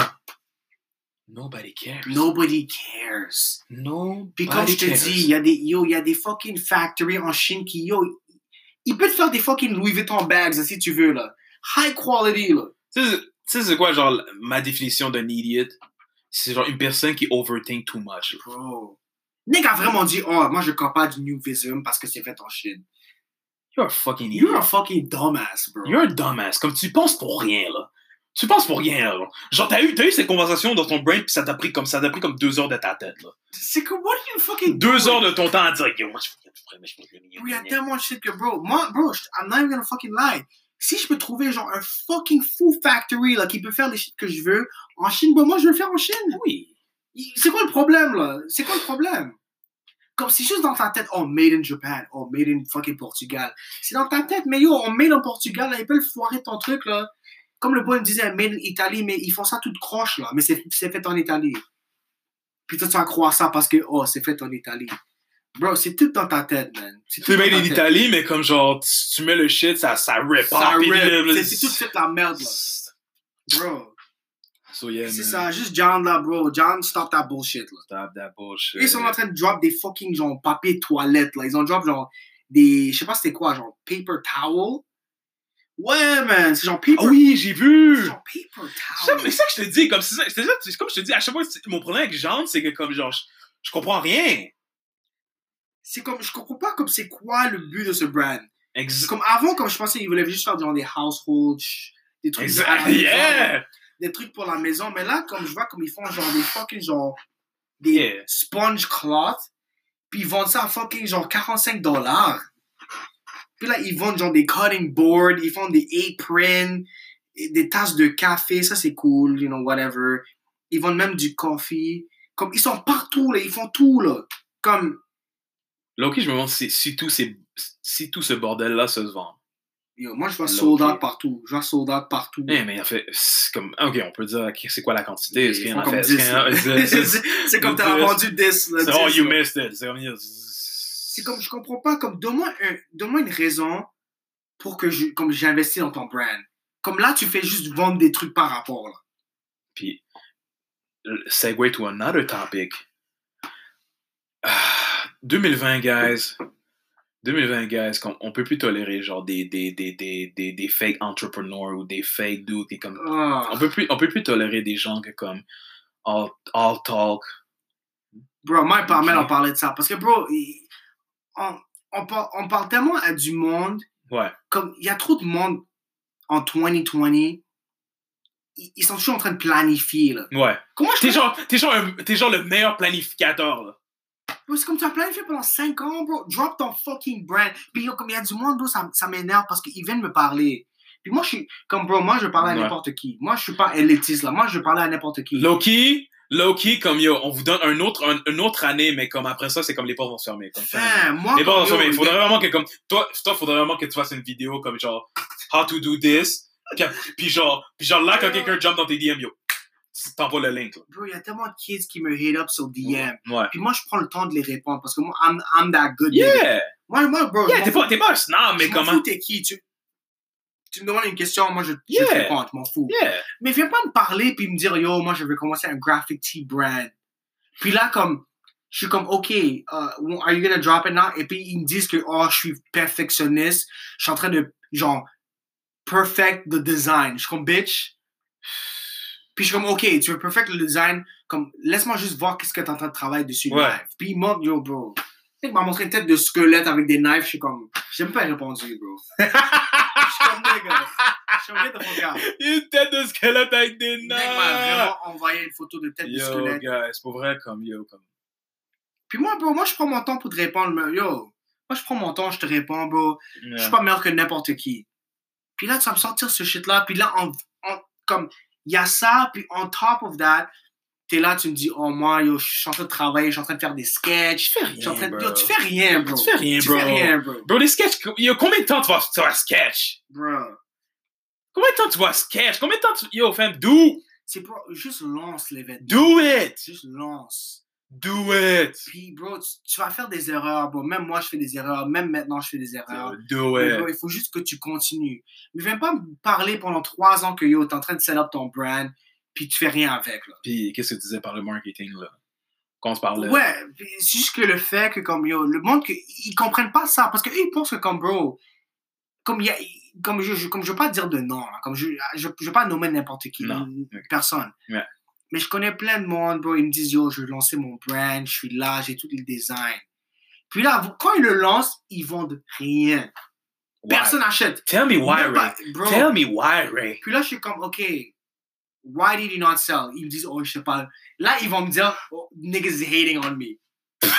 S1: nobody cares.
S2: Nobody cares.
S1: Nobody
S2: Puis comme je te
S1: cares.
S2: dis, il y a des yo, il y a des fucking factories en Chine qui yo, ils peuvent te faire des fucking Louis Vuitton bags là, si tu veux là, high quality là.
S1: Tu sais, tu sais c'est quoi, genre, ma définition d'un idiot? C'est genre une personne qui overthink too much. là.
S2: Bro, Nick a vraiment dit oh moi je comprends pas du New Visum parce que c'est fait en Chine.
S1: You're a fucking idiot.
S2: You're a fucking dumbass bro.
S1: You're a dumbass. Comme tu penses pour rien, là. Tu penses pour rien, là. Genre, t'as eu, t'as eu ces conversations dans ton brain, puis ça t'a pris comme ça, t'a pris comme deux heures de ta tête, là.
S2: C'est que what you fucking
S1: Deux
S2: doing?
S1: heures de ton temps à dire, yo, moi, je fais je fais- je fais- je
S2: Bro, Il y a
S1: fais-
S2: tellement de shit que bro, moi bro, je- I'm not even gonna fucking lie. Si je peux trouver genre un fucking fou factory là qui peut faire les shit que je veux en Chine, bro, moi je vais le faire en Chine.
S1: Oui.
S2: Il- C'est quoi le problème, là? C'est quoi le problème? Comme c'est juste dans ta tête, oh, made in Japan, oh, made in fucking Portugal. C'est dans ta tête, mais yo, on made en Portugal, là, ils peuvent foirer ton truc, là. Comme le boy me disait, made in Italie, mais ils font ça toute croche, là. Mais c'est c'est fait en Italie. Puis toi, tu vas croire ça parce que, oh, c'est fait en Italie. Bro, c'est tout dans ta tête, man. C'est tout
S1: Tu mets
S2: dans ta
S1: en
S2: tête.
S1: Italie, mais comme genre, tu, tu mets le shit, ça, ça rip. off,
S2: Ça rip.
S1: puis-
S2: C'est- C'est tout fait la merde, là. Bro,
S1: So yeah,
S2: c'est
S1: man.
S2: ça. Juste John, là, bro. John, stop that bullshit, là.
S1: Stop that bullshit.
S2: Ils sont en train de drop des fucking genre papier toilette là. Ils ont drop genre des je sais pas c'était quoi genre paper towel. Ouais, man, c'est genre paper.
S1: Ah oui, j'ai
S2: c'est
S1: vu!
S2: genre paper
S1: C'est ça
S2: towel.
S1: mais c'est ça que je te dis, comme, c'est ça- c'est ça- c'est comme je te dis, à chaque fois, c'est- mon problème avec genre, c'est que comme genre, je, je comprends rien.
S2: C'est comme, je comprends pas comme c'est quoi le but de ce brand.
S1: Ex-
S2: Comme avant, comme je pensais, ils voulaient juste faire genre des household, sh- des trucs. pour la
S1: Exact,
S2: maison,
S1: yeah!
S2: Des trucs pour la maison. Mais là, comme je vois, comme ils font genre des fucking genre des
S1: Yeah.
S2: sponge cloth, puis ils vendent ça à fucking genre 45 dollars. Puis là, ils vendent genre des cutting boards, ils font des aprons, et des tasses de café, ça c'est cool, you know, whatever. Ils vendent même du coffee. Comme, ils sont partout, là, ils font tout, là. Comme,
S1: Là, ok, je me demande si, si tout, ces- si tout ce bordel-là se vend.
S2: yo, moi je vois
S1: Low-key.
S2: sold out partout, je vois sold out partout.
S1: Eh, mais en fait, c'est comme, ok, on peut dire, ok, c'est quoi la quantité? Est-ce
S2: Ils
S1: qu'il y
S2: font
S1: en a
S2: comme
S1: fait? Est-ce
S2: 10.
S1: qu'il y en a-
S2: là.
S1: c'est- c'est-
S2: C'est c'est comme t'as
S1: Dix.
S2: vendu 10. là,
S1: c'est- Oh,
S2: 10,
S1: you
S2: là.
S1: missed it. C'est comme,
S2: C'est
S1: c'est
S2: comme, je comprends pas, comme, donne-moi un, donne-moi une raison pour que je, comme j'investis dans ton brand. Comme là, tu fais juste vendre des trucs par rapport, là.
S1: Puis, le segue to another topic. Ah, 2020, guys. 2020, guys, comme on peut plus tolérer genre des, des, des, des, des, des fake entrepreneurs ou des fake dudes qui comme
S2: Ah,
S1: on peut plus on peut plus tolérer des gens que comme all, all talk.
S2: bro, moi et Parmel,
S1: Ok.
S2: on parlait de ça. Parce que, bro, il- on, on, par- on parle tellement à du monde,
S1: Ouais.
S2: comme, il y a trop de monde en 2020, ils, ils sont toujours en train de planifier, là.
S1: Ouais.
S2: Comment je
S1: T'es genre t'es genre un- t'es genre le meilleur planificateur là.
S2: Bro, C'est comme tu as planifié pendant 5 ans, bro. Drop ton fucking brand. Puis yo, comme il y a du monde, bro, ça, ça m'énerve parce qu'ils viennent me parler. Puis moi, je suis comme, bro, moi, je parle à
S1: Ouais.
S2: n'importe qui. Moi, je suis pas élitiste, là. Moi, je parle à n'importe qui.
S1: Loki, Loki comme yo, on vous donne un autre un- une autre année mais comme après ça c'est comme les portes vont se fermer comme ça.
S2: Hein, moi,
S1: Mais bon,
S2: comme,
S1: ça,
S2: yo,
S1: mais il
S2: yo,
S1: faudrait vraiment que, comme, toi, toi, faudrait vraiment que tu fasses une vidéo comme genre, how to do this. Puis, puis genre, puis genre là, quand quelqu'un jump dans tes DM, yo, t'envoies le link, là.
S2: bro, il y a tellement de kids qui me hit up sur DM.
S1: Ouais.
S2: Puis moi, je prends le temps de les répondre parce que moi, I'm, I'm that good. nigga.
S1: Yeah!
S2: Moi, moi, bro,
S1: Yeah,
S2: je
S1: t'es
S2: m'en
S1: pas, t'es pas un snob,
S2: fous-
S1: mais
S2: je m'en
S1: comment?
S2: fous, t'es qui? Tu, tu me demandes une question, moi, je, je
S1: Yeah.
S2: te réponds, je m'en fous.
S1: Yeah!
S2: Mais viens pas me parler puis me dire yo, moi je vais commencer un graphic tee brand. Puis là comme je suis comme ok, uh, are you gonna drop it now? Et puis ils me disent que oh je suis perfectionniste, je suis en train de genre perfect the design. Je suis comme bitch. Puis je suis comme ok, tu veux perfect le design, comme laisse-moi juste voir qu'est-ce que t'es en train de travailler dessus.
S1: Ouais.
S2: live. Puis il montre yo bro. Il m'a montré une tête de squelette avec des knives, je suis comme j'ai même pas répondu bro. je suis comme nigga. Je suis comme get the fuck out.
S1: Une tête de squelette avec des
S2: Le mec m'a vraiment envoyé une photo de tête de
S1: Yo,
S2: squelette.
S1: guys, c'est pour vrai, comme, yo, comme.
S2: Puis moi, bro, moi, je prends mon temps pour te répondre. mais yo, moi, je prends mon temps, je te réponds, bro. Je suis
S1: Yeah.
S2: pas meilleur que n'importe qui. Puis là, tu vas me sortir ce shit-là. Puis là, on, on- comme, il y a ça. Puis on top of that, t'es là, tu me dis, oh, moi, yo, je suis en train de travailler, je suis en train de faire des sketchs.
S1: Tu fais
S2: Je suis en train
S1: rien,
S2: de...
S1: bro.
S2: Yo, tu fais rien, bro.
S1: Tu fais rien,
S2: Tu
S1: bro.
S2: fais rien, bro.
S1: Bro, les sketchs, yo, combien de temps tu vas, tu vas sketch?
S2: Bro.
S1: Combien de temps tu vas sketch? Combien de temps tu, yo, fam, do,
S2: C'est bro, juste lance l'événement.
S1: do it!
S2: Juste lance.
S1: Do it!
S2: Puis, bro, tu, tu vas faire des erreurs, bro. Même moi, je fais des erreurs. Même maintenant, je fais des erreurs.
S1: Yo, do
S2: Mais
S1: it!
S2: bro, il faut juste que tu continues. Mais viens pas me parler pendant trois ans que yo, t'es en train de set up ton brand, puis tu fais rien avec. Là.
S1: Puis qu'est-ce que tu disais par le marketing, là? Qu'on se parlait.
S2: Ouais, puis c'est juste que le fait que comme yo, le monde, que, ils comprennent pas ça, parce qu'eux, ils pensent que comme bro, comme, il y a, comme je, je, comme je veux pas dire de nom, là, comme je, je, je veux pas nommer n'importe qui,
S1: Non.
S2: une personne.
S1: Ouais.
S2: Mais je connais plein de monde, bro, ils me disent yo, je vais lancer mon brand, je suis là, j'ai tout le design. Puis là, vous- quand ils le lancent, ils vendent rien.
S1: Why?
S2: Personne n'achète.
S1: Tell me why,
S2: Même pas-
S1: Ray.
S2: bro,
S1: Tell me why, Ray.
S2: Puis là, je suis comme, OK, why did you not sell? Ils me disent, oh, je sais pas. Là, ils vont me dire, oh, niggas is hating on me.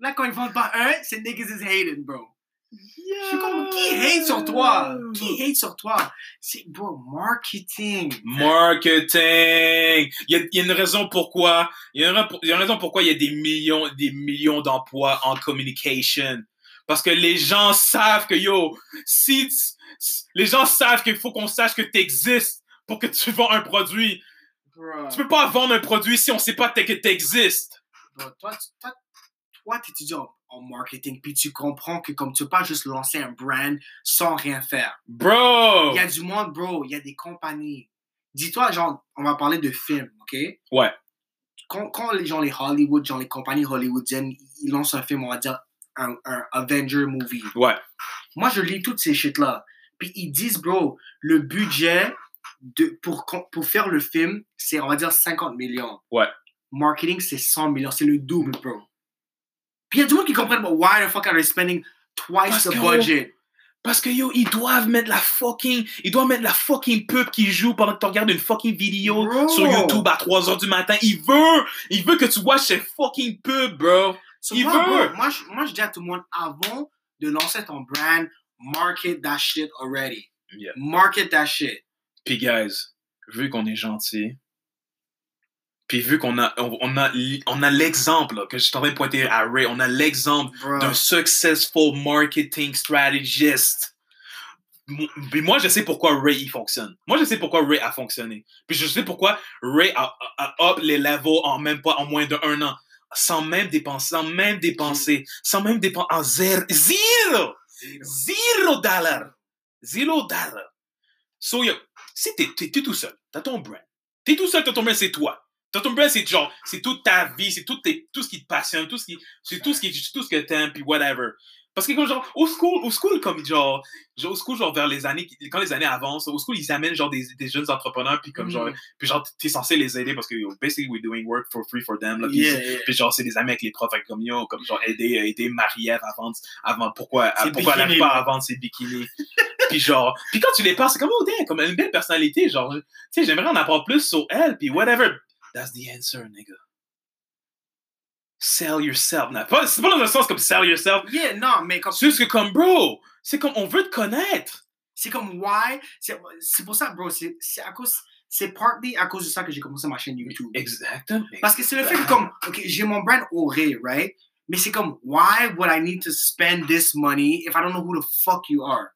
S2: là, quand ils vendent pas un, c'est niggas is hating, bro. Je suis comme, qui hate sur toi? Qui hate sur toi? C'est, bro, marketing.
S1: Marketing! Il y, a- il y a une raison pourquoi. Il y, a une ra- il y a une raison pourquoi il y a des millions des millions d'emplois en communication. Parce que les gens savent que, yo, si, t- s- les gens savent qu'il faut qu'on sache que tu existes pour que tu vends un produit.
S2: Bro,
S1: Tu peux pas vendre un produit si on sait pas t- que tu existes.
S2: bro, toi, tu- toi, toi, t'étudies en, en marketing, puis tu comprends que comme tu peux pas juste lancer un brand sans rien faire.
S1: Bro!
S2: Il
S1: Oh.
S2: y a du monde, bro. Il y a des compagnies. Dis-toi, genre, on va parler de films, OK?
S1: Ouais.
S2: Quand, quand les gens, les Hollywood, genre les compagnies hollywoodiennes, ils lancent un film, on va dire, un, un Avenger movie.
S1: Ouais.
S2: Moi, je lis toutes ces shit-là. Puis ils disent, bro, le budget de, pour, con- pour faire le film, c'est, on va dire, 50 millions.
S1: Ouais.
S2: Marketing, c'est 100 millions. C'est le double, bro. Puis il y a du monde qui comprennent, but why the fuck are they spending twice
S1: Parce
S2: the
S1: que-
S2: budget?
S1: Parce que yo, ils doivent mettre la fucking. Ils doivent mettre la fucking pub qui joue pendant que tu regardes une fucking vidéo
S2: Bro.
S1: sur YouTube à 3h du matin. Il veut! Il veut que tu watches ces fucking pubs, bro!
S2: So,
S1: Il
S2: moi,
S1: veut.
S2: bro, moi, je, moi, je dis à tout le monde, avant de lancer ton brand, market that shit already.
S1: Yeah.
S2: Market that shit.
S1: Puis, guys, vu qu'on est gentil, puis vu qu'on a, on, on a, li- on a l'exemple là, que je suis en train de pointer à Ray, on a l'exemple
S2: Bro.
S1: d'un successful marketing strategist. M- Puis moi, je sais pourquoi Ray il fonctionne. Moi, je sais pourquoi Ray a fonctionné. Puis je sais pourquoi Ray a, a- a up les levels en même pas en moins de un an, sans même dépenser, sans même dépenser, sans même dépenser en zéro, zéro, zéro dollar, zéro dollar. So, yo, si t'es, t'es, t'es tout seul, t'as ton brand. T'es tout seul, t'as ton brand, c'est toi. T'as ton brand, c'est genre, c'est toute ta vie, c'est tout, tes- tout ce qui te passionne, tout ce qui, c'est tout ce qui, tout ce que t'aimes, puis whatever. Parce que comme genre, au school, au school, comme genre, genre, au school, genre, vers les années, qui- quand les années avancent, au school, ils amènent genre des, des jeunes entrepreneurs, puis comme
S2: Mm.
S1: genre, puis genre, t'es censé les aider parce que, yo, basically, we're doing work for free for them, là, puis
S2: Yeah, yeah.
S1: puis genre, c'est des amis avec les profs, fait que comme yo, comme genre, aider, euh, aider Marie-Ève à vendre, avant, pourquoi, à-
S2: Ses
S1: pourquoi elle n'arrive
S2: bikinis,
S1: pas à
S2: là.
S1: vendre ses bikinis. puis genre, puis quand tu les passes, c'est comme, oh damn, comme elle a une belle personnalité, genre, tu sais, j'aimerais en apprendre plus sur elle, puis whatever. That's the answer, nigga. Sell yourself. Non, pas- C'est pas dans un sens comme sell yourself.
S2: Yeah, non, mais comme,
S1: C'est juste que comme, bro, c'est comme, on veut te connaître.
S2: c'est comme why, c'est c'est pour ça, bro, c'est c'est à cause, c'est partly à cause de ça que j'ai commencé ma chaîne YouTube.
S1: Exactement.
S2: Parce que c'est le fait que comme, ok, j'ai mon brand Auré, right? Mais c'est comme, why would I need to spend this money if I don't know who the fuck you are?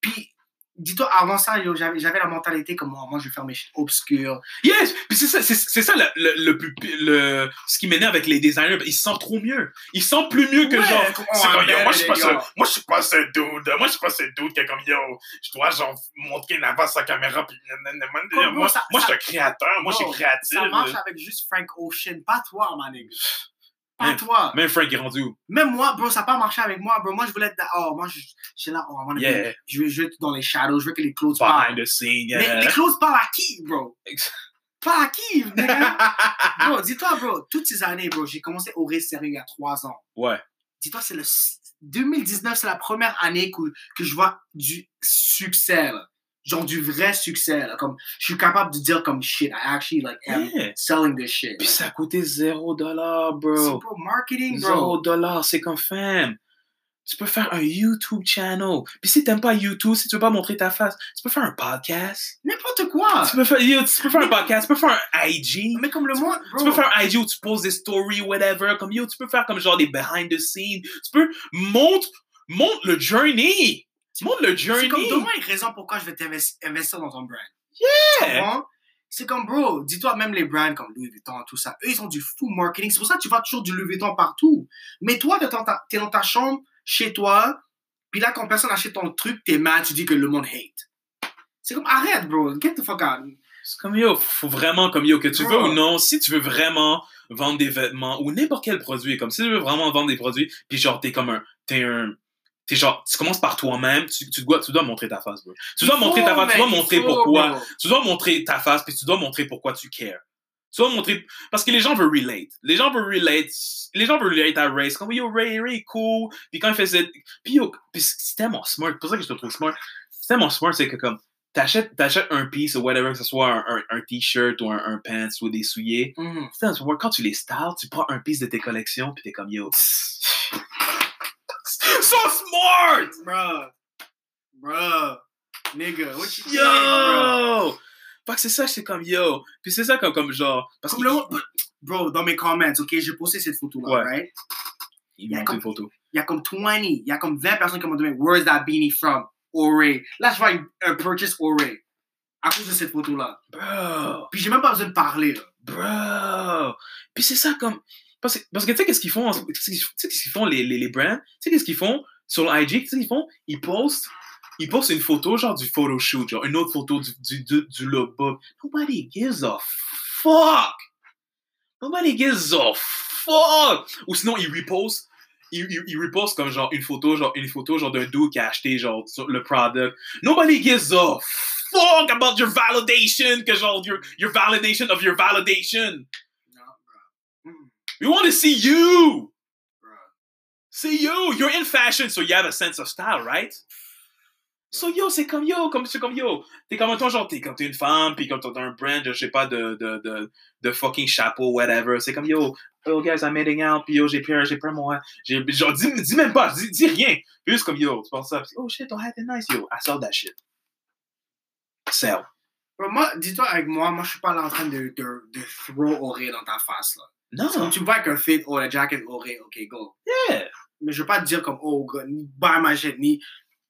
S2: Puis, dis-toi, avant ça, yo, j'avais j'avais la mentalité comme, oh, moi, je vais faire mes shit obscures.
S1: Yes! Puis c'est ça, c'est, c'est ça le, le, le plus. Le, ce qui m'énerve avec les designers, ben, ils se sentent trop mieux. Ils se sentent plus mieux que
S2: Ouais,
S1: genre.
S2: comme,
S1: c'est
S2: oh,
S1: comme, yo,
S2: man,
S1: moi, je suis pas
S2: les
S1: ce,
S2: gars.
S1: moi, je suis pas ce dude. Moi, je suis pas ce dude qui est comme, yo, je dois genre montrer là-bas sa caméra. Puis, nanana, nanana.
S2: Comme,
S1: moi,
S2: ça-
S1: moi, je
S2: ça-
S1: suis un créateur. Moi, je suis
S2: Bro,
S1: créatif.
S2: Ça marche avec juste Frank Ocean, pas toi, ma nigga. Pas
S1: Même-
S2: toi.
S1: Même Frank est rendu où?
S2: Même moi, bro, ça n'a pas marché avec moi, bro. Moi, je voulais être, dans- oh, moi, je suis là, oh, mon
S1: Yeah.
S2: je veux jouer dans les shadows, je veux que les clothes parlent.
S1: Behind the scene.
S2: Mais les
S1: yeah.
S2: clothes parlent à qui, bro? Pas à qui, nigga? bro, dis-toi, bro, toutes ces années, bro, j'ai commencé au Ré sérieux il y a trois ans.
S1: ouais.
S2: Dis-toi, c'est le. 2019, c'est la première année que, que je vois du succès, là. Genre du vrai succès, là. Comme, je suis capable de dire, comme, shit, I actually, like, am
S1: Yeah.
S2: selling this shit.
S1: Puis
S2: Like,
S1: ça a coûté 0$, dollar,
S2: c'est
S1: bro.
S2: bro, marketing, bro.
S1: Zéro dollar, c'est comme femme. Tu peux faire un YouTube channel. Puis si t'aimes pas YouTube, si tu veux pas montrer ta face, tu peux faire un podcast.
S2: N'importe quoi.
S1: Tu peux faire, yo, tu peux faire un podcast, tu peux faire un IG.
S2: Ah. Mais comme le monde, bro.
S1: Tu peux faire un IG où tu poses des stories, whatever. Comme yo, tu peux faire comme genre des behind the scenes. Tu peux montre, montre le journey. Montre le
S2: C'est
S1: journey.
S2: comme, donne-moi une raison pourquoi je vais t'investir investir dans ton brand. Tu
S1: Yeah.
S2: comprends? Hein? C'est comme, bro, dis-toi, même les brands comme Louis Vuitton, tout ça, eux, ils ont du fou marketing. C'est pour ça que tu vois toujours du Louis Vuitton partout. Mais toi, t'es dans ta, t'es dans ta chambre, chez toi, puis là, quand personne achète ton truc, t'es mad, tu dis que le monde hate. C'est comme, arrête, bro, get the fuck out.
S1: C'est comme yo, faut vraiment comme yo, que tu veux
S2: Bro.
S1: ou non, si tu veux vraiment vendre des vêtements ou n'importe quel produit, comme si tu veux vraiment vendre des produits, puis genre t'es comme un, t'es un, t'es genre, tu commences par toi-même, tu, tu dois, tu dois montrer ta face, bro. Tu dois montrer ta
S2: Faut,
S1: face, tu dois
S2: man,
S1: montrer
S2: faut,
S1: pourquoi,
S2: bro.
S1: tu dois montrer ta face, puis tu dois montrer pourquoi tu cares. Tu dois montrer, parce que les gens veulent relate. Les gens veulent relate, les gens veulent relate à Ray. C'est comme yo, Ray, Ray, est cool. Puis quand il faisait, puis yo, puis c'est tellement smart, c'est pour ça que je te trouve smart. C'est tellement smart, c'est que comme, t'achètes, t'achètes un piece ou whatever, que ce soit un, un- un t-shirt ou un, un pants ou des souliers.
S2: Mhm.
S1: C'est tellement smart. Quand tu les styles, tu prends un piece de tes collections, puis t'es comme yo. so smart!
S2: Bro, bro, nigga, what you doing, bro?
S1: Yo! Fait que c'est ça, c'est comme yo. Puis c'est ça comme, comme genre. Parce
S2: Comme
S1: que
S2: le monde- bro, dans mes comments, ok, j'ai posté cette
S1: Ouais.
S2: photo-là, right?
S1: il
S2: y a
S1: manque
S2: comme-
S1: une photo.
S2: il y a comme 20, il y a comme 20 personnes qui m'ont demandé Where's that beanie from? Ore. Là, je vois une- un purchase Ore à cause de cette photo-là.
S1: Bro!
S2: Puis j'ai même pas besoin de parler. là.
S1: Bro! Puis c'est ça comme. Parce, que- parce que tu sais, qu'est-ce qu'ils font? en- Tu sais, tu sais qu'est-ce qu'ils font les, les, les brands? Tu sais, qu'est-ce qu'ils font sur le IG? Tu sais, qu'ils font? Ils postent. Ils postent une photo, genre du photoshoot, genre une autre photo du, du, du, du logo. Nobody gives a fuck! Nobody gives a fuck! Ou sinon, ils repostent. il, il, il reposte comme genre une photo, genre une photo genre d'un dude qui a acheté genre sur le product. Nobody gives a fuck about your validation, que genre your, your validation of your validation. We want to see you. See you. You're in fashion, so you have a sense of style, right? So yo, c'est comme yo, comme c'est comme yo. T'es comme toi, genre, t'es comme t'es une femme, puis comme t'as un brand, je sais pas, de, de, de, de fucking chapeau, whatever. C'est comme yo, yo guys, I'm heading out, puis yo, j'ai peur, j'ai peur moi. J'ai, genre, dis, dis même pas, dis, dis rien. Juste comme yo, tu penses ça, puis, oh shit, ton hat is nice, yo. I sell that shit. Sell.
S2: Bro, moi, dis-toi avec moi, moi, je suis pas là en train de, de, de throw Auré dans ta face, là.
S1: Non.
S2: Tu me vois avec un fit, oh, la jacket Auré, ok, go.
S1: Ah. Yeah.
S2: Mais je veux pas te dire comme, oh, go, ni buy my shit, ni...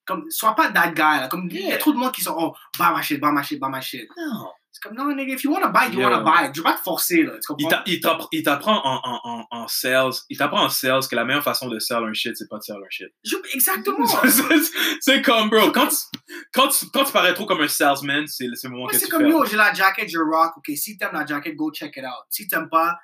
S2: Comme, sois pas that guy, là. Comme, il y a
S1: Yeah.
S2: trop de monde qui sont, oh, buy my shit, buy my shit, buy my shit.
S1: Non.
S2: C'est comme, non, nigga, if you wanna buy, it, you
S1: Yo.
S2: wanna buy. it. Je vais pas te forcer, là. Tu
S1: Il
S2: comprends?
S1: t'a- il t'appre- il t'apprend en, en, en, en sales, il t'apprend en sales que la meilleure façon de sell un shit, c'est pas de sell un shit.
S2: Je- Exactement.
S1: C'est- c'est comme, bro, quand tu, quand, tu, quand tu parais trop comme un salesman, c'est le c'est le moment
S2: Moi,
S1: que
S2: c'est
S1: tu
S2: comme,
S1: fais.
S2: yo, j'ai la jacket, je rock. OK, si t'aimes la jacket, go check it out. Si t'aimes pas,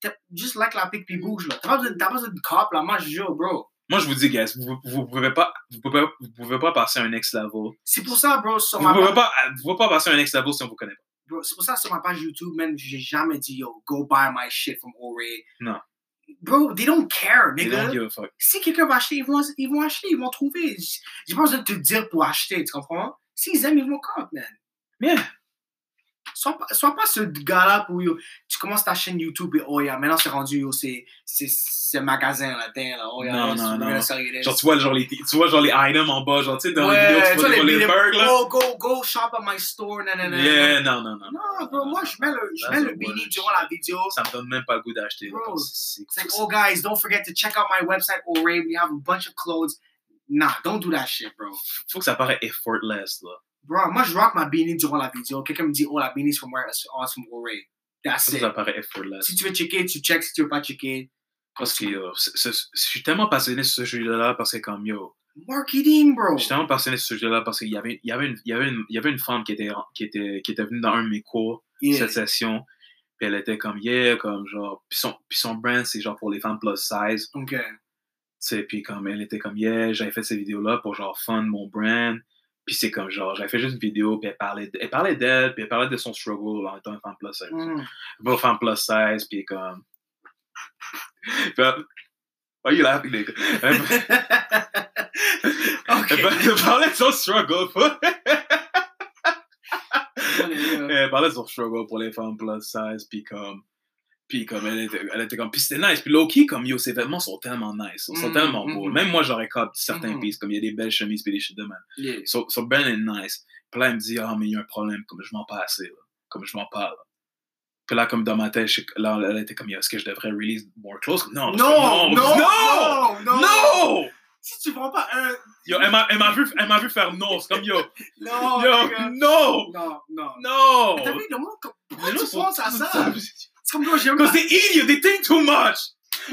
S2: t'aimes- juste like la pique puis bouge, là. T'as pas besoin- t'as pas besoin de cop, là. Moi, je jure, bro.
S1: Moi, je vous dis, guys, vous, vous, pouvez pas, vous, pouvez, vous pouvez pas passer un next level.
S2: C'est pour ça, bro, sur
S1: Vous
S2: ma
S1: pouvez, pas, vous pouvez pas passer un next level si on vous connaît pas.
S2: Bro, c'est pour ça, sur ma page YouTube, man, j'ai jamais dit, yo, go buy my shit from Ore.
S1: Non.
S2: Bro, they don't care,
S1: They don't
S2: nigga.
S1: give a fuck.
S2: Si quelqu'un va acheter, ils vont, ils vont acheter, ils vont trouver. J- J'ai pas besoin de te dire pour acheter, tu comprends? S'ils aiment, ils vont cop, man.
S1: Yeah.
S2: Sois pas, sois pas ce gars-là pour, yo, tu commences ta chaîne YouTube et, oh, yeah, maintenant c'est rendu, yo, c'est, c'est, c'est magasin, là, damn, là, oh, yeah.
S1: Non,
S2: this-
S1: non,
S2: we're
S1: non.
S2: gonna sell you this.
S1: Genre, tu vois, genre, les, tu vois, genre, les items en bas, genre, tu sais, dans
S2: Ouais,
S1: les vidéos,
S2: tu
S1: tu vois,
S2: vois,
S1: les,
S2: les-
S1: les
S2: les-
S1: burgers, là.
S2: Go, go, go, shop at my store, nanana.
S1: Yeah, non, non, non.
S2: Non, bro, moi, je mets le, je
S1: That's
S2: mets le
S1: the
S2: beanie
S1: worst.
S2: durant la vidéo.
S1: Ça me donne même pas le goût d'acheter. là,
S2: Bro,
S1: comme c'est-
S2: It's like,
S1: c'est-
S2: oh guys, don't forget to check out my website, Ore. We have a bunch of clothes. Nah, don't do that shit, bro.
S1: faut que ça paraît effortless, là.
S2: Bro, moi je rock ma beanie durant la vidéo. Quelqu'un me dit, oh la beanie's from where? It's oh, it's from Ore. That's
S1: Faut que
S2: it.
S1: ça paraît effortless.
S2: Si tu veux checker, tu checks. Si tu veux pas checker.
S1: Parce que, yo, c'est- c'est- je suis tellement passionné sur ce sujet-là parce que, comme, yo,
S2: Marketing, bro.
S1: je suis tellement passionné sur ce sujet-là parce qu'il y avait, il y, avait une, il y, avait une, il y avait une femme qui était, en- qui, était, qui était venue dans un de mes cours,
S2: Yeah.
S1: cette session, puis elle était comme, yeah, comme, genre, puis son, puis son brand, c'est genre pour les femmes plus size, tu
S2: Okay.
S1: sais, puis comme, elle était comme, yeah, j'avais fait ces vidéos-là pour, genre, fun mon brand, puis c'est comme, genre, j'avais fait juste une vidéo, puis elle parlait d- elle parlait d'elle, puis elle parlait de son struggle en étant une femme plus size.
S2: Mm.
S1: Bon, femme plus size, puis comme. Ben, Why you laughing, nigga? Elle
S2: okay.
S1: elle- elle parlait de son struggle. pour-
S2: Yeah.
S1: Elle parlait de son struggle pour les femmes plus size, puis comme. Puis comme elle était, elle était comme. Puis c'était nice. Puis low-key, comme yo, ses vêtements sont tellement nice. Ils sont
S2: Mm,
S1: tellement beaux.
S2: mm.
S1: Même moi, j'aurais cop certains
S2: Mm.
S1: pieces. Comme il y a des belles chemises, puis des shit de même.
S2: Yeah.
S1: So, so Ben est nice. Puis là, il me dit, ah, mais il y a un problème, comme je m'en pas assez, là. comme je m'en parle. Puis là, comme dans ma tête, je- là, elle était comme, est-ce que je devrais release more clothes? Comme, Non, parce
S2: Non,
S1: que
S2: non,
S1: non,
S2: non,
S1: non,
S2: non, Si tu vends pas un,
S1: Yo, elle m'a elle m'a vu, elle m'a vu faire non, c'est comme, yo,
S2: non,
S1: yo,
S2: nigga.
S1: non,
S2: non, non.
S1: non.
S2: Oh Mais T'as vu le monde comme- Pourquoi
S1: Mais non,
S2: tu
S1: faut-
S2: penses à ça? C'est comme bro, j'ai même pas-
S1: Because they idiot, they think too much.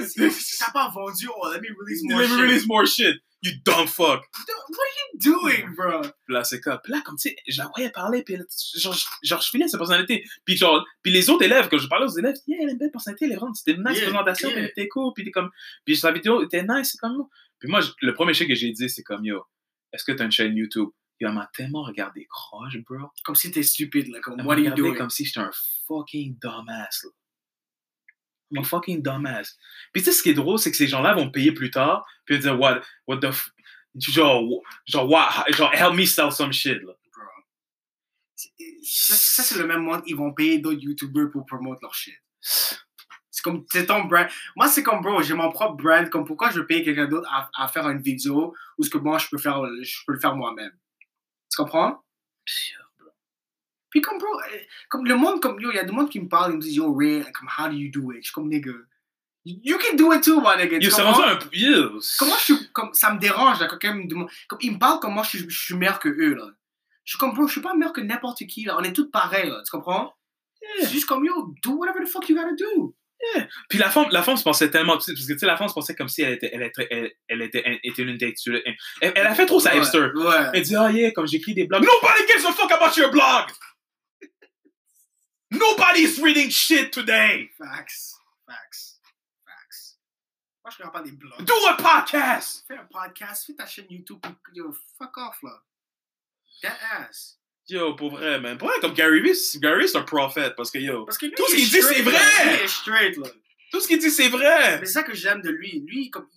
S2: Si t'as pas vendu, oh, let me release
S1: They
S2: more shit.
S1: release more shit. You dumb fuck.
S2: doing, bro?
S1: Puis là, c'est comme, puis là, comme, tu sais, je la voyais parler, puis elle- genre, je- genre, je filais sa personnalité. Puis genre, puis les autres élèves, quand je parlais aux élèves, yeah, elle a une belle personnalité, elle est vraiment, c'était une nice
S2: Yeah,
S1: présentation,
S2: yeah.
S1: puis elle était cool, puis t'es comme, puis sa vidéo était nice, c'est comme, puis moi, je- le premier chèque que j'ai dit, c'est comme, yo, est-ce que t'as une chaîne YouTube? Puis elle m'a tellement regardé croche, bro.
S2: Comme si t'es stupide, là. Comme,
S1: Elle m'a
S2: what are you
S1: regardé
S2: doing?
S1: comme si j'étais un fucking dumbass, là. I'm a fucking dumbass. Puis tu sais, ce qui est drôle, c'est que ces gens-là vont payer plus tard, puis ils vont dire, what, what the, f- genre, genre, what, genre, help me sell some shit, là.
S2: Bro. C'est- Ça, ça, c'est le même monde. Ils vont payer d'autres YouTubers pour promouvoir leur shit. C'est comme, c'est ton brand. Moi, c'est comme, bro, j'ai mon propre brand. Comme, pourquoi je vais payer quelqu'un d'autre à, à faire une vidéo ou ce que moi, je peux, faire, je peux le faire moi-même? Tu comprends? Puis comme, bro, euh, comme le monde, comme, yo, il y a du monde qui me parle, ils me disent, yo, Ray, comme, how do you do it? Je suis comme, nigga, you can do it too, my nigga. Tu
S1: Yo, c'est
S2: comprends?
S1: rendu un peu. Yo.
S2: Comment je suis. Comme, ça me dérange, là, quand quelqu'un me demande. Comme, ils me parlent comme moi, je, suis- je suis meilleur que eux, là. Je suis comme, bro, je suis pas meilleur que n'importe qui, là. On est tous pareils, là. Tu comprends?
S1: Yeah.
S2: C'est juste comme, yo, do whatever the fuck you gotta do.
S1: Puis la femme, la femme se pensait tellement. Parce que tu sais, la femme se pensait comme si elle était, elle était, elle, elle était, elle était une intellectuelle. Elle, elle a fait trop sa
S2: Ouais,
S1: hipster.
S2: Ouais.
S1: Elle dit, ah yeah, comme j'écris des blogs. Nobody gives a fuck about your blog! Nobody's reading shit today!
S2: Facts. Facts. Facts. Moi, Pourquoi je ne pas des blogs?
S1: Do a podcast!
S2: Fais un podcast, fais ta chaîne YouTube. Yo, fuck off, là. That ass.
S1: Yo, pour vrai, man. Pour vrai, comme Gary Vee, c'est- Gary Vee, c'est un prophète parce que yo,
S2: Parce que lui,
S1: Tout ce
S2: il est
S1: qu'il dit,
S2: straight,
S1: c'est
S2: là.
S1: vrai!
S2: Lui, il est straight, là.
S1: tout ce qu'il dit, c'est
S2: Mais
S1: vrai.
S2: c'est ça que j'aime de lui. Lui, comme.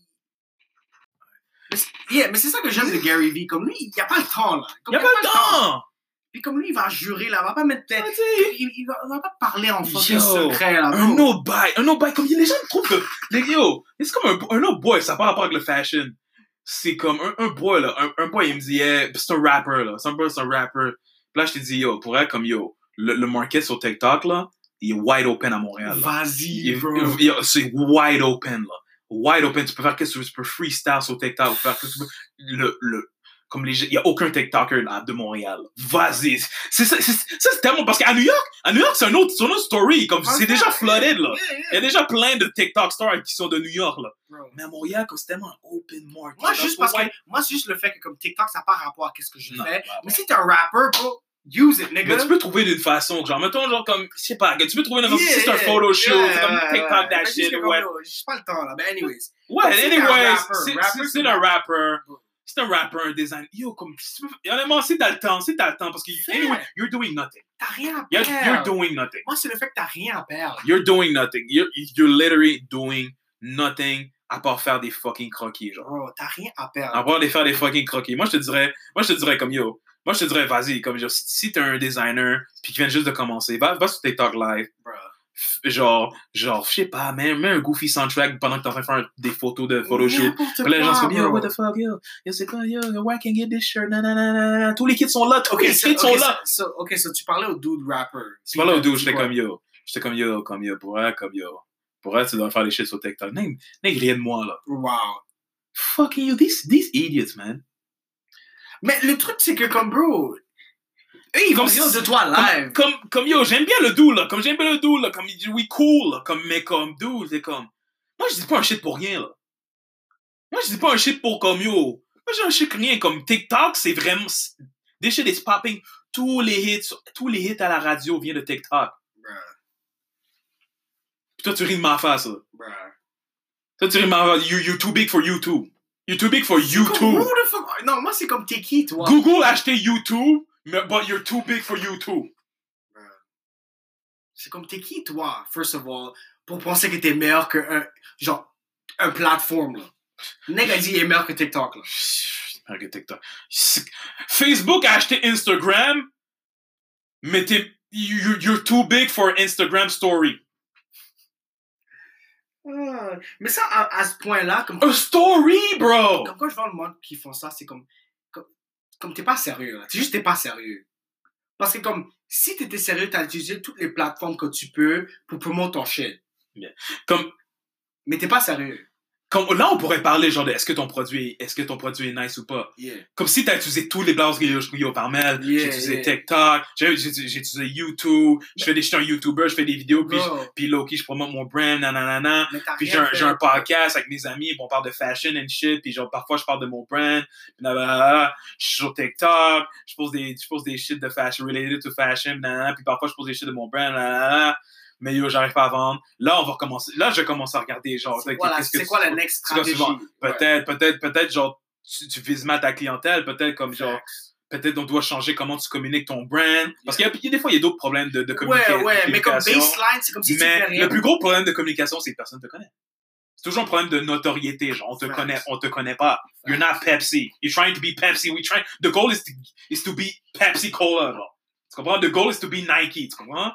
S2: Mais c'est- Yeah, mais c'est ça que j'aime de Gary Vee. Comme lui, il n'y a pas le temps, là.
S1: Il
S2: Comme,
S1: n'y a pas de temps!
S2: Puis comme lui, il va jurer, là. Il va pas mettre tête.
S1: Ah, tu sais,
S2: Il, il va, il va pas parler en fucking
S1: Yo,
S2: secret, là.
S1: Un no buy, un no buy. Comme les gens trouvent que les yo, c'est comme un, un no boy, ça n'a pas rapport avec le fashion. C'est comme un, un boy là, un, un boy il me dit, eh, c'est un rapper là, c'est un boy, c'est un rapper. Puis là je te dis yo, pour être comme yo, le, le market sur TikTok là, il est wide open à Montréal. Là.
S2: Vas-y,
S1: Il-
S2: bro.
S1: il- il- C'est wide open là, wide open. Tu peux faire qu'est-ce que tu veux, tu peux freestyle sur TikTok, tu peux faire qu'est-ce que tu veux. le le comme les, gens- il y a aucun TikToker là, de Montréal. Vas-y, c'est ça, c'est ça, c'est tellement parce qu'à New York, à New York c'est un autre, c'est une autre story. Comme c'est déjà flooded là.
S2: Yeah, yeah,
S1: Il y a déjà plein de TikTok stars qui sont de New York, là.
S2: bro.
S1: Mais à Montréal, comme c'est tellement un open market.
S2: Moi,
S1: là,
S2: juste
S1: faut
S2: parce que,
S1: white-
S2: moi, c'est juste le fait que, comme TikTok, ça n'a pas rapport à qu'est-ce que je
S1: Non, bah, ouais,
S2: fais.
S1: ouais.
S2: Mais si t'es un rapper, bro, use it, nigga.
S1: Mais tu peux trouver d'une façon, genre, mettons, genre, comme, je sais pas, que tu peux trouver une façon, si c'est un
S2: Yeah,
S1: photo shoot,
S2: yeah,
S1: c'est comme
S2: ouais,
S1: TikTok,
S2: ouais.
S1: that
S2: Mais juste
S1: shit,
S2: que comme,
S1: ouais.
S2: yo, J'ai pas le temps, là. Mais anyways.
S1: Ouais,
S2: c'est un
S1: anyways,
S2: rapper.
S1: c'est-
S2: Rapper,
S1: c'est-
S2: c'est
S1: c'est un rapper. C'est un rapper, un design. Yo, comme, si tu peux- honnêtement, si t'as le temps, si t'as le temps, parce que,
S2: Yeah.
S1: anyway, you're doing nothing.
S2: T'as rien à
S1: You're,
S2: perdre.
S1: you're doing nothing.
S2: Moi, c'est le fait que t'as rien à perdre.
S1: You're doing nothing. You're, you're literally doing nothing à part faire des fucking croquis, genre.
S2: Bro, t'as rien à perdre.
S1: avoir les faire des fucking croquis. Moi, je te dirais, moi, je te dirais comme yo. Moi, je te dirais, vas-y, comme genre, si, si t'es un designer puis qui vient juste de commencer, va, va sur TikTok Live.
S2: Bro.
S1: f- Genre, genre, je sais pas, man, mets un goofy soundtrack pendant que t'es en train de faire des photos de photoshoot.
S2: N'importe
S1: Puis là, les gens sont comme,
S2: quoi,
S1: yo,
S2: bro.
S1: what the fuck, yo, yo, c'est quoi, yo, why can't get this shirt, nanana, tous les kids sont là, tous
S2: Ok,
S1: les
S2: so-
S1: kids sont
S2: ok,
S1: là.
S2: so- so- ok, so tu parlais au dude rapper.
S1: Je parlais au dude, j'étais comme yo, j'étais comme yo, comme yo, pour elle, comme yo, pour elle, tu dois faire des shit sur TikTok. Nègre, nègre, rien de moi, là.
S2: Wow.
S1: Fucking you, these, these idiots, man.
S2: Mais le truc, c'est que comme, bro, eux, ils
S1: Comme
S2: vont dire
S1: si-
S2: de toi live.
S1: Comme, comme yo, j'aime bien le dude, là. Comme j'aime bien le dude, là. Comme il dit oui, cool, là. Comme, mais comme dude, c'est comme. Moi, je dis pas un shit pour rien, là. Moi, je dis pas un shit pour comme yo. Moi, j'ai un shit pour rien. Comme TikTok, c'est vraiment. c'est- This shit is popping. Tous les hits, tous les hits à la radio viennent de TikTok.
S2: Bruh.
S1: Puis toi, tu ris de ma face, là.
S2: Bro.
S1: Toi, tu ris de ma face. You, you're too big for YouTube. You're too big for
S2: Comme,
S1: YouTube.
S2: who the fuck- Non, moi, c'est comme, t'es qui, toi?
S1: Google a acheté YouTube, mais but you're too big for YouTube.
S2: C'est comme, t'es qui, toi, first of all, pour penser que t'es meilleur que un, genre, un plateforme, là. Nigga dit, il est meilleur que TikTok, là.
S1: Regarde TikTok. C'est- Facebook a acheté Instagram, mais t'es, you- you- you're too big for Instagram story.
S2: Ah, Mais ça, à, à ce point-là, comme,
S1: A story, bro!
S2: comme quand je vois le monde qui font ça, c'est comme, comme, comme t'es pas sérieux, là. C'est juste, t'es pas sérieux. Parce que comme, si t'étais sérieux, t'as utilisé toutes les plateformes que tu peux pour promouvoir ton shit.
S1: Yeah. Comme-
S2: Mais t'es pas sérieux.
S1: Comme, là, on pourrait parler genre de est-ce que ton produit, est-ce que ton produit est nice ou pas.
S2: Yeah.
S1: Comme si t'as utilisé tous les blagues que yo, je- yo, par mail,
S2: Yeah,
S1: j'ai utilisé
S2: yeah.
S1: TikTok, j'ai, j'ai, j'ai utilisé YouTube, je fais des, je suis un YouTuber, je fais des vidéos, puis,
S2: Bro,
S1: puis Loki, je promote mon brand, nanana.
S2: mais t'as
S1: Puis j'ai
S2: rien
S1: un,
S2: fait.
S1: j'ai un podcast avec mes amis, puis on parle de fashion and shit, puis genre parfois je parle de mon brand, puis blablabla. je suis sur TikTok, je pose des, je pose des shit de fashion, related to fashion, blablabla. puis parfois je pose des shit de mon brand, blablabla. mais yo, j'arrive pas à vendre. Là, on va recommencer, là je commence à regarder, genre,
S2: C'est quoi, la,
S1: qu'est-ce que
S2: c'est
S1: tu-
S2: quoi la next
S1: tu vas
S2: stratégie?
S1: souvent. Peut-être, peut-être, peut-être, genre, tu, tu vises mal ta clientèle, peut-être comme genre, peut-être on doit changer comment tu communiques ton brand, parce qu'il y a, il y a des fois, il y a d'autres problèmes de, de communication.
S2: Ouais, ouais, mais comme
S1: communication.
S2: baseline, c'est comme si tu fais
S1: Mais
S2: rien.
S1: le plus gros problème de communication, c'est que personne te connaît. C'est toujours un problème de notoriété, genre on te
S2: Facts.
S1: connaît, on te connaît pas. You're not Pepsi. You're trying to be Pepsi. We try. The goal is to, is to be Pepsi Cola. genre. Tu comprends? The goal is to be Nike. Tu comprends?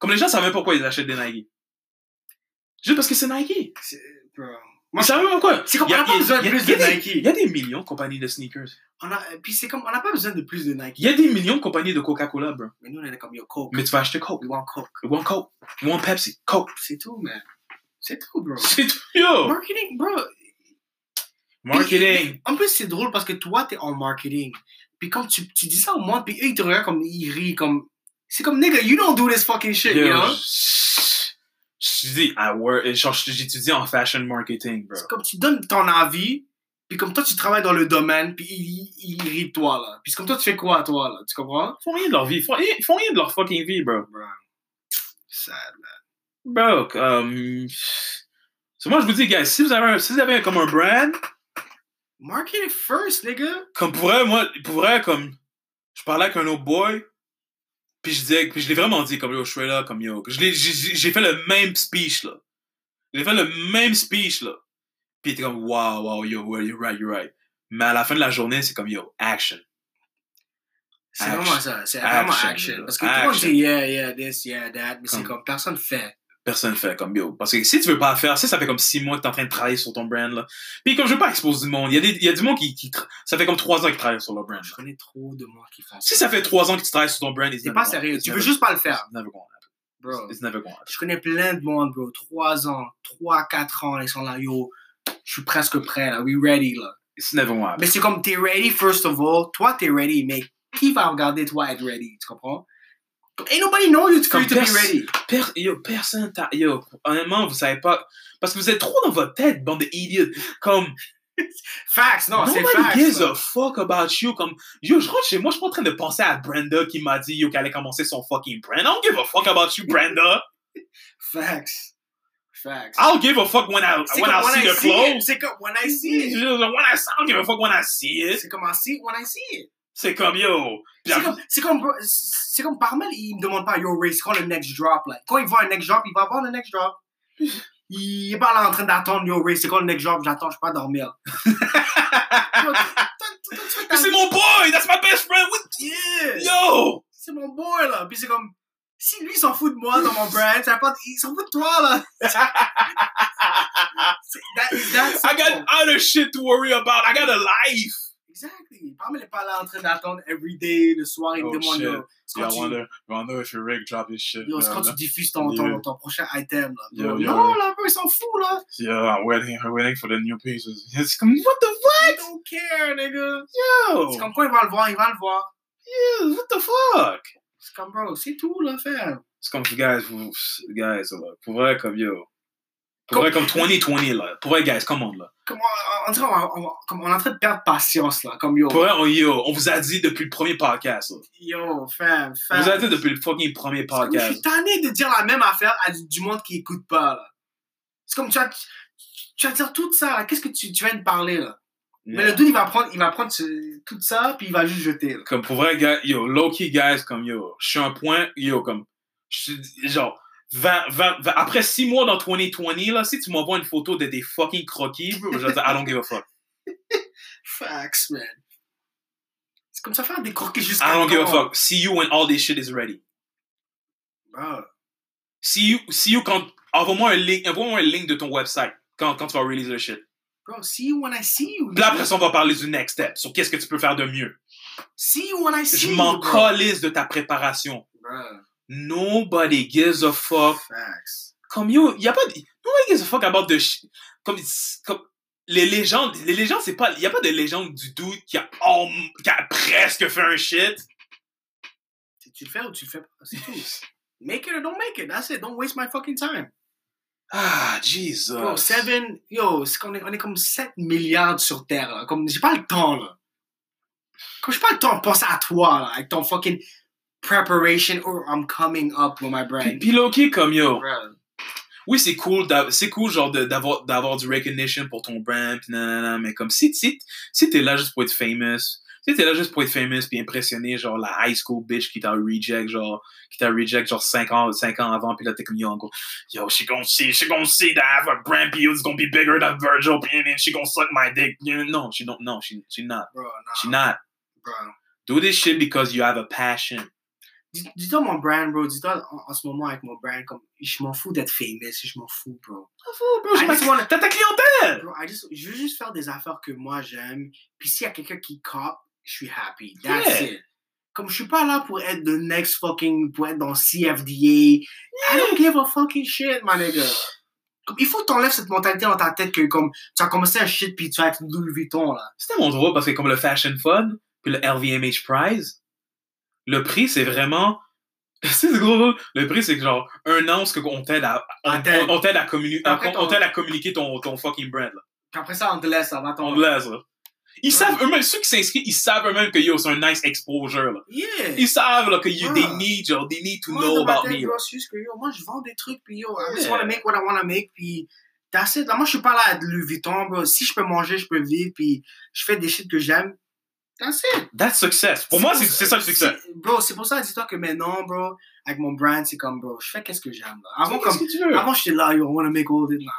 S1: Comme les gens savent même pourquoi ils achètent des Nike. Juste parce que c'est Nike.
S2: C'est- bro.
S1: Moi, savent même pourquoi.
S2: C'est comme,
S1: Il y
S2: on
S1: a-
S2: n'a pas
S1: il-
S2: besoin de
S1: il y a-
S2: plus
S1: il y a
S2: de
S1: des- Il y
S2: Nike.
S1: a des millions de compagnies de sneakers.
S2: On a- Puis c'est comme, on n'a pas besoin de plus de Nike.
S1: Il y a des millions de compagnies de Coca-Cola, bro.
S2: Mais nous, on est comme, yo, Coke.
S1: Mais tu vas acheter Coke.
S2: We want Coke.
S1: We want Coke. We want Pepsi. Coke.
S2: C'est tout, man. C'est tout, bro.
S1: C'est tout. Yo!
S2: Marketing, bro.
S1: Marketing.
S2: En plus, c'est drôle parce que toi, t'es en marketing. Puis comme tu, tu dis ça au monde, puis eux, ils te regardent comme, ils rient, comme... C'est comme, nigga, you don't do this fucking shit,
S1: Yo,
S2: you know?
S1: je- Je dis, I work, genre, je- j'étudie en fashion marketing, bro.
S2: C'est comme, tu donnes ton avis, puis comme toi, tu travailles dans le domaine, puis ils, ils, ils rient de toi, là. Puis c'est comme toi, tu fais quoi, toi, là? Tu comprends?
S1: Ils font rien de leur vie, ils font, rien- ils font rien de leur fucking vie, bro.
S2: Bro. Sad.
S1: Bro, um, So moi, je vous dis, guys, si vous avez, un- si vous avez un- comme un brand,
S2: Market it first, nigga.
S1: comme pour vrai, moi, pour vrai, comme, je parlais avec un autre boy, puis je disais, puis je l'ai vraiment dit, comme, yo, je suis là, comme, yo, je l'ai- j'ai j'ai fait le même speech, là. J'ai fait le même speech, là. Puis il était comme, wow, wow, yo, ouais, you're right, you're right. Mais à la fin de la journée, c'est comme, yo, action.
S2: C'est
S1: Action.
S2: vraiment ça. C'est vraiment
S1: Action,
S2: action.
S1: là.
S2: Parce que tout le monde
S1: Action.
S2: dit yeah, yeah, this, yeah, that. Mais c'est
S1: Comme-
S2: comme personne fait.
S1: Personne fait comme, yo. Parce que si tu veux pas faire, si ça fait comme six mois que t'es en train de travailler sur ton brand, là. Puis comme je veux pas exposer du monde, il y, a des- il y a du monde qui, qui tra- ça fait comme trois ans qu'ils travaillent sur leur brand.
S2: Je connais trop de monde qui font ça.
S1: Si ça fait trois ans que tu travailles sur ton brand,
S2: T'es pas sérieux. Tu veux juste pas le faire,
S1: It's never gonna happen.
S2: bro.
S1: It's never gonna happen.
S2: Je connais plein de monde, bro. 3 ans, 3, 4 ans, ils sont là, yo. Je suis presque prêt, là. We ready, là.
S1: It's never gonna happen.
S2: Mais c'est comme, t'es ready, first of all. Toi, t'es ready, mais qui va regarder toi être ready? Tu comprends? Comme, Ain't nobody know you for
S1: Comme
S2: you to be
S1: perso-
S2: ready.
S1: Per- yo, personne t'a- Yo, honnêtement, vous savez pas... Parce que vous êtes trop dans votre tête, bande d'idiots. Comme,
S2: Facts, non, c'est
S1: nobody
S2: facts.
S1: gives
S2: là.
S1: a fuck about you. Comme, yo, je rentre chez moi, je suis pas en train de penser à Brenda qui m'a dit, yo, qu'elle allait commencer son fucking brand. I don't give a fuck about you, Brenda.
S2: Facts. Facts.
S1: I'll give a fuck when I,
S2: C'est
S1: when
S2: comme
S1: I see the
S2: it.
S1: clothes.
S2: C'est comme when I see it.
S1: When I see, I'll give a fuck when I see it.
S2: C'est comme I see it when I see it.
S1: C'est comme, yo... Puis
S2: C'est comme, c'est comme, bro, c'est comme par mail, il me demande pas yo Ray, c'est quand le next drop là. Quand il voit un next drop, il va voir le next drop. Il est pas là en train d'attendre yo Ray, c'est quand le next drop, j'attends, je peux pas dormir. Yo, t'as- t'as- t'as-
S1: Mais
S2: t'as-
S1: c'est mon boy! That's my best friend! What-
S2: Yeah.
S1: Yo!
S2: C'est mon boy là. Puis c'est comme si lui il s'en fout de moi dans mon brand, ça pas, il s'en fout de toi là. C'est- that- that's
S1: I got other shit to worry about. I got a life.
S2: Exactly. Parmi est pas là en train d'attendre every day, le soir, il me
S1: Oh,
S2: demande
S1: shit.
S2: yo. c'est quand tu-
S1: I wonder if your rig dropped this shit.
S2: Yo, c'est quand tu diffuses ton, ton,
S1: Euh, Yeah.
S2: ton prochain item, là.
S1: Yo, yo,
S2: non,
S1: yo.
S2: là, bro, ils s'en foutent, là.
S1: Yeah, I'm waiting. I'm waiting for the new pieces. It's comme, what the
S2: They don't care, nigga.
S1: fuck?
S2: C'est comme quoi, il va le voir, il va le voir.
S1: Yeah, what the fuck?
S2: C'est comme, bro, c'est tout, là, faire.
S1: C'est comme, guys, vous, guys, là, pour vrai, comme, yo. Pour vrai, comme 2020, là. Pour vrai, guys, come on, là.
S2: Comme, on, on dirait, on, on- comme on est en train de perdre patience, là. Comme, yo,
S1: Pour vrai, on, yo, on vous a dit depuis le premier podcast, là.
S2: yo, fam,
S1: On
S2: fam.
S1: vous a dit depuis le fucking premier
S2: C'est comme, Je suis
S1: podcast.
S2: tanné de dire la même affaire à du, du monde qui écoute pas, là. C'est comme, tu vas, tu vas dire tout ça, là. Qu'est-ce que tu, tu viens de parler, là? Mais le dude, il va prendre, il va prendre ce- tout ça, puis il va juste jeter, là.
S1: comme pour vrai, gars, yo, low-key, guys, comme yo, je suis un point, yo, comme, je suis- genre, 20, 20, 20 après 6 mois dans 2020, là, si tu m'envoies une photo de tes fucking croquis, bro, je vais dire, I don't give a fuck.
S2: Facts, man. C'est comme ça, faire des croquets jusqu'à
S1: I don't give a
S2: quand?
S1: fuck. See you when all this shit is ready.
S2: Bro.
S1: See you, see you quand, envoie-moi un link, envoie-moi un link de ton website quand, quand tu vas release le shit.
S2: Bro, see you when I see you.
S1: Puis là, après ça, on va parler du next step, sur qu'est-ce que tu peux faire de mieux.
S2: See you when I see
S1: Je
S2: you.
S1: m'en
S2: bro.
S1: calisse de ta préparation.
S2: Bro,
S1: Nobody gives a fuck
S2: Facts.
S1: comme yo, y a pas de, nobody gives a fuck about the sh- comme, comme, les légendes, les légendes, c'est pas, y a pas de légende du doute qui a, en- qui a presque fait un shit.
S2: Si tu le fais ou tu le fais pas, c'est tout. Make it or don't make it. That's it. Don't waste my fucking time.
S1: Ah, Jesus.
S2: Bro, 7, yo, c'est qu'on est, on est comme 7 milliards sur Terre, là. Comme, j'ai pas le temps, là. Comme, j'ai pas le temps de penser à toi, là, avec ton fucking preparation or I'm coming up with my
S1: Puis-
S2: brand.
S1: Puis Loki, comme yo,
S2: Bro,
S1: oui, c'est cool, d'av- c'est cool, genre, de- d'avoir, d'avoir du recognition pour ton brand, pis nanana, mais comme si, si, si t'es là juste pour être famous, si t'es là juste pour être famous puis impressionner, genre, la high school bitch qui t'a reject, genre, qui t'a reject, genre, 5 ans, cinq ans avant, puis là, t'es comme, yo, en gros, yo, she gonna see, she gonna see that I have a brand, puis yo, it's gonna be bigger than Virgil, puis and she gonna suck my dick. You know, No, she don't, no, she, she not,
S2: bro,
S1: she
S2: nah,
S1: not.
S2: bro.
S1: Do this shit because you have a passion.
S2: Dis- Dis-toi mon brand, bro. Dis-toi en, en ce moment avec mon brand, comme, je m'en fous d'être famous, je m'en fous, bro. j'ai ma-
S1: T'as ta clientèle!
S2: Bro, I just- je veux juste faire des affaires que moi j'aime. Puis s'il y a quelqu'un qui cop, je suis happy. That's
S1: Yeah.
S2: it. Comme je suis pas là pour être the next fucking, pour être dans CFDA. I don't give a fucking shit, my nigga. Comme, il faut que t'enlèves cette mentalité dans ta tête que comme tu as commencé un shit puis tu vas être Louis Vuitton là.
S1: C'est tellement drôle parce que comme le Fashion Fun, puis le LVMH Prize, le prix, c'est vraiment... c'est gros, drôle. Le prix, c'est que genre, un an, ce qu'on t'aide à...
S2: On t'aide.
S1: On, on t'aide à, communi-
S2: Après,
S1: on- on
S2: ton-
S1: t'aide à communiquer ton, ton fucking brand, là.
S2: Puis après ça, on te laisse, ça va
S1: Ton
S2: tomber.
S1: blaze, là. Ils
S2: Ouais.
S1: savent eux-mêmes, ceux qui s'inscrivent, ils savent eux-mêmes que yo, c'est un nice exposure, là.
S2: Yeah.
S1: Ils savent, là, que you, they
S2: Ouais.
S1: need, genre, they need to
S2: Moi,
S1: know
S2: dans ma
S1: about
S2: tête,
S1: me.
S2: bro, c'est juste que, yo, moi, je vends des trucs, puis yo, I just
S1: Yeah.
S2: wanna make what I wanna make, puis That's it. Là, moi, je suis pas là à Louis Vuitton, bro. Si je peux manger, je peux vivre, puis je fais des shit que j'aime. That's it.
S1: That's success. Pour moi, c'est c'est ça le succès.
S2: C'est- Bro, c'est pour ça, dis-toi que maintenant, bro, avec mon brand, c'est comme, bro, je fais qu'est-ce que j'aime. là. Avant, comme,
S1: Qu'est-ce que tu veux?
S2: avant, j'étais là, yo, I wanna make all this. Non, non, non.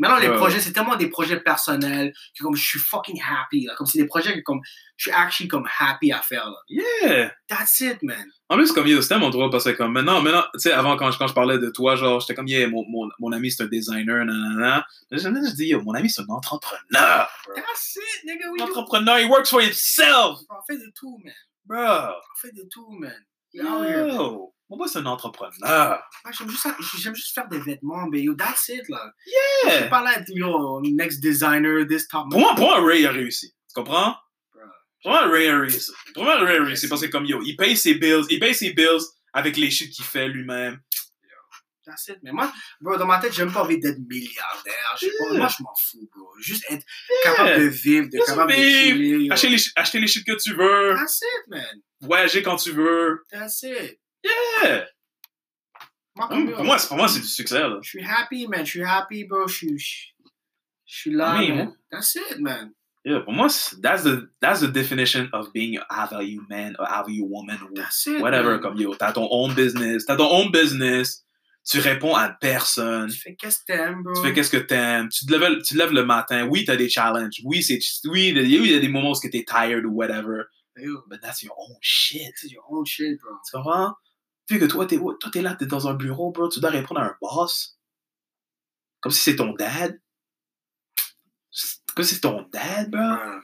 S2: Maintenant, les
S1: Ouais.
S2: projets, c'est tellement des projets personnels que, comme, je suis fucking happy, là. Comme, c'est des projets que, comme, je suis actually, comme, happy à faire, là.
S1: Yeah!
S2: That's it, man.
S1: En plus, comme yo, c'était mon drôle parce que comme maintenant, maintenant, tu sais, avant quand, je- quand je parlais de toi, genre, j'étais comme yeah, mon, mon, mon ami c'est un designer, nanana. Là, je- là, je dis yo, mon ami c'est un entrepreneur. bro.
S2: That's it, nigga. We
S1: Un
S2: do.
S1: entrepreneur, he works for himself,
S2: On fait de tout, man.
S1: bro.
S2: On fait de tout, man. We out here, man.
S1: Yo, mon boy c'est un entrepreneur.
S2: Moi, J'aime juste, j'aime juste faire des vêtements, mais yo, that's it, là. Je suis
S1: Yeah.
S2: pas là, à être, yo, next designer, this top.
S1: Pour moi, pour moi, Ray a réussi. Tu comprends?
S2: Bro.
S1: Pour moi, Ray a réussi. Pour moi, Ray a réussi parce que comme yo, il paye ses bills, il paye ses bills avec les shit qu'il fait lui-même.
S2: That's it. Mais moi, bro, dans ma tête, j'ai même pas envie d'être milliardaire. Je sais pas,
S1: Yeah.
S2: moi, je m'en fous, bro. Juste être
S1: Yeah.
S2: capable de vivre, de
S1: Juste
S2: capable
S1: vivre.
S2: de chiller. yo. Ah.
S1: Acheter les, acheter les shit que tu veux,
S2: That's it, man.
S1: voyager quand tu veux.
S2: That's it.
S1: Yeah.
S2: Moi,
S1: Hum,
S2: comme,
S1: pour
S2: yo,
S1: moi, c'est pour moi, c'est du succès. Là.
S2: je suis happy, man. Je suis happy, bro. Je suis, je je suis là,
S1: Oui,
S2: man. That's it, man.
S1: Yeah, pour moi, c'est- that's the that's the definition of being either you man or either you woman or
S2: That's it.
S1: whatever.
S2: man.
S1: Comme yo, t'as ton own business, t'as ton own business. Tu réponds à personne.
S2: Tu fais qu'est-ce que t'aimes, bro.
S1: Tu fais qu'est-ce que t'aimes. Tu te lèves, tu te lèves le matin. Oui, t'as des challenges. Oui, c'est oui, il y a- il y a des moments où ce que t'es tired ou whatever.
S2: Yo,
S1: But that's your own shit.
S2: That's your own shit, bro.
S1: Tu comprends? Vu que toi, t'es toi, t'es là, t'es dans un bureau, bro. Tu dois répondre à un boss. Comme si c'est ton dad. Comme si c'est ton dad, bro.
S2: Ouais.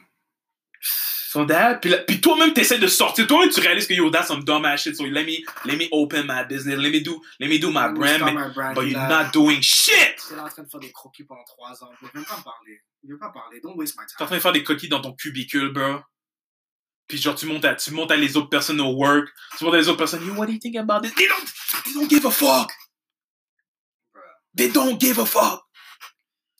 S1: Son dad, puis, là- puis toi-même t'essaies de sortir, toi-même tu réalises que yo that's some dumb ass shit, so let me let me open my business, let me do let me do my
S2: Start
S1: brand, mais-
S2: my brand,
S1: but
S2: puis
S1: you're
S2: là-
S1: not doing shit.
S2: T'es là en train de faire des croquis pendant trois ans. Je veux même pas parler. Je veux pas parler. Don't waste my
S1: T'es en
S2: time.
S1: train de faire des coquilles dans ton cubicule, bro. Puis genre tu montes à tu montes à les autres personnes au work, tu montes à les autres personnes, yo what do you think about this? They don't they don't give a fuck. They don't give a fuck.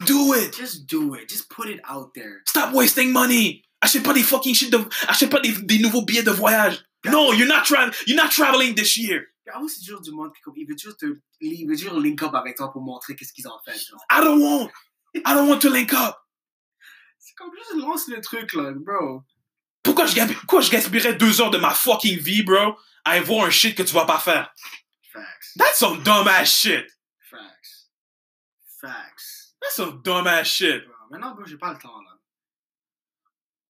S1: Do it.
S2: Just do it. Just put it out there.
S1: Stop wasting money. Achète pas des fucking shit de achète pas des, des nouveaux billets de voyage. No, you're not tra- you're not traveling this year.
S2: J'avoue, c'est toujours du monde qui comme, il veut toujours te, il veut toujours link up avec toi pour montrer qu'est-ce qu'ils ont fait. genre.
S1: I don't want. I don't want to link up.
S2: C'est comme juste lance le truc là, bro.
S1: Pourquoi je, gaspille- pourquoi je gaspillerais deux heures de ma fucking vie, bro, à aller voir un shit que tu vas pas faire?
S2: Facts.
S1: That's some dumb ass shit.
S2: Facts. Facts.
S1: That's some dumb ass shit.
S2: Bro, Maintenant, bro, j'ai pas le temps là.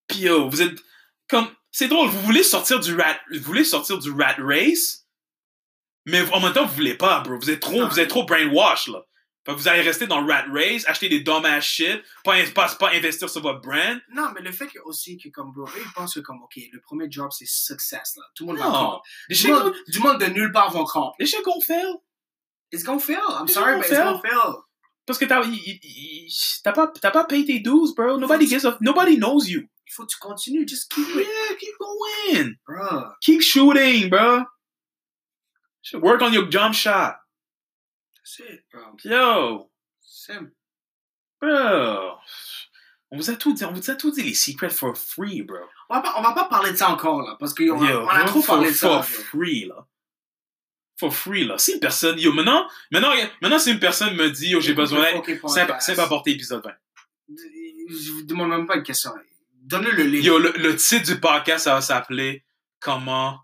S1: Puis yo, vous êtes comme, c'est drôle, vous voulez sortir du rat, vous voulez sortir du rat race, mais en même temps vous voulez pas, bro. Vous êtes trop, vous êtes trop brainwashed là. Fait que vous allez rester dans le rat race, acheter des dumb ass shit, pas, in- pas, pas investir sur votre brand.
S2: Non, mais le fait que aussi que comme bro, eux, ils pensent que comme ok, le premier job c'est success là. Tout le monde va
S1: Non.
S2: croire.
S1: Les
S2: Du
S1: shit qu'on-
S2: monde, du monde de nulle part vont croire.
S1: les shit qu'on fait,
S2: It's gonna fail. I'm
S1: It's
S2: sorry,
S1: gonna
S2: but it's gonna fail.
S1: Parce que t'as il- il- il- t'as pas, t'as pas payé tes dues, bro. Nobody gives a, nobody knows you.
S2: Il faut que tu continues. Just keep it,
S1: Yeah, keep going.
S2: bro.
S1: Keep shooting, bro. Should Work on your jump shot.
S2: That's it, bro.
S1: Yo,
S2: Simple.
S1: bro. On vous a tout dit, on vous a tout dit les secrets for free, bro.
S2: On va, pas, on va pas parler de ça encore, là, parce qu'on a, on a
S1: bro,
S2: trop
S1: for,
S2: parlé de ça.
S1: for
S2: là.
S1: free, là. For free, là. Si une personne, yo, maintenant, maintenant, maintenant si une personne me dit, yo, j'ai
S2: Écoute
S1: besoin
S2: le
S1: d'aide,
S2: Poké
S1: c'est
S2: Podcast.
S1: c'est pas porté épisode 20.
S2: Je vous demande même pas une question. Donne-le le lien.
S1: Yo, le, le titre du podcast, ça va s'appeler Comment.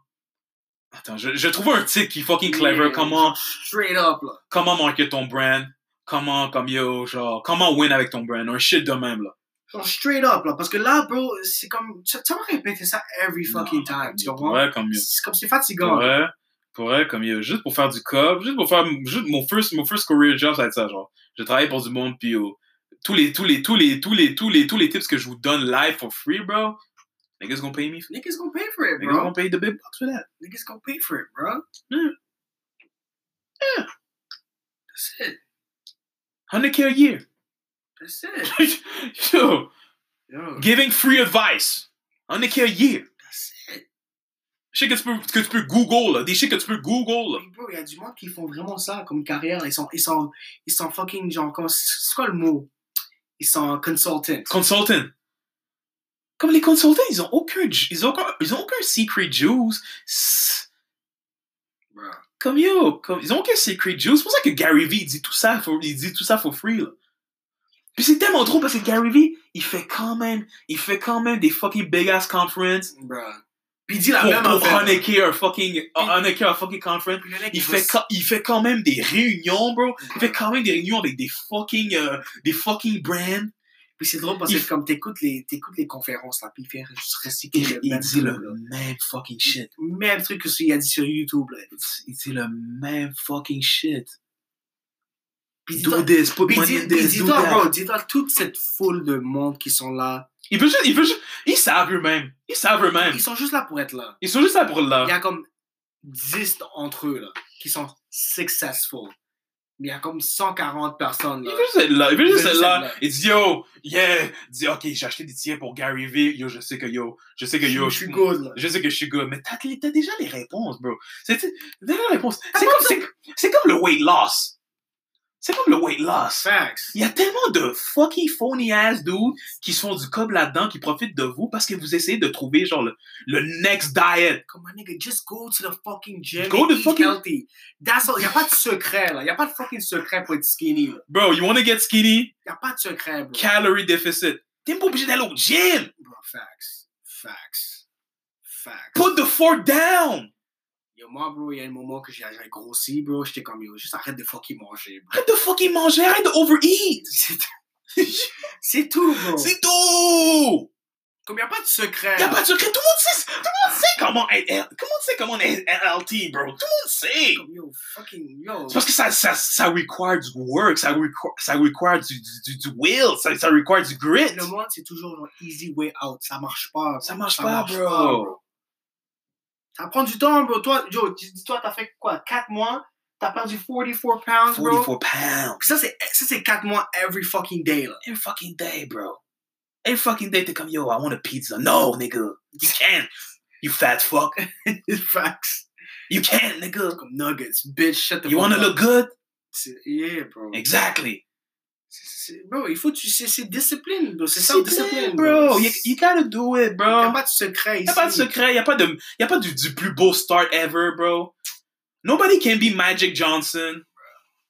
S1: Attends, je, je trouve un titre qui est fucking clever.
S2: Yeah,
S1: Comment,
S2: Straight up, là.
S1: comment marquer ton brand? Comment, comme yo, genre, comment win avec ton brand? Un shit de même, là.
S2: Genre, straight up, là. Parce que là, bro, c'est comme. Tu tu vas répéter ça every fucking
S1: Non,
S2: time, tu
S1: yo,
S2: comprends?
S1: Ouais, comme yo.
S2: C'est comme c'est fatigant.
S1: Pour elle, pour elle, comme yo, juste pour faire du cob, juste pour faire, juste mon first, mon first career job, ça va être ça, genre. Je travaille pour du monde, puis yo, tous les, tous les, tous les, tous les, tous les, tous les tips que je vous donne live for free, bro, niggas gonna pay me,
S2: Niggas gonna pay for it,
S1: niggas gonna
S2: bro.
S1: pay the big bucks for that.
S2: Niggas gonna pay for it, bro.
S1: Mm.
S2: Yeah. That's it.
S1: 100k a year.
S2: That's it.
S1: yo.
S2: Yo,
S1: Giving free advice. On est a year.
S2: that's it.
S1: Shit que tu peux, que tu peux Google, là. Des shit que tu peux Google, là.
S2: Mais bro, il y a du monde qui font vraiment ça comme carrière. Ils sont, ils sont, ils sont fucking genre, comment- c'est quoi le mot Ils sont consultants.
S1: Consultant. Comme les consultants, ils ont aucun, ju- ils ont aucun, ils ont aucun secret juice. S-
S2: Bro.
S1: Comme yo, comme, ils ont aucun secret juice. C'est pour ça que Gary Vee, il dit tout ça, for, il dit tout ça for free, là. Puis c'est tellement trop parce que Gary Vee, il fait quand même, il fait quand même des fucking big ass conferences
S2: Bruh. Puis il dit la
S1: pour,
S2: même
S1: pour
S2: affaire.
S1: Haneke or fucking, Haneke or fucking conference.
S2: Puis le mec,
S1: Il
S2: va
S1: fait,
S2: s-
S1: quand- il fait quand même des réunions, bro. Il fait quand même des réunions avec des fucking, euh, des fucking brands.
S2: Puis c'est drôle parce
S1: il
S2: que
S1: f-
S2: comme t'écoutes les, t'écoutes les conférences, là, puis il fait juste recycler
S1: Il,
S2: le
S1: il
S2: même
S1: dit
S2: truc,
S1: le
S2: là.
S1: même fucking shit.
S2: Même truc que ce qu'il a dit sur YouTube, là.
S1: Il dit le même fucking shit.
S2: Puis
S1: do
S2: dis-toi-
S1: this, put
S2: puis
S1: money
S2: dis-
S1: in
S2: puis
S1: this, do
S2: dis-toi,
S1: that.
S2: bro, dis-toi, toute cette foule de monde qui sont là,
S1: Il veut juste, il veut juste, ils savent eux-mêmes. Ils savent eux-mêmes.
S2: ils sont juste là pour être là.
S1: Ils sont juste là pour
S2: Il y
S1: là.
S2: a comme 10 entre eux, là, qui sont successful. Mais il y a comme 140 personnes,
S1: Il
S2: là.
S1: veut juste être là. Il veut juste être là.
S2: là.
S1: Il dit yo, yeah. Il dit ok, j'ai acheté des tickets pour Gary Vee. Yo, je sais que yo, je sais que yo,
S2: je suis good, là.
S1: Je sais que je suis good, mais t'as t'as déjà les réponses, bro. C'est t'as déjà les réponses. C'est comme, c'est- c'est comme le weight loss. C'est comme le weight loss.
S2: Facts.
S1: Il y a tellement de fucking phony ass dudes qui se font du cob là-dedans, qui profitent de vous parce que vous essayez de trouver genre le, le next diet.
S2: Come on, nigga, just go to the fucking gym.
S1: Go
S2: and
S1: to
S2: eat
S1: fucking-
S2: healthy. That's all. Il n'y a pas de secret, là. Il n'y a pas de fucking secret pour être skinny, là.
S1: Bro, you wanna get skinny?
S2: Il n'y a pas de secret, bro.
S1: Calorie deficit. T'es pas obligé d'aller au gym.
S2: Bro, facts. Facts. Facts.
S1: Put the fork down.
S2: Yo, moi, bro, il y a un moment que j'ai j'ai grossi, bro. J'étais comme, yo, juste arrête de fucking manger, bro.
S1: Arrête de fucking manger, arrête de overeat.
S2: C'est tout. C'est tout, bro.
S1: C'est tout.
S2: Comme il n'y a pas de secret.
S1: Y'a
S2: là.
S1: pas de secret. Tout le monde sait, tout le monde sait comment être, tout le monde sait comment être LT, bro. Tout le monde sait.
S2: Comme, yo, fucking, yo.
S1: C'est parce que ça, ça, ça require du work, ça require, ça require du, du, du, du will, ça, ça require du grit.
S2: Le monde, c'est toujours genre easy way out. Ça marche pas. bro.
S1: Ça marche pas, bro.
S2: Ça prend du temps, bro. Toi, yo, dis- dis-toi, t'as fait quoi 4 mois T'as perdu 44 pounds, bro.
S1: 44 pounds.
S2: Puis ça, c'est ça, c'est 4 mois every fucking day, là.
S1: Every fucking day, bro. Every fucking day, t'es comme, yo, I want a pizza. No, nigga. You can't. You fat fuck.
S2: Facts.
S1: You can't, nigga.
S2: Comme nuggets, bitch, shut the
S1: You
S2: fuck
S1: wanna
S2: up.
S1: look good?
S2: C'est- Yeah, bro.
S1: Exactly.
S2: C'est- c'est- Bro, il faut, tu c'est c'est discipline, bro. C'est
S1: Yeah,
S2: self-discipline,
S1: bro. You, you gotta do it,
S2: Il n'y a
S1: bro.
S2: pas de secret ici.
S1: Y'a pas de secret, y'a pas, de, y a pas du, du plus beau start ever, bro. Nobody can be Magic Johnson.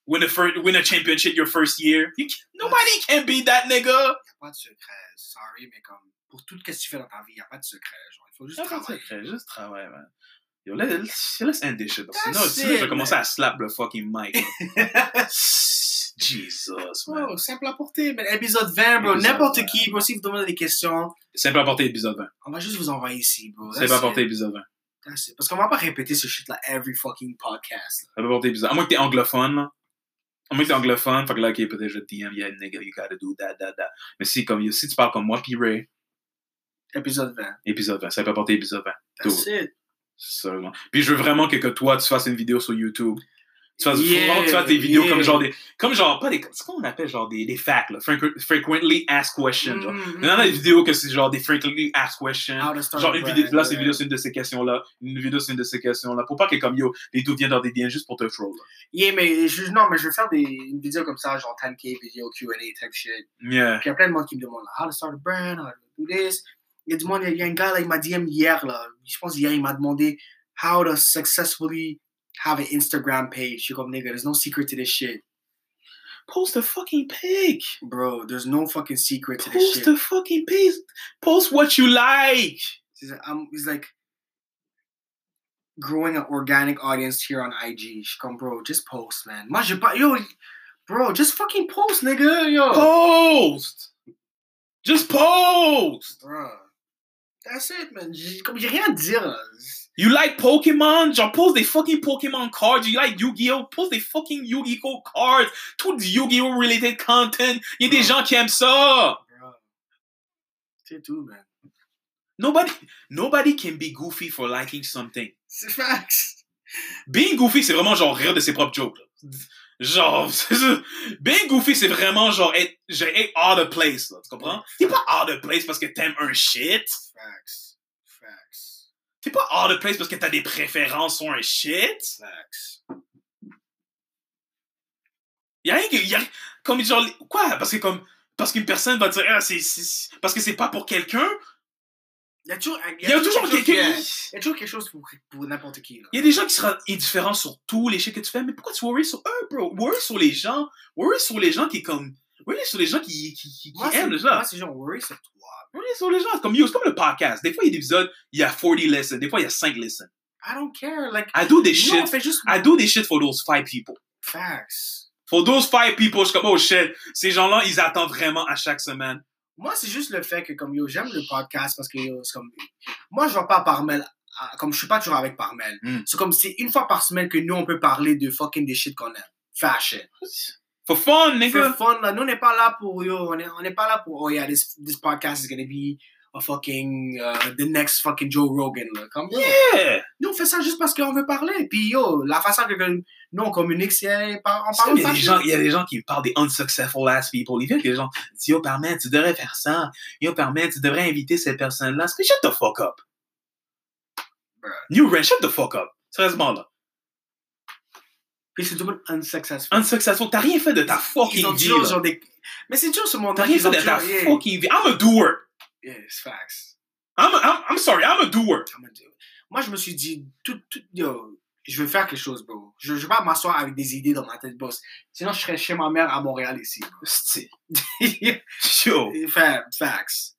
S1: Win a, fir- win a championship your first year. You can't- nobody can be that nigga.
S2: Il n'y a pas de secret. Sorry, mais comme, pour tout ce que tu fais dans ta vie, il n'y a pas de secret. Genre, il faut juste
S1: Y'a pas de
S2: travailler.
S1: secret, Ah, juste travail, man. Yo, let, let's, let's end this shit. parce que Sinon,
S2: That's
S1: sinon, je vais
S2: it,
S1: commencer à slap le fucking mic. là. Jesus, man.
S2: Bro, simple à porter, mais épisode 20, bro.
S1: Épisode
S2: N'importe
S1: 20.
S2: qui, bro, si vous demandez des questions,
S1: C'est pas apporté épisode 20.
S2: on va juste vous envoyer ici, bro.
S1: C'est
S2: That's
S1: pas
S2: it.
S1: apporté épisode 20.
S2: That's it. Parce qu'on va pas répéter ce shit-là every fucking podcast.
S1: C'est pas apporté épisode À moins que t'es anglophone, là. À moins que t'es anglophone, fait que là, ok, peut-être je te DM, yeah, nigga, you gotta do that, that, that. Mais si, comme, si tu parles comme moi, pis Ray,
S2: là. Épisode 20.
S1: épisode 20. Ça peut porter épisode 20.
S2: That's it.
S1: Seulement. Puis je veux vraiment que, que toi, tu fasses une vidéo sur YouTube. Tu fasses
S2: Yeah,
S1: vraiment que tu fasses des vidéos
S2: yeah.
S1: comme genre des. Comme genre, pas des. C'est qu'on appelle genre des, des facts, là. Frequ- frequently asked questions. genre. Il y en a des vidéos que c'est genre des frequently asked questions.
S2: How to start
S1: Genre,
S2: a
S1: une
S2: brand,
S1: vidéo, là,
S2: ouais.
S1: c'est une vidéo, c'est une de ces questions-là. Une vidéo, c'est une de ces questions-là. Pour pas que, comme yo, les deux viennent dans des liens juste pour te troll. là.
S2: Yeah, mais je, non, mais je vais faire des, une vidéo comme ça, genre 10K vidéo, Q&A type shit.
S1: Yeah.
S2: Puis il y a plein de monde qui me demandent, là, how to start a brand, how to do this. Il y a du monde, il y a un gars, là, il m'a DM hier, là. Je pense hier, il m'a demandé, how to successfully have an Instagram page. Je suis comme, nigga, there's no secret to this shit.
S1: Post a fucking pic.
S2: Bro, there's no fucking secret to this
S1: Post
S2: shit.
S1: a fucking pic. Post what you like.
S2: He's like, I'm, he's like growing an organic audience here on IG. She come, bro, just post, man. Moi, j'ai pas, yo, bro, just fucking post, nigga, yo.
S1: Post. Just post.
S2: Bro, that's it, man. J'ai- Comme j'ai rien à dire. là.
S1: You like Pokemon? Genre, pose des fucking Pokemon cards. You like Yu-Gi-Oh? Pose des fucking Yu-Gi-Oh cards. Tout du Yu-Gi-Oh related content. Il y a des
S2: Ouais.
S1: gens qui aiment ça.
S2: Bro, c'est tout, man.
S1: Nobody, nobody can be goofy for liking something.
S2: C'est facts.
S1: Being goofy, c'est vraiment genre rire de ses propres jokes. là. Genre, c'est ça. being goofy, c'est vraiment genre être, genre être out of place. là, tu comprends? T'es pas out of place parce que t'aimes un shit.
S2: Facts. Facts.
S1: T'es pas out of place parce que t'as des préférences sur un shit.
S2: Facts.
S1: Y a rien que. Y a, comme genre. Quoi? Parce que comme. Parce qu'une personne va dire. Ah, c'est. c'est- Parce que c'est pas pour quelqu'un.
S2: Il y a toujours, il
S1: Il y a toujours quelqu'un.
S2: Il y a toujours quelque chose pour, pour n'importe qui. Là.
S1: Il y a des gens qui seront indifférents sur tous les shit que tu fais. Mais pourquoi tu worry sur eux, bro? Worry sur les gens. Worry sur les gens qui, comme. Really sur les gens qui, qui, qui, qui
S2: Moi, c'est-
S1: aiment le genre.
S2: Moi, c'est genre worry sur toi.
S1: Really sur les gens. Comme, yo, c'est comme le podcast. Des fois, il y a des épisodes, il y a 40 lessons. Des fois, il y a 5 lessons.
S2: I don't care. Like,
S1: I do this
S2: nous, on
S1: shit.
S2: fait juste
S1: I do this shit for those five people.
S2: facts.
S1: For those five people, je suis comme, oh shit, ces gens-là, ils attendent vraiment à chaque semaine.
S2: Moi, c'est juste le fait que, comme yo, j'aime le podcast parce que yo, c'est comme. Moi, je vois pas par mail. à- Comme je suis pas toujours avec par mail.
S1: Mm.
S2: C'est comme c'est une fois par semaine que nous, on peut parler de fucking des shit qu'on aime. Fashion.
S1: For fun,
S2: C'est
S1: nigga.
S2: fun, là. Nous, on n'est pas là pour, yo, on n'est on n'est pas là pour, oh yeah, this, this podcast is gonna be a fucking, uh, the next fucking Joe Rogan, là. Comme, yo.
S1: Yeah.
S2: Nous, on fait ça juste parce qu'on veut parler. Puis, yo, la façon que, que nous, on communique, c'est eh, par, en
S1: C'est comme, Il
S2: parlant
S1: y, a des
S2: fashion.
S1: gens, il y a des gens qui parlent des unsuccessful ass people. Ils viennent que les gens disent Yo, permet, tu devrais faire ça. Yo, permet, tu devrais inviter cette personne-là. C'est que shut the fuck up.
S2: Bruh.
S1: New Ren, shut the fuck up. Sérieusement, là.
S2: Puis, c'est tout le monde unsuccessful.
S1: Unsuccessful, t'as rien fait de ta
S2: Ils ont
S1: fucking vie.
S2: toujours,
S1: là.
S2: genre, des... Mais c'est toujours ce
S1: T'as
S2: montant
S1: rien
S2: qu'ils
S1: fait
S2: ont
S1: de ta
S2: toujours. Yeah,
S1: fucking vie. I'm a doer.
S2: yeah, it's facts.
S1: I'm, a- I'm, I'm sorry, I'm a doer.
S2: I'm gonna do it. Moi, je me suis dit, tout, tout, yo, je veux faire quelque chose, bro. Je, je vais pas m'asseoir avec des idées dans ma tête, boss. Sinon, je serais chez ma mère à Montréal, ici.
S1: Sti.
S2: bro.
S1: Yo,
S2: Fa- facts.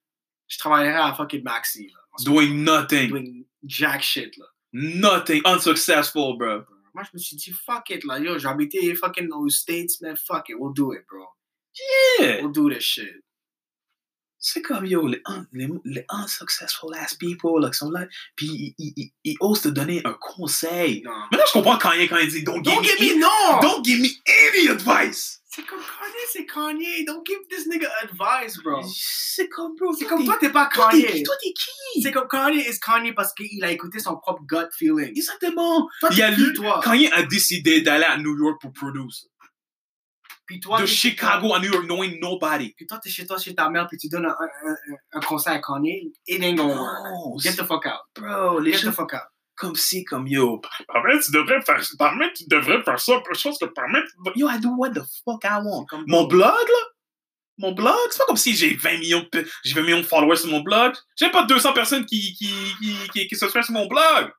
S2: Je travaillerais à fucking Maxi, là. En ce moment,
S1: doing nothing.
S2: doing jack shit, là.
S1: Nothing. Unsuccessful, bro.
S2: Moi, je me suis dit, fuck it, là. Yo, j'habitais fucking aux States, man. Fuck it, we'll do it, bro.
S1: Yeah.
S2: We'll do this shit.
S1: C'est comme, yo, les, un- les, les unsuccessful ass people, là, qui sont là, puis ils, ils, ils, ils osent te donner un conseil.
S2: Non.
S1: Maintenant, je comprends Kanye quand il dit Don't,
S2: Don't
S1: give,
S2: give
S1: me,
S2: me no!
S1: don't give me any advice.
S2: C'est comme Kanye, c'est Kanye. Don't give this nigga advice, bro.
S1: C'est comme, bro,
S2: C'est
S1: toi,
S2: comme
S1: t'es-
S2: toi, t'es pas
S1: toi, t'es qui?
S2: Kanye.
S1: Toi, t'es qui?
S2: C'est comme Kanye is Kanye parce qu'il a écouté son propre gut feeling.
S1: Exactement.
S2: Toi,
S1: Il y a
S2: t'es
S1: lui,
S2: qui, toi?
S1: Kanye a décidé d'aller à New York pour produire.
S2: Puis toi,
S1: De
S2: t'es-
S1: Chicago à New York, knowing nobody.
S2: Puis toi, t'es chez toi, chez ta mère, puis tu donnes un, un, un- un conseil à Kanye. It ain't gonna work.
S1: Non,
S2: Get the fuck out.
S1: bro, les
S2: Get the
S1: gens
S2: fuck out.
S1: comme si, comme yo. Parfait, tu devrais faire, parfait, tu devrais faire ça, plus chose que parfait. Yo, I do what the fuck I want.
S2: Comme
S1: Mon
S2: toi.
S1: blog, là? Mon blog? C'est pas comme si j'ai 20 millions de, pe- j'ai 20 millions de followers sur mon blog. J'ai pas 200 personnes qui, qui, qui, qui, qui subscribent sur mon blog.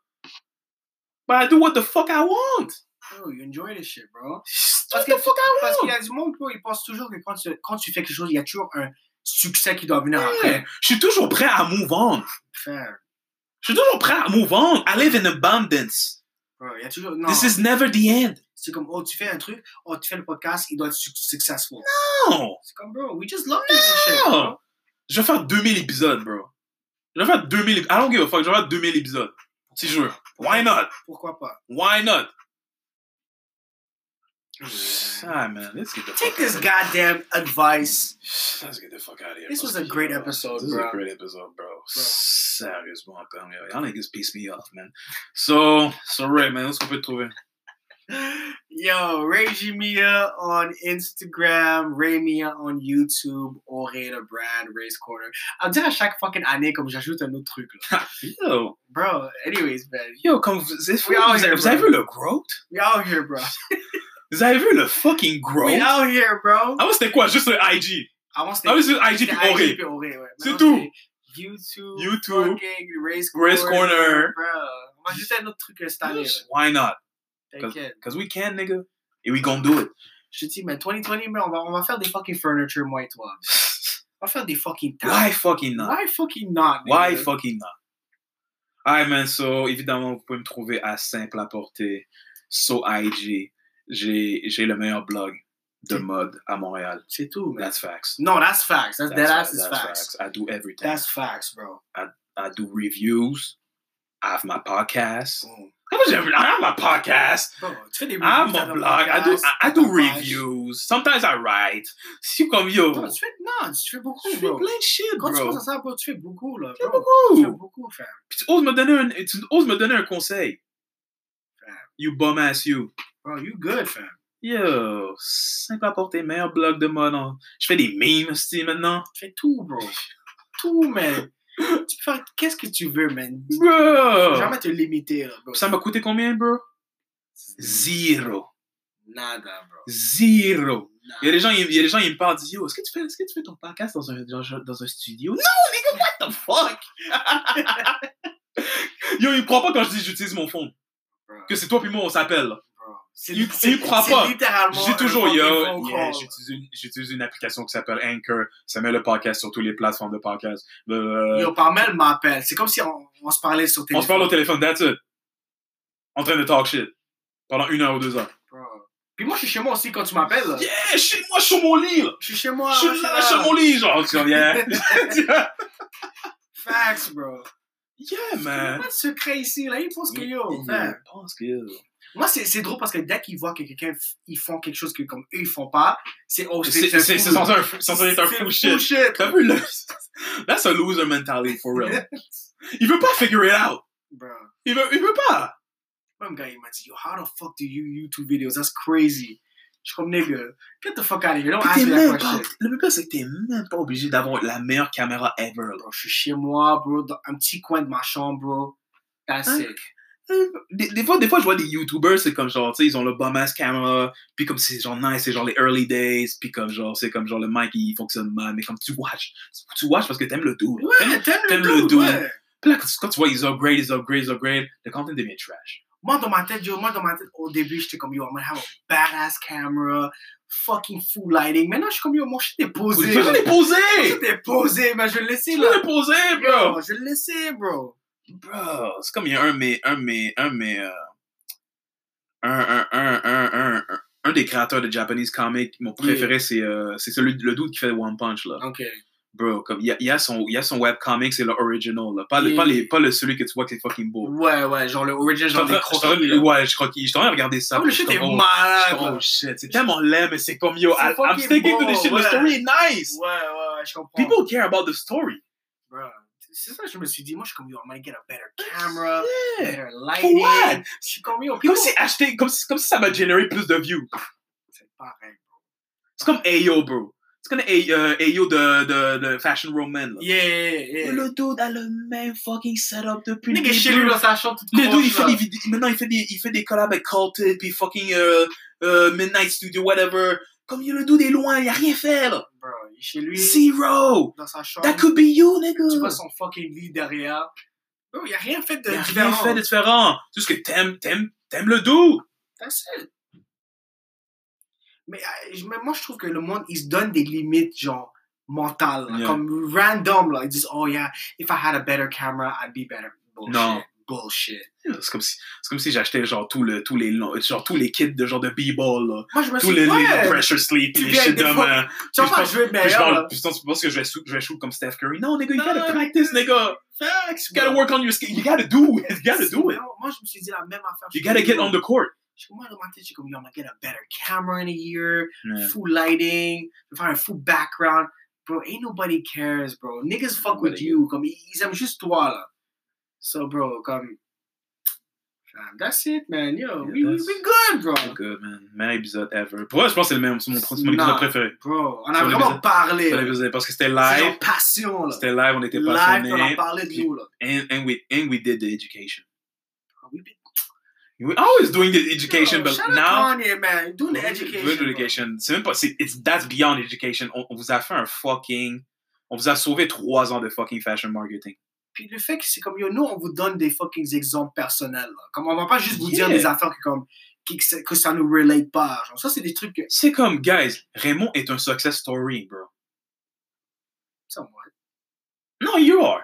S1: But I do what the fuck I want.
S2: Bro, you enjoy this shit, bro.
S1: What
S2: Parce
S1: the
S2: que-
S1: fuck I
S2: Parce qu'il y
S1: want.
S2: a du monde, bro, ils pensent toujours que quand tu, quand tu fais quelque chose, il y a toujours un succès qui doit venir
S1: Ouais.
S2: après.
S1: Je suis toujours prêt à move on.
S2: Faire.
S1: Je suis toujours prêt à move on. I live in abundance.
S2: Bro, il y a toujours. Non.
S1: This is never the end.
S2: C'est comme, oh, tu fais un truc, oh, tu fais le podcast, il doit être suc- successful.
S1: Non.
S2: C'est comme, bro, we just love this shit. Bro.
S1: Je vais faire 2000 épisodes, bro. Je vais faire 2000 épisodes. I don't give a fuck. Je vais faire 2000 épisodes. Si je veux. Why not?
S2: Pourquoi pas?
S1: Why not? Ah, man. Let's get the
S2: Take
S1: fuck
S2: this
S1: out
S2: goddamn advice.
S1: Let's get the fuck out of here.
S2: This
S1: bro.
S2: was a great episode,
S1: This is
S2: bro.
S1: a great episode, bro. Sérieusement, comme yo. Y'all niggas piss me off, man. So, so Ray, man, let's go peut trouver.
S2: Yo, Reggie Mia on Instagram, Ray Mia on YouTube, Ore the Brand, Race Corner. À dire à chaque fucking année, comme j'ajoute un autre truc, là.
S1: Yo,
S2: Bro, anyways, man.
S1: yo, comme vous, c'est fou,
S2: We out
S1: vous, avez-
S2: here,
S1: vous avez
S2: bro.
S1: vu le growth?
S2: We out here, bro.
S1: Vous avez vu le fucking
S2: We
S1: growth?
S2: out here, bro.
S1: Ah, ouais, c'était quoi? Juste le IG.
S2: Avant, c'était
S1: Ah, oui, c'est IG
S2: c'était
S1: puis Oré.
S2: puis Oré, ouais.
S1: C'est
S2: Maintenant,
S1: tout.
S2: c'est YouTube,
S1: YouTube,
S2: fucking Race Corner.
S1: Race Corner.
S2: Bro, on va ajouter un autre truc euh, cette année,
S1: Yes, Why not?
S2: ouais. T'inquiète.
S1: Cause we can, nigga. And we gonna do it.
S2: Je te dis, mais 2020, mais on va, on va faire des fucking furniture, moi et toi. On va faire des fucking tables.
S1: Why fucking not?
S2: Why fucking not?
S1: Why
S2: Ah, nigga?
S1: fucking not? Alright, man. So, évidemment, vous pouvez me trouver à Simple à Portée, So IG. J'ai j'ai le meilleur blog de mode à Montréal.
S2: C'est tout, man.
S1: That's facts.
S2: Non, that's facts. That's, dead ass
S1: fact-
S2: is
S1: that's
S2: facts.
S1: I do everything.
S2: That's facts, bro.
S1: I do reviews. I have my podcast.
S2: Boom.
S1: How much every- I have my podcast.
S2: Bro, tu fais des
S1: I have
S2: reviews
S1: my
S2: dans ton
S1: Ah, blog. I do
S2: podcast,
S1: I, I
S2: dans
S1: do
S2: ta page.
S1: reviews. Sometimes I write. Si comme yo.
S2: Non, tu fais, non, tu fais beaucoup,
S1: Je fais
S2: bro.
S1: plein de shit,
S2: Quand tu
S1: bro.
S2: penses à ça, bro, tu fais beaucoup, là.
S1: Je fais
S2: bro. Tu fais
S1: beaucoup.
S2: beaucoup, fam.
S1: Puis tu oses me donner un, tu oses me donner un conseil. You bum ass you.
S2: Bro, you good, fam.
S1: Yo, simple à porter, meilleur blog de mode. hein. Je fais des memes aussi maintenant.
S2: Tu fais tout, bro. Tout, man. tu peux faire qu'est-ce que tu veux, man. Faut
S1: Bro!
S2: jamais te limiter, là, bro.
S1: Ça m'a coûté combien, bro? Zero.
S2: Nada, bro.
S1: Zero.
S2: Nada.
S1: Il y a des gens, il y a des gens, ils me parlent, ils disent, yo, est-ce que tu fais, est-ce que tu fais ton podcast dans un, dans, dans un studio? Non, nigga, what the fuck? yo, ils me croient pas quand je dis que j'utilise mon fond.
S2: Bro,
S1: Que c'est toi puis moi, on s'appelle. là.
S2: bro. C'est-
S1: Il-
S2: c'est-
S1: il croit
S2: c'est
S1: pas.
S2: littéralement
S1: J'ai
S2: un
S1: toujours,
S2: fucking
S1: yo,
S2: phone
S1: yeah,
S2: call.
S1: j'utilise une, j'utilise une application qui s'appelle Anchor. Ça met le podcast sur toutes les plateformes de podcast. Euh,
S2: Yo, par mail, m'appelle. C'est comme si on, on se parlait sur
S1: on
S2: téléphone.
S1: se parle au téléphone, that's it. En train de talk shit. Pendant une heure ou deux heures.
S2: Bro. Puis moi, je suis chez moi aussi quand tu m'appelles. là.
S1: Yeah, chez moi, je suis sur mon lit, là.
S2: Je suis chez moi.
S1: Je suis là, sur mon lit, genre. Tu vois, yeah.
S2: Facts,
S1: Euh.
S2: bro.
S1: yeah,
S2: Il n'y a
S1: man.
S2: pas de secret ici, là. Il pense que
S1: Mm-hmm.
S2: yo. man.
S1: Je pense que...
S2: Moi, c'est c'est drôle parce que dès qu'ils voient que quelqu'un, f- ils font quelque chose que comme eux, ils font pas, c'est oh,
S1: C'est c'est- c'est
S2: fou.
S1: censé un fou- censé être un
S2: C'est
S1: fou shit.
S2: shit.
S1: T'as vu, là? That's a loser mentality, for real. Il veut pas figure it out.
S2: Bro.
S1: Il veut, il veut pas.
S2: Même gars, il m'a dit, yo, how the fuck do you YouTube videos? That's crazy. Je suis comme, nigga, get the fuck out of here. Don't ask
S1: T'es
S2: me that
S1: même pas,
S2: question.
S1: le pire, c'est que t'es même pas obligé d'avoir la meilleure caméra ever. là.
S2: Bro, je suis chez moi, bro, dans un petit coin de ma chambre, bro. That's
S1: Hein?
S2: it.
S1: Des, des fois, des fois, je vois des YouTubers, c'est comme genre, tu sais, ils ont le bum ass camera, puis comme c'est genre nice, c'est genre les early days, puis comme genre, c'est comme genre le mic, il fonctionne mal, mais comme tu watch, tu watch parce que t'aimes le dude. T'aimes-
S2: Ouais, t'aimes
S1: t'aimes
S2: le
S1: le
S2: dude,
S1: dude.
S2: ouais.
S1: Puis là, quand tu- quand tu vois, ils upgrade, ils upgrade, ils upgrade, le content devient trash.
S2: Moi, dans ma tête, yo, moi, dans ma tête, au début, j'étais comme, yo, I'm gonna have a badass camera, fucking full lighting. Maintenant, je suis comme, yo, mon shit est
S1: Je
S2: posé.
S1: vais les poser!
S2: Tout est posé, mais je vais le laisser,
S1: Je
S2: là.
S1: vais les poser, bro!
S2: Yo, je vais le laisser, bro.
S1: Bro, c'est comme il y a un, mais, un, mais, un, mais, euh, un, un, un, un, un, un, un des créateurs de Japanese comic, mon préféré, c'est, euh, c'est celui, le dude qui fait One Punch, là.
S2: Ok.
S1: Bro, comme, il y a, il y a son, il y a son webcomic, c'est le original, là. Pas, le,
S2: Yeah. Mm.
S1: pas, les, pas le, celui que tu vois qui est fucking beau.
S2: Ouais, ouais, genre le original,
S1: Je suis en
S2: genre des
S1: train- je suis en train
S2: croquettes.
S1: de- Ouais, je crois qu'il, je suis en train de regarder ça.
S2: Ah, le
S1: puis je
S2: shit
S1: suis
S2: est
S1: comme, oh, je suis
S2: malade.
S1: comme,
S2: là.
S1: Oh shit, c'est tellement laid, mais c'est comme, yo,
S2: C'est
S1: I- I'm
S2: fucking
S1: sticking to
S2: beau,
S1: this shit, the
S2: ouais.
S1: story is nice!
S2: Ouais, ouais, ouais, je comprends.
S1: People care about the story.
S2: Bruh, C'est ça que je me suis dit. Moi, je suis comme, yo, I'm gonna get a better camera,
S1: Yeah.
S2: better
S1: Oh, For
S2: lighting.
S1: what?
S2: Je suis comme, yo,
S1: Comme
S2: people...
S1: si acheter, comme si, comme si ça m'a généré plus de views.
S2: C'est pareil.
S1: C'est comme Ayo, bro. C'est comme Ayo, euh, Ayo de, de, de Fashion Roman, là.
S2: Yeah, yeah, yeah.
S1: Le dude a le même fucking setup depuis
S2: Nigga, chez lui,
S1: début.
S2: dans sa chambre, toute
S1: Le dude, il
S2: croche,
S1: fait
S2: là.
S1: des vidéos. Maintenant, il fait des, il fait des collabs avec Carlton, puis fucking euh, euh, Midnight Studio, whatever. Comme il- le dude est loin, il a rien fait, là.
S2: Bro, il est chez lui,
S1: Zero!
S2: dans sa chambre,
S1: That could be you,
S2: tu vois
S1: nigga!
S2: son fucking lit derrière. Bro, il a rien fait de
S1: Il a rien
S2: différent.
S1: fait de différent. C'est juste que t'aimes, t'aimes, t'aimes le dude.
S2: That's it. Mais, euh, je- mais moi, je trouve que le monde, il se donne des limites, genre, mentales, là,
S1: Yeah.
S2: comme random. Là. Ils disent, oh yeah, if I had a better camera, I'd be better. Bullshit.
S1: Non.
S2: Bullshit.
S1: C'est comme si, c'est comme si j'achetais genre tout le, tous les, longs- genre tous les kits de genre de b-ball, là.
S2: Moi, je me
S1: Tous
S2: suis
S1: les,
S2: dit,
S1: les- les
S2: ouais,
S1: pressure sleep,
S2: Tu
S1: les
S2: viens
S1: shit
S2: des
S1: de
S2: fois-
S1: man.
S2: tu vas
S1: puis je
S2: pas
S1: pense-
S2: jouer
S1: Puis je
S2: meilleur.
S1: parle,
S2: là.
S1: puis tu penses- tu penses que je vais, shoot, je vais shoot comme Steph Curry. Non, nigga, you
S2: Non,
S1: gotta
S2: non,
S1: practice, nigga.
S2: Facts,
S1: You gotta
S2: bro.
S1: work on your skill. You gotta do it. You gotta do it.
S2: Non, Moi, je me suis dit la même affaire.
S1: You gotta get on the court.
S2: Je suis comme, moi, dans ma tête, je suis comme, yo, I'm gonna get a better camera in a year,
S1: Yeah.
S2: full lighting, if I had a full background. Bro, ain't nobody cares, bro. Niggas fuck with
S1: Nobody.
S2: you. e, Comme, ils ils aiment juste toi, là. So, bro, comme... fam, That's it, man. Yo, we, we,
S1: that's-
S2: we good, bro.
S1: Good, man. Meilleur épisode ever. Pour moi, je pense que c'est le même. C'est mon, c'est mon épisode
S2: Non.
S1: préféré.
S2: Bro, on
S1: Ça,
S2: a
S1: on est
S2: vraiment
S1: bizarre.
S2: parlé.
S1: C'est
S2: là.
S1: l'épisode- Parce que c'était
S2: C'est
S1: live.
S2: genre passion, là.
S1: C'était live, on était
S2: Live, on a
S1: passionnés.
S2: parlé de nous, là.
S1: And, and, we, and we did the education. Ah,
S2: We been-
S1: We're always doing the education,
S2: Yo,
S1: but
S2: shout out
S1: now.
S2: Kanye, man. You're
S1: Doing
S2: Doing the
S1: the
S2: education, bro.
S1: education. C'est même pas. c'est- It's, that's beyond education. On, on vous a fait un fucking. On vous a sauvé trois ans de fucking fashion marketing.
S2: Puis le fait que c'est comme, yo, nous, on vous donne des fucking exemples personnels. là. Comme, on va pas juste vous dire
S1: Yeah.
S2: des affaires que, comme, qui- que, ça- que ça nous relate pas. Genre, ça, c'est des trucs que.
S1: C'est comme, guys, Raymond est un success story, bro.
S2: Somewhat.
S1: No, you are.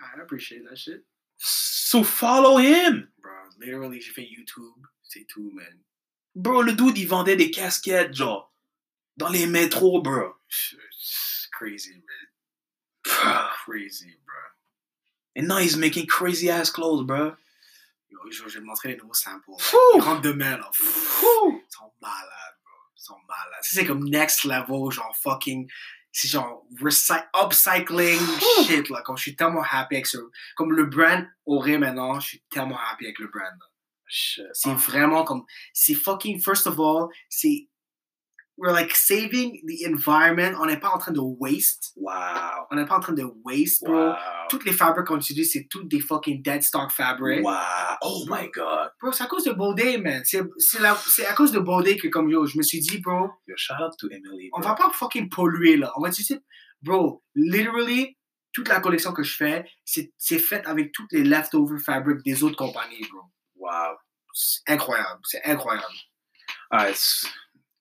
S2: I appreciate that shit.
S1: So follow him.
S2: Bro, literally, j'ai fait YouTube. C'est tout, man.
S1: Bro, le dude, il vendait des casquettes, genre, dans les métros, bro.
S2: It's crazy, man.
S1: Bruh.
S2: Crazy, bro.
S1: And now he's making crazy ass clothes, bro.
S2: Yo, je, je vais te montrer les nouveaux samples. là.
S1: Fou!
S2: Ils rentrent demain, là. Pfff.
S1: Whew.
S2: Ils sont malades, bro. Ils sont malades. Ça, C'est comme next level, genre fucking. C'est genre recy- upcycling
S1: Ouh.
S2: shit, là. Comme je suis tellement happy avec ce. Comme le brand aurait maintenant, je suis tellement happy avec le brand, là.
S1: Shit.
S2: C'est vraiment comme. C'est fucking, first of all, c'est. We're like saving the environment. On n'est pas en train de waste.
S1: Wow.
S2: On n'est pas en train de waste, bro.
S1: Wow.
S2: Toutes les fabrics qu'on utilise, c'est toutes des fucking dead stock fabrics.
S1: Wow. Oh my god.
S2: Bro, c'est à cause de Baudet, man. C'est c'est la- c'est à cause de Baudet que, comme yo, je me suis dit, bro,
S1: Yo, shout out to Emily.
S2: on
S1: bro.
S2: va pas fucking polluer, là. On va utiliser. Bro, literally, toute la collection que je fais, c'est c'est faite avec toutes les leftover fabrics des autres compagnies, bro.
S1: Wow.
S2: c'est incroyable. C'est incroyable.
S1: Ah, it's-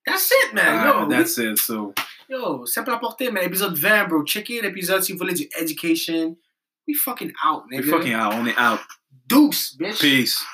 S2: That's it, man.
S1: ah,
S2: Yo, we-
S1: that's it. So,
S2: Yo, simple à porter, man. Épisode 20, bro. Check in l'épisode si vous voulez du education. We fucking out,
S1: we
S2: nigga.
S1: fucking out. On est out.
S2: Deuce, bitch.
S1: Peace.